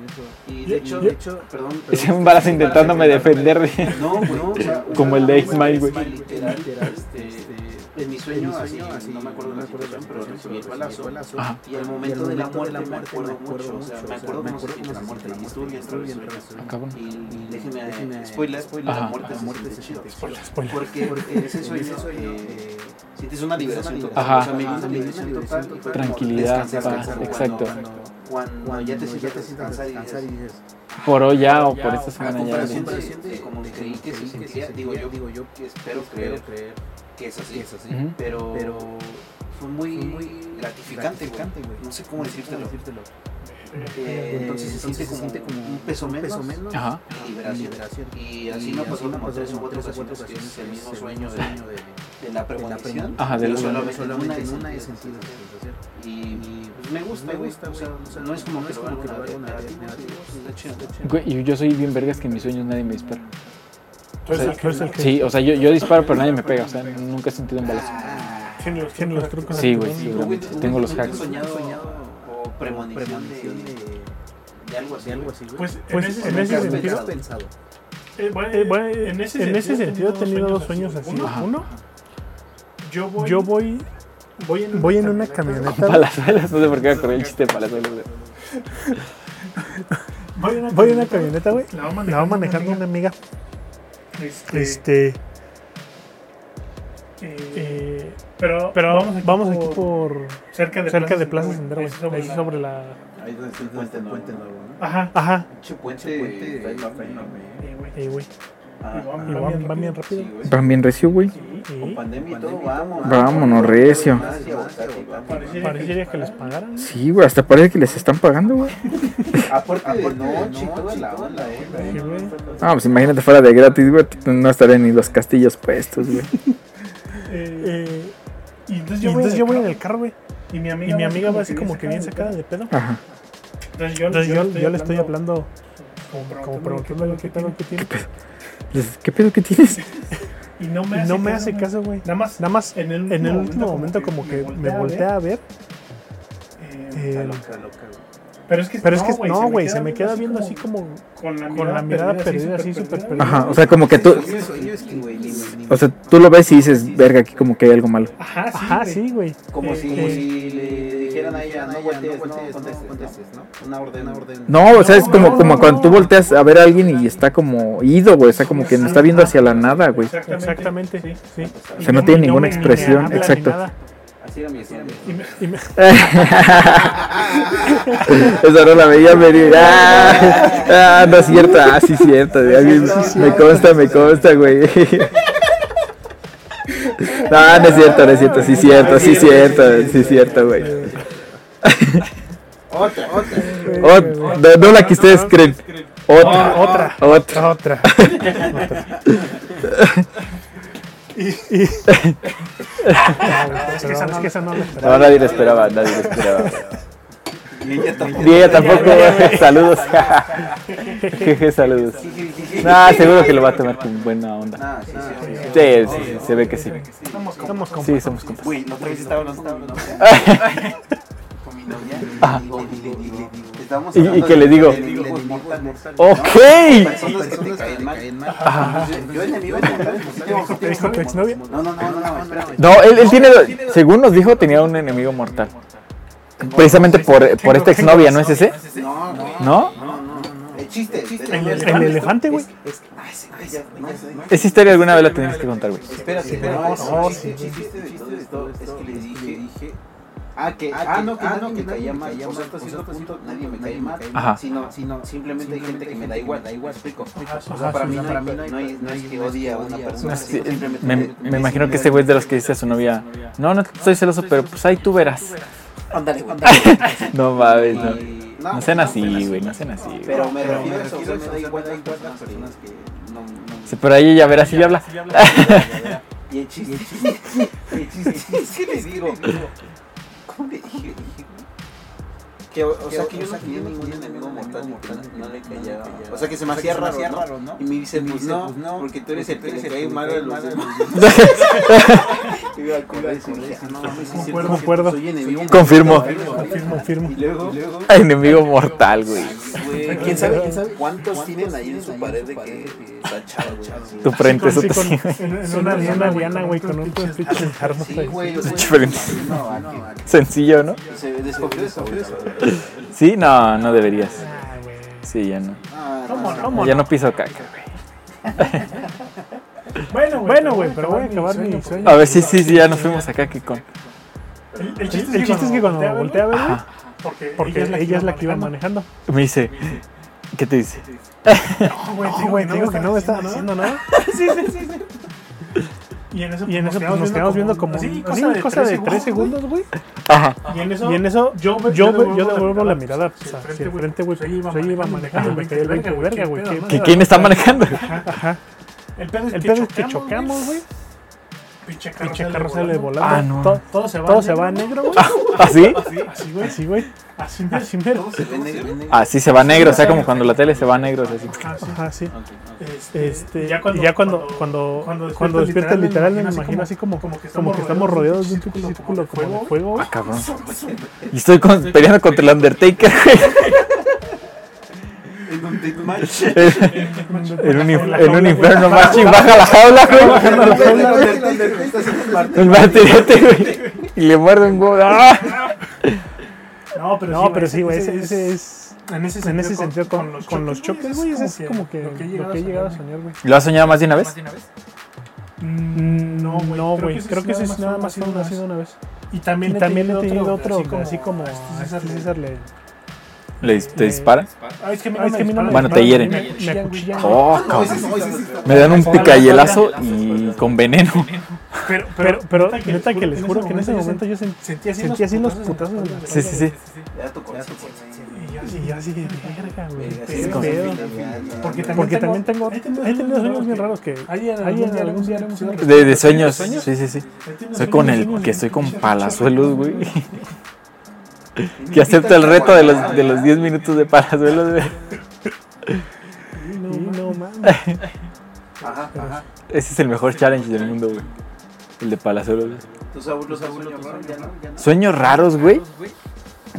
[SPEAKER 4] Y de hecho, de hecho, perdón.
[SPEAKER 1] Es un balazo intentándome defender. (laughs) de-
[SPEAKER 4] No, güey, o sea, una-
[SPEAKER 1] Como el de Ismael, güey.
[SPEAKER 4] Literal, literal, este, en mi sueño, así, no me acuerdo la situación, pero recibí el balazo.
[SPEAKER 1] Ajá.
[SPEAKER 4] Y al momento de la muerte me acuerdo mucho, o sea, me acuerdo como si fuera la muerte, y estuvo bien, estuvo bien.
[SPEAKER 1] Ah, cabrón.
[SPEAKER 4] Y y déjenme, eh, spoiler,
[SPEAKER 1] Ajá.
[SPEAKER 4] la muerte se siente chido.
[SPEAKER 2] Spoiler.
[SPEAKER 4] (laughs) Porque, porque en ese sueño eh, sientes una liberación total.
[SPEAKER 1] Ajá.
[SPEAKER 4] O sea, me dio una liberación total. y fue como
[SPEAKER 1] Tranquilidad,
[SPEAKER 4] descansar,
[SPEAKER 1] paz,
[SPEAKER 4] descansar.
[SPEAKER 1] exacto.
[SPEAKER 4] Cuando, cuando, ya te sientes descansar y dices,
[SPEAKER 1] Por hoy ya ah, o por esta
[SPEAKER 4] a
[SPEAKER 1] semana ya.
[SPEAKER 4] comparación
[SPEAKER 1] de-
[SPEAKER 4] de- de como creí que sí sentía, digo yo, digo yo, que espero creer, creer que es así, es así.
[SPEAKER 1] Ujú.
[SPEAKER 4] Pero, fue muy, gratificante, güey. No sé cómo decírtelo. Eh, entonces se siente como, un peso menos,
[SPEAKER 1] Ajá.
[SPEAKER 4] y liberación. Y así me pasó como tres o cuatro ocasiones que es el mismo sueño de, de la premonición.
[SPEAKER 1] Ajá, de
[SPEAKER 4] pero
[SPEAKER 1] la-
[SPEAKER 4] solamente en una es sentido. Y, y, pues, me gusta, güey. O sea, no es como que lo haga una negativa, está chido, está chido.
[SPEAKER 1] Güey, y yo soy bien vergas que en mis sueños nadie me dispara.
[SPEAKER 2] Tú eres el que- tú eres el que-
[SPEAKER 1] Sí, o sea, yo, yo disparo pero nadie me pega. O sea, nunca he sentido un balazo.
[SPEAKER 2] Tiene los- tiene los trucos.
[SPEAKER 1] Sí,
[SPEAKER 2] en
[SPEAKER 1] güey,
[SPEAKER 2] tu
[SPEAKER 1] Ah, sí,
[SPEAKER 2] mano.
[SPEAKER 1] güey.
[SPEAKER 4] Seguramente
[SPEAKER 1] Tengo los hacks.
[SPEAKER 4] Soñado, o premonición de, de algo así.
[SPEAKER 2] Pues,
[SPEAKER 5] Pues,
[SPEAKER 2] pues, en
[SPEAKER 5] en
[SPEAKER 2] ese
[SPEAKER 5] ese
[SPEAKER 2] sentido,
[SPEAKER 4] pensado.
[SPEAKER 5] Eh, bueno,
[SPEAKER 2] eh, bueno,
[SPEAKER 5] en ese
[SPEAKER 2] en ese
[SPEAKER 5] sentido
[SPEAKER 2] sentido he tenido dos sueños así.
[SPEAKER 5] Uno,
[SPEAKER 1] Ajá.
[SPEAKER 2] Uno,
[SPEAKER 5] yo voy,
[SPEAKER 2] yo voy,
[SPEAKER 5] voy en,
[SPEAKER 2] voy en una camioneta.
[SPEAKER 1] Palazuelas, no sé por qué me acordé el chiste de palazuelas. güey.
[SPEAKER 5] Voy en una
[SPEAKER 2] Voy en una
[SPEAKER 5] camioneta,
[SPEAKER 2] camioneta, güey.
[SPEAKER 5] La va manejando,
[SPEAKER 2] La va manejando una
[SPEAKER 5] una
[SPEAKER 2] amiga.
[SPEAKER 5] amiga, este,
[SPEAKER 2] Este,
[SPEAKER 5] eh,
[SPEAKER 2] eh,
[SPEAKER 5] pero,
[SPEAKER 2] pero
[SPEAKER 5] vamos aquí, por,
[SPEAKER 2] por
[SPEAKER 5] cerca de
[SPEAKER 2] cerca de Plaza
[SPEAKER 5] Plaza
[SPEAKER 2] Sendero,
[SPEAKER 5] Sendero,
[SPEAKER 2] güey.
[SPEAKER 5] güey,
[SPEAKER 2] Ahí
[SPEAKER 5] es
[SPEAKER 2] sobre la.
[SPEAKER 4] Ahí donde está el puente nuevo.
[SPEAKER 5] Ajá.
[SPEAKER 2] Ajá,
[SPEAKER 4] Che puente, puente está enorme.
[SPEAKER 5] Eh, güey.
[SPEAKER 2] eh, güey.
[SPEAKER 4] Ah,
[SPEAKER 5] Y
[SPEAKER 2] Y
[SPEAKER 5] Va
[SPEAKER 2] van,
[SPEAKER 5] bien
[SPEAKER 2] van bien
[SPEAKER 4] sí,
[SPEAKER 2] rápido.
[SPEAKER 4] güey.
[SPEAKER 1] También recio, güey.
[SPEAKER 2] Sí.
[SPEAKER 4] Con pandemia y todo, vamos.
[SPEAKER 1] Vámonos, recio.
[SPEAKER 4] Más y aguantar, y vamos.
[SPEAKER 2] Parecería que les pagaran.
[SPEAKER 1] Sí, güey, hasta parece que les están pagando, güey.
[SPEAKER 4] Aparte de noche y toda la onda, eh.
[SPEAKER 2] Sí, güey.
[SPEAKER 1] Ah, pues imagínate fuera de gratis, güey. No estarían ni los castillos puestos, güey.
[SPEAKER 5] Eh,
[SPEAKER 2] Eh,
[SPEAKER 5] y entonces
[SPEAKER 2] y
[SPEAKER 5] yo voy,
[SPEAKER 2] entonces
[SPEAKER 5] en
[SPEAKER 2] yo
[SPEAKER 5] el
[SPEAKER 2] voy en
[SPEAKER 5] carro,
[SPEAKER 2] el carro, güey.
[SPEAKER 5] Y mi amiga,
[SPEAKER 2] Y mi amiga va así
[SPEAKER 5] que
[SPEAKER 2] como que bien sacada de pedo.
[SPEAKER 1] Ajá.
[SPEAKER 5] Entonces yo,
[SPEAKER 2] Entonces
[SPEAKER 5] yo
[SPEAKER 2] yo, yo le estoy hablando como preguntándole qué pedo que tiene.
[SPEAKER 1] Dices, Pues, ¿Qué pedo que tienes?
[SPEAKER 5] Y no me
[SPEAKER 2] Y
[SPEAKER 5] hace,
[SPEAKER 2] no me hace caso, güey.
[SPEAKER 5] Nada más,
[SPEAKER 2] Nada más
[SPEAKER 5] en el,
[SPEAKER 2] en el último momento como que me voltea a ver.
[SPEAKER 5] eh,
[SPEAKER 2] eh, Pero es que
[SPEAKER 5] Pero es que no, güey, se me queda viendo así como con la mirada perdida, así súper perdida.
[SPEAKER 1] Ajá, o sea, como que tú, o sea, tú lo ves y dices, verga, aquí como que hay algo malo.
[SPEAKER 2] Ajá, sí.
[SPEAKER 5] Ajá,
[SPEAKER 2] güey.
[SPEAKER 5] sí, güey.
[SPEAKER 3] Como
[SPEAKER 2] Eh,
[SPEAKER 3] si,
[SPEAKER 2] eh,
[SPEAKER 3] como si le dijeran a ella, no voltees, no
[SPEAKER 4] voltees, no
[SPEAKER 3] contestes, no
[SPEAKER 4] contestes,
[SPEAKER 3] ¿no?
[SPEAKER 4] (laughs)
[SPEAKER 3] Una orden, una orden.
[SPEAKER 1] No, o sea, es como,
[SPEAKER 2] No,
[SPEAKER 1] como
[SPEAKER 2] no,
[SPEAKER 1] cuando tú
[SPEAKER 2] no.
[SPEAKER 1] volteas a ver a alguien y está como ido, güey, o sea, como que no está viendo hacia la nada, güey. (laughs)
[SPEAKER 2] Exactamente.
[SPEAKER 5] Exactamente, sí.
[SPEAKER 1] O sea, no tiene ninguna expresión, exacto.
[SPEAKER 3] Así era mi escena.
[SPEAKER 2] Y me- y
[SPEAKER 1] (laughs)
[SPEAKER 2] me-
[SPEAKER 1] Esa no la veía venir. Ah, ah, no es cierta. Ah, sí, cierta. de alguien- me consta, me consta, güey. (laughs) Ah, No, no es cierto, no es cierto. Sí, cierto, sí, cierto. Sí, cierto, güey.
[SPEAKER 3] Otra, otra.
[SPEAKER 1] Ot- Oh, no, no la que ustedes creen. Otra,
[SPEAKER 5] Otra.
[SPEAKER 1] otra.
[SPEAKER 5] Otra. Es que esa no, es que esa no la
[SPEAKER 1] No,
[SPEAKER 5] esperaba.
[SPEAKER 1] nadie lo esperaba, nadie lo esperaba.
[SPEAKER 3] Y ella tampoco.
[SPEAKER 1] Ni ella tampoco. (laughs) Saludos. Jeje, saludos. Nah, seguro que lo va a tomar con buena onda.
[SPEAKER 4] Ah,
[SPEAKER 3] Nah, sí, Ah, sí, obvio.
[SPEAKER 1] Sí, sí, se ve que sí.
[SPEAKER 5] Estamos con
[SPEAKER 1] Sí, somos compas.
[SPEAKER 3] Güey, la otra vez estaba hablando con mi novia. (laughs) Con mi novia. Y le digo, y le digo, y le digo, estábamos
[SPEAKER 1] Ah. Y- y
[SPEAKER 3] hablando
[SPEAKER 1] que le
[SPEAKER 3] de-
[SPEAKER 4] "Pues,
[SPEAKER 1] digo,
[SPEAKER 3] de enemigos mortales, ¿no?
[SPEAKER 1] Ok.
[SPEAKER 3] Personas que te caen mal. Entonces, Yo enemigo mortal, pues,
[SPEAKER 5] ¿Te dijo tu exnovia?
[SPEAKER 3] No, no, no, no, no, espérame.
[SPEAKER 1] No, él, él tiene, según nos dijo, tenía un enemigo mortal. Precisamente por, por esta exnovia, ¿no es ese?
[SPEAKER 3] No, no,
[SPEAKER 1] ¿No?
[SPEAKER 3] no, no, no. El chiste, el chiste.
[SPEAKER 5] El, el elefante, güey.
[SPEAKER 3] Es que, ay, sí, ay, ya, no, no.
[SPEAKER 1] Esa historia alguna vez la tenías que contar, güey.
[SPEAKER 3] Espérate,
[SPEAKER 5] no,
[SPEAKER 3] no,
[SPEAKER 5] no,
[SPEAKER 3] no, sí,
[SPEAKER 5] sí.
[SPEAKER 3] sí, chiste de todo esto es que le dije, dije, ah, que, ah, no, que, ah, no, que caía mal, o sea, hasta cierto punto nadie me cae mal,
[SPEAKER 1] Ajá.
[SPEAKER 3] sino, sino, simplemente hay gente que me da igual, da igual, explico, explico. o
[SPEAKER 5] Ajá,
[SPEAKER 3] sea, para
[SPEAKER 5] sí,
[SPEAKER 3] mí no
[SPEAKER 5] sí.
[SPEAKER 3] hay- no hay- no es que odie a una persona,
[SPEAKER 1] Sí,
[SPEAKER 3] sino simplemente
[SPEAKER 1] Me, me imagino que ese güey es de los que dice a su novia, no, no estoy celoso, pero pues ahí tú verás.
[SPEAKER 3] ándale, güey, ándale.
[SPEAKER 1] (laughs) No mames, no.
[SPEAKER 3] Y-
[SPEAKER 1] Ah, No sean así,
[SPEAKER 3] pero-
[SPEAKER 1] güey, no sean así. güey.
[SPEAKER 3] Pero me refiero a eso, o sea, me da igual a las personas que no, no,
[SPEAKER 1] Sí, pero ahí ella verá si habla.
[SPEAKER 3] Y el (laughs) chiste, y el chiste, es que les digo, ¿cómo le dije? Le dije, Que, o, o sea, que yo no tenía ningún enemigo mortal, mortal, no le callaba. O sea, que se me hacía raro, ¿no? Y me dice, pues no, porque tú eres el que le cae malo de los demás. (laughs) Y yo al culo de eso, dije, ah, no, mames, sí es cierto,
[SPEAKER 5] Concuerdo, concuerdo.
[SPEAKER 3] soy enemigo
[SPEAKER 1] Confirmo.
[SPEAKER 3] mortal,
[SPEAKER 5] Firmo, firmo.
[SPEAKER 3] Y luego, y luego,
[SPEAKER 1] Enemigo mortal, güey.
[SPEAKER 3] güey, ¿quién sabe, quién sabe cuántos tienen ahí en su pared de que eh, está chavo, güey?
[SPEAKER 1] Tu frente
[SPEAKER 5] Con,
[SPEAKER 1] eso
[SPEAKER 5] sí,
[SPEAKER 1] te
[SPEAKER 5] con,
[SPEAKER 1] sigue.
[SPEAKER 5] en, en una diana, Diana, güey, con un pinche armas
[SPEAKER 3] Sí,
[SPEAKER 5] ahí.
[SPEAKER 3] güey, o sea,
[SPEAKER 1] Diferente.
[SPEAKER 3] no, aquí-
[SPEAKER 1] Sencillo, ¿no?
[SPEAKER 3] Se desconfió de eso, güey, la verdad.
[SPEAKER 1] Sí, no, no deberías.
[SPEAKER 5] Ah, güey.
[SPEAKER 1] Sí, ya no.
[SPEAKER 3] Ah,
[SPEAKER 5] ¿Cómo,
[SPEAKER 3] no,
[SPEAKER 5] cómo?
[SPEAKER 1] Ya no piso caca, güey.
[SPEAKER 2] Bueno,
[SPEAKER 5] Bueno, güey, pero voy a acabar mi sueño.
[SPEAKER 1] A ver, sí, sí, sí, ya nos fuimos acá, que con.
[SPEAKER 2] El, el
[SPEAKER 5] El, el chiste es que cuando voltea a ver, güey,
[SPEAKER 2] porque,
[SPEAKER 5] porque ella es la que iba manejando.
[SPEAKER 1] Me dice, ¿qué te dice?
[SPEAKER 5] No, güey, te digo que no me estaba haciendo nada.
[SPEAKER 2] Y en eso,
[SPEAKER 5] Y en eso pues, nos quedamos viendo como
[SPEAKER 2] así,
[SPEAKER 5] un- así, cosa de 3
[SPEAKER 2] güey.
[SPEAKER 5] segundos, güey.
[SPEAKER 1] Ajá.
[SPEAKER 2] Y en eso,
[SPEAKER 5] Y en eso
[SPEAKER 2] yo,
[SPEAKER 5] yo, ve-
[SPEAKER 2] ve-
[SPEAKER 5] yo,
[SPEAKER 2] devuelvo,
[SPEAKER 5] devuelvo la mirada pues,
[SPEAKER 2] hacia el
[SPEAKER 5] hacia el
[SPEAKER 2] güey.
[SPEAKER 5] frente, güey.
[SPEAKER 2] Pues,
[SPEAKER 5] Pues ella iba manejando y me caí el 20 verga, güey.
[SPEAKER 2] qué-
[SPEAKER 5] qué-
[SPEAKER 1] ¿Que quién está manejando?
[SPEAKER 5] Ajá.
[SPEAKER 2] El pedo es
[SPEAKER 5] El
[SPEAKER 2] que
[SPEAKER 5] pedo es que
[SPEAKER 2] chocamos,
[SPEAKER 5] chocamos, güey.
[SPEAKER 2] Pinche carro,
[SPEAKER 5] Pinche
[SPEAKER 2] sale
[SPEAKER 5] carro sale
[SPEAKER 2] volando.
[SPEAKER 5] volando.
[SPEAKER 1] Ah, no.
[SPEAKER 5] To-
[SPEAKER 2] Todo se va.
[SPEAKER 5] Todo se va a
[SPEAKER 2] van
[SPEAKER 5] negro, güey.
[SPEAKER 1] ¿Así?
[SPEAKER 5] Así, güey. Así, güey.
[SPEAKER 2] Así me
[SPEAKER 5] Así mero.
[SPEAKER 3] ¿Cómo se ve negro?
[SPEAKER 1] Así se va negro, o sea, como cuando la tele se va negro, o sea, así.
[SPEAKER 5] Ajá, sí.
[SPEAKER 2] Este,
[SPEAKER 5] Este, y ya cuando, cuando, cuando, despierta literal, me imagino así como, como, que, estamos rodeados de un círculo, círculo como de fuego, güey.
[SPEAKER 1] Ah, cabrón. Y estoy con- peleando contra el Undertaker, güey.
[SPEAKER 3] En un tit match.
[SPEAKER 1] En un, inf- en un infierno marching, baja la jaula,
[SPEAKER 3] En un
[SPEAKER 1] güey.
[SPEAKER 3] tit match. Estás en el martillo.
[SPEAKER 1] El martirete, güey. Y le muerde un huevo. ¡Ah!
[SPEAKER 2] No, pero
[SPEAKER 5] No, pero sí, güey, ese, ese es...
[SPEAKER 2] En ese sentido,
[SPEAKER 5] En ese sentido, con, con los choques, güey, ese es
[SPEAKER 2] que
[SPEAKER 5] como que lo que he llegado a soñar, güey.
[SPEAKER 1] ¿Lo has soñado más de una vez?
[SPEAKER 2] Mm, No, güey.
[SPEAKER 5] No, güey, creo que ese es nada más ha sido una vez.
[SPEAKER 2] Y también,
[SPEAKER 5] Y también he tenido otro, así como
[SPEAKER 2] a
[SPEAKER 5] a
[SPEAKER 2] este
[SPEAKER 5] este
[SPEAKER 2] César
[SPEAKER 5] César le...
[SPEAKER 1] ¿Le dis- ¿Te dispara?
[SPEAKER 2] Ah, es que a mí
[SPEAKER 5] Ah, es que a mí no me
[SPEAKER 1] Bueno,
[SPEAKER 5] disparan,
[SPEAKER 1] te hieren.
[SPEAKER 5] Me me acuchillan, güey.
[SPEAKER 1] Oh,
[SPEAKER 3] No,
[SPEAKER 1] cabrón.
[SPEAKER 3] ese sí, ese sí está-
[SPEAKER 1] Me dan un picayelazo y con veneno.
[SPEAKER 2] Pero,
[SPEAKER 5] Pero, pero, neta que les juro que en ese momento yo sentí...
[SPEAKER 2] sentía así,
[SPEAKER 5] sentí así
[SPEAKER 2] los
[SPEAKER 5] los
[SPEAKER 2] putazos.
[SPEAKER 5] putazos
[SPEAKER 2] en la
[SPEAKER 1] Sí, sí, sí.
[SPEAKER 3] Ya tu conciencia, güey.
[SPEAKER 2] Y yo así,
[SPEAKER 5] Y yo así, verga, güey,
[SPEAKER 3] Así
[SPEAKER 5] qué
[SPEAKER 3] es como
[SPEAKER 5] pedo.
[SPEAKER 3] fin de vida.
[SPEAKER 2] Porque también-
[SPEAKER 5] Porque también tengo...
[SPEAKER 2] he
[SPEAKER 5] He
[SPEAKER 2] tenido
[SPEAKER 5] tenido
[SPEAKER 2] sueños
[SPEAKER 5] sueños
[SPEAKER 2] raros
[SPEAKER 5] bien
[SPEAKER 2] que-
[SPEAKER 5] raros que...
[SPEAKER 2] alguien
[SPEAKER 5] Alguien algún día haremos una
[SPEAKER 1] De, de sueños. Sí, sí, sí. Soy con el que estoy con palazuelos, güey. (laughs) Que acepta el reto de los, de los 10 minutos de palazuelos, güey.
[SPEAKER 5] Y no mames.
[SPEAKER 3] Ajá, ajá.
[SPEAKER 1] Ese es el mejor challenge del mundo, güey. El de palazuelos. güey.
[SPEAKER 3] Tus abuelos, tus abuelos, tus abuelos, ya no, ya no.
[SPEAKER 1] Sueños raros, güey.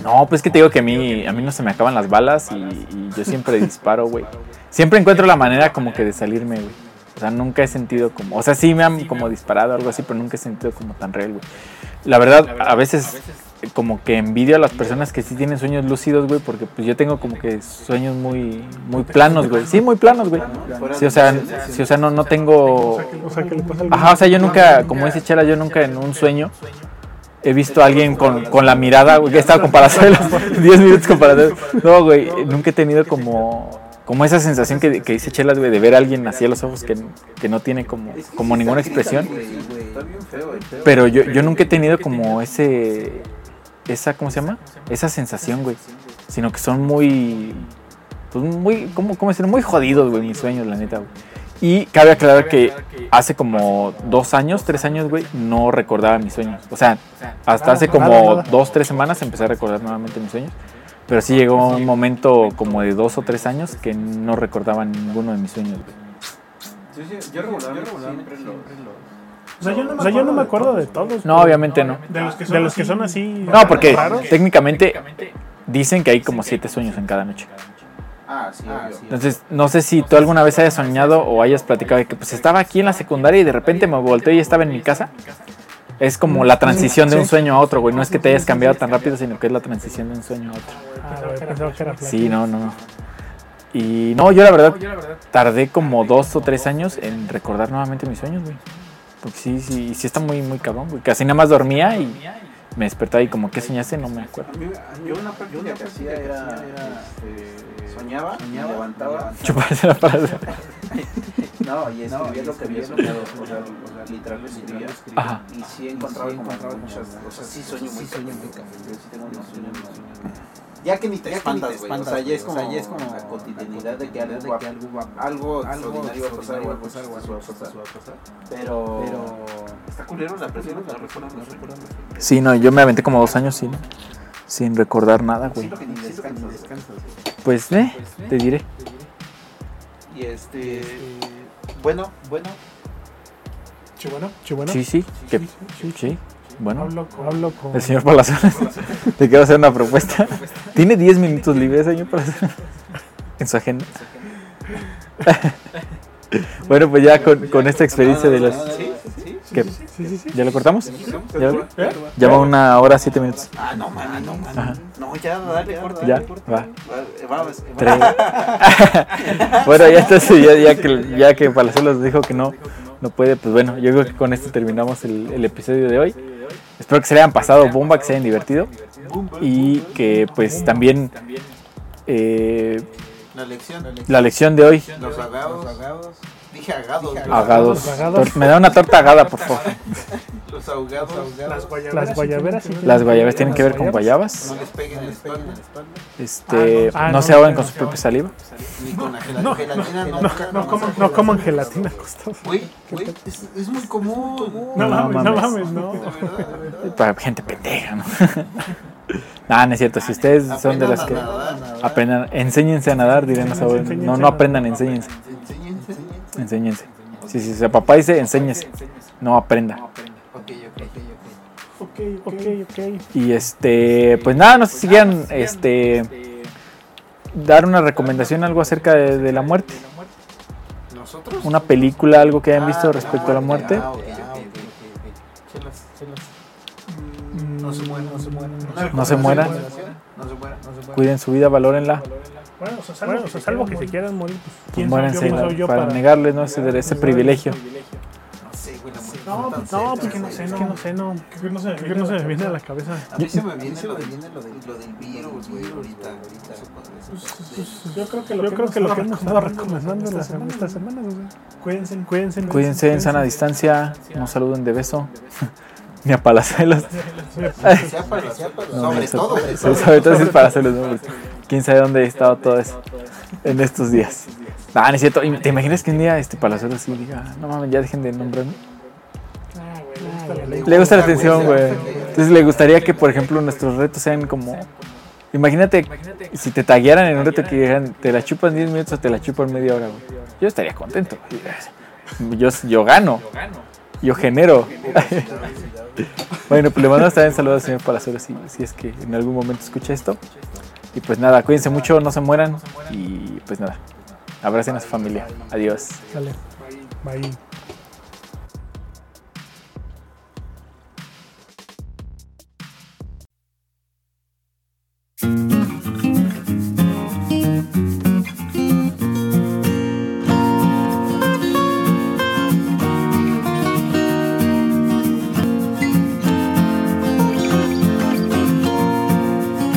[SPEAKER 1] No, pues que te digo que a mí, a mí no se me acaban las balas y, y yo siempre disparo, güey. Siempre encuentro la manera como que de salirme, güey. O sea, nunca he sentido como... O sea, sí me han como disparado o algo así, pero nunca he sentido como tan real, güey. La verdad, a veces como que envidio a las personas que sí tienen sueños lúcidos, güey, porque pues yo tengo como que sueños muy muy planos, güey. Sí, muy planos, güey. Sí, o sea, sí, o sea, no, no tengo...
[SPEAKER 2] O sea, que le pasa algo.
[SPEAKER 1] Ajá, o sea, yo nunca, como dice Chela, yo nunca en un sueño he visto a alguien con, con la mirada, güey, que estaba con parasol, (laughs) 10 minutos con parasol. No, güey, nunca he tenido como, como esa sensación que, que dice Chelas, güey, de ver a alguien así a los ojos que, que no tiene como, como ninguna expresión.
[SPEAKER 4] Está bien feo, eh.
[SPEAKER 1] Pero yo, yo nunca he tenido como ese, esa, ¿cómo se llama? Esa sensación, güey. Sino que son muy, pues muy, ¿cómo, cómo decirlo? Muy jodidos, güey, mis sueños, la neta, güey. Y cabe aclarar que hace como dos años, tres años, güey, no recordaba mis sueños. O sea, hasta hace como dos, tres semanas empecé a recordar nuevamente mis sueños. Pero sí llegó un momento como de dos o tres años que no recordaba ninguno de mis sueños, güey.
[SPEAKER 4] Yo, yo, yo regularmente siempre lo-
[SPEAKER 2] O sea, yo no me, o sea, yo no me acuerdo de todos.
[SPEAKER 1] No, obviamente no.
[SPEAKER 2] De los que son, de los que son así.
[SPEAKER 1] No, porque
[SPEAKER 2] raros.
[SPEAKER 1] técnicamente dicen que hay como siete sueños en cada noche.
[SPEAKER 3] Ah, sí, obvio.
[SPEAKER 1] Entonces, no sé si tú alguna vez hayas soñado o hayas platicado de que pues estaba aquí en la secundaria y de repente me volteé y estaba en mi casa. Es como la transición de un sueño a otro, güey. No es que te hayas cambiado tan rápido, sino que es la transición de un sueño a otro.
[SPEAKER 2] Ah, güey, pensaba que era plata.
[SPEAKER 1] Sí, no, no, no. Y no, yo la verdad tardé como dos o tres años en recordar nuevamente mis sueños, güey. Porque sí, sí, sí está muy, muy cabrón, güey. Casi nada más dormía y me despertaba y como que soñaste, no me (laughs) acuerdo.
[SPEAKER 3] A mí- a mí una práctica que hacía era, este, soñaba, y me levantaba,
[SPEAKER 1] Chuparse la parada.
[SPEAKER 3] no, y escribía lo que había soñado, o sea, o sea, literal lo escribía,
[SPEAKER 1] Ajá.
[SPEAKER 3] y sí encontraba como muchas, o sea, sí sueño muy cabrón, yo sí tengo unos sueños muy cabrones. Ya que ni te espantas, güey, o sea, ya es como, la cotidianidad de que algo, va- algo extraordinario va a pasar, o algo chistoso va a pasar, pues, pero,
[SPEAKER 4] Está culero la presión, la recuerdan, la recuerdan.
[SPEAKER 1] Sí, no, yo me aventé como dos años sin, sin recordar nada, güey.
[SPEAKER 3] siento que ni descansas, güey.
[SPEAKER 1] Pues, eh, te diré.
[SPEAKER 3] y este, bueno, bueno,
[SPEAKER 2] Che, bueno, che, bueno.
[SPEAKER 1] Sí, sí, que, sí. Bueno,
[SPEAKER 2] Hablo con, hablo con-
[SPEAKER 1] el señor (laughs) Palazuelos, te quiero hacer una propuesta. Tiene 10 minutos libres, señor (laughs) Palazuelos, en su agenda. (laughs) Bueno, pues ya con, con esta experiencia de los...
[SPEAKER 3] sí, sí,
[SPEAKER 1] ¿qué?
[SPEAKER 2] Sí, sí, sí.
[SPEAKER 1] ¿Ya lo cortamos? ¿Ya,
[SPEAKER 2] ¿Eh?
[SPEAKER 1] ya va una hora, siete minutos.
[SPEAKER 3] ah, no, mami, no, mami, no, ya, dale, corta,
[SPEAKER 1] Ya, va.
[SPEAKER 3] Va- vamos,
[SPEAKER 1] Tres. bueno, ya entonces, ya, ya que, ya que Palazuelos dijo que no, no puede, pues bueno, yo creo que con esto terminamos el, el episodio de hoy. Espero que se le hayan pasado bomba, que se hayan divertido y que pues también eh,
[SPEAKER 3] la lección,
[SPEAKER 1] la lección de hoy,
[SPEAKER 3] los agados, dije agados, güey.
[SPEAKER 1] agados,
[SPEAKER 2] Agados.
[SPEAKER 1] tor- me da una torta agada, por favor.
[SPEAKER 3] los ahogados,
[SPEAKER 4] Las
[SPEAKER 2] Las guayaberas. sí
[SPEAKER 1] Las
[SPEAKER 2] tienen-
[SPEAKER 1] guayabas tienen que ver con guayabas,
[SPEAKER 3] no les peguen en la espalda,
[SPEAKER 1] este,
[SPEAKER 2] Ah, no, ah,
[SPEAKER 1] no se
[SPEAKER 2] no,
[SPEAKER 1] ahogan
[SPEAKER 2] no,
[SPEAKER 1] con
[SPEAKER 2] no.
[SPEAKER 1] su propia saliva.
[SPEAKER 3] ni con la gelatina, gelatina no,
[SPEAKER 2] No coman, no coman gelatina costosa.
[SPEAKER 3] Güey, güey, es, es muy común.
[SPEAKER 2] No,
[SPEAKER 1] No
[SPEAKER 2] mames, no
[SPEAKER 1] mames.
[SPEAKER 2] mames, no.
[SPEAKER 3] De verdad, de verdad.
[SPEAKER 1] Para gente pendeja, ¿no? (laughs) Nah, no es cierto, si ustedes son de
[SPEAKER 3] Aprendan
[SPEAKER 1] las
[SPEAKER 3] a
[SPEAKER 1] que...
[SPEAKER 3] nadar, nadar.
[SPEAKER 1] Aprendan, enséñense a nadar, dirán los abuelos. No, no aprendan, enséñense.
[SPEAKER 3] Enseñen, enseñen.
[SPEAKER 1] Enséñense. Sí, sí, se papá dice enséñese, no aprenda.
[SPEAKER 3] Ok, ok, ok,
[SPEAKER 2] Ok, ok, ok.
[SPEAKER 1] Y este, pues nada, no sé si quieran este, dar una recomendación, algo acerca de, de la muerte.
[SPEAKER 3] ok. ¿Nosotros?
[SPEAKER 1] Una película, algo que hayan visto
[SPEAKER 3] Ah,
[SPEAKER 1] respecto a la muerte.
[SPEAKER 3] Ah, ok, ok, ok, ok. Chelas, chelas.
[SPEAKER 2] Mm,
[SPEAKER 3] No se muera, no se muera.
[SPEAKER 1] No se muera.
[SPEAKER 3] No se muera, no se muera.
[SPEAKER 1] Cuiden su vida, valórenla.
[SPEAKER 2] Bueno, o sea, salvo, que, se salvo que se quieran morir, pues,
[SPEAKER 1] Pues
[SPEAKER 2] ¿quién soy yo?
[SPEAKER 1] muéranse
[SPEAKER 2] ¿Quién soy yo
[SPEAKER 1] para negarles ¿no? ese, ese privilegio.
[SPEAKER 3] No sé, güey, la muerte
[SPEAKER 2] No,
[SPEAKER 3] está
[SPEAKER 2] pues
[SPEAKER 3] tan
[SPEAKER 2] no,
[SPEAKER 3] cerca,
[SPEAKER 2] porque no
[SPEAKER 3] güey.
[SPEAKER 2] sé, no. Que no sé, no. Que no se, Pues que no se me viene a la cabeza.
[SPEAKER 3] A mí se me viene lo del, lo del, lo del virus, güey, ahorita, ahorita.
[SPEAKER 1] (laughs)
[SPEAKER 2] Yo creo que lo que, hemos estado recomendando las, estas semanas, o sea, cuídense, cuídense,
[SPEAKER 1] Cuídense en sana distancia, no saluden de beso, (laughs) ni a
[SPEAKER 2] (laughs)
[SPEAKER 1] palazuelos.
[SPEAKER 3] Que sea para la-
[SPEAKER 1] No,
[SPEAKER 3] sobre
[SPEAKER 1] eso-
[SPEAKER 3] todo, güey,
[SPEAKER 1] Sobre, sobre todo si es para celos, ¿no? Porque quién sabe dónde he estado todo eso en estos días. Ah, no es cierto. ¿Y ¿Te imaginas que un día este Palazuelo sí diga, no mames, ya dejen de nombrarme? Le gusta la atención, güey. Entonces le gustaría que, por ejemplo, nuestros retos sean como. Imagínate si te taguearan en un reto que dijeran, te la chupan 10 minutos o te la chupan media hora, güey. Yo estaría contento. güey. Yo, yo gano. Yo genero. bueno, pues le mandamos también saludos al señor Palacero si, si es que en algún momento escucha esto. Y pues nada, cuídense mucho, no se mueran. Y pues nada, abracen a su familia. Adiós.
[SPEAKER 2] Sale. Bye.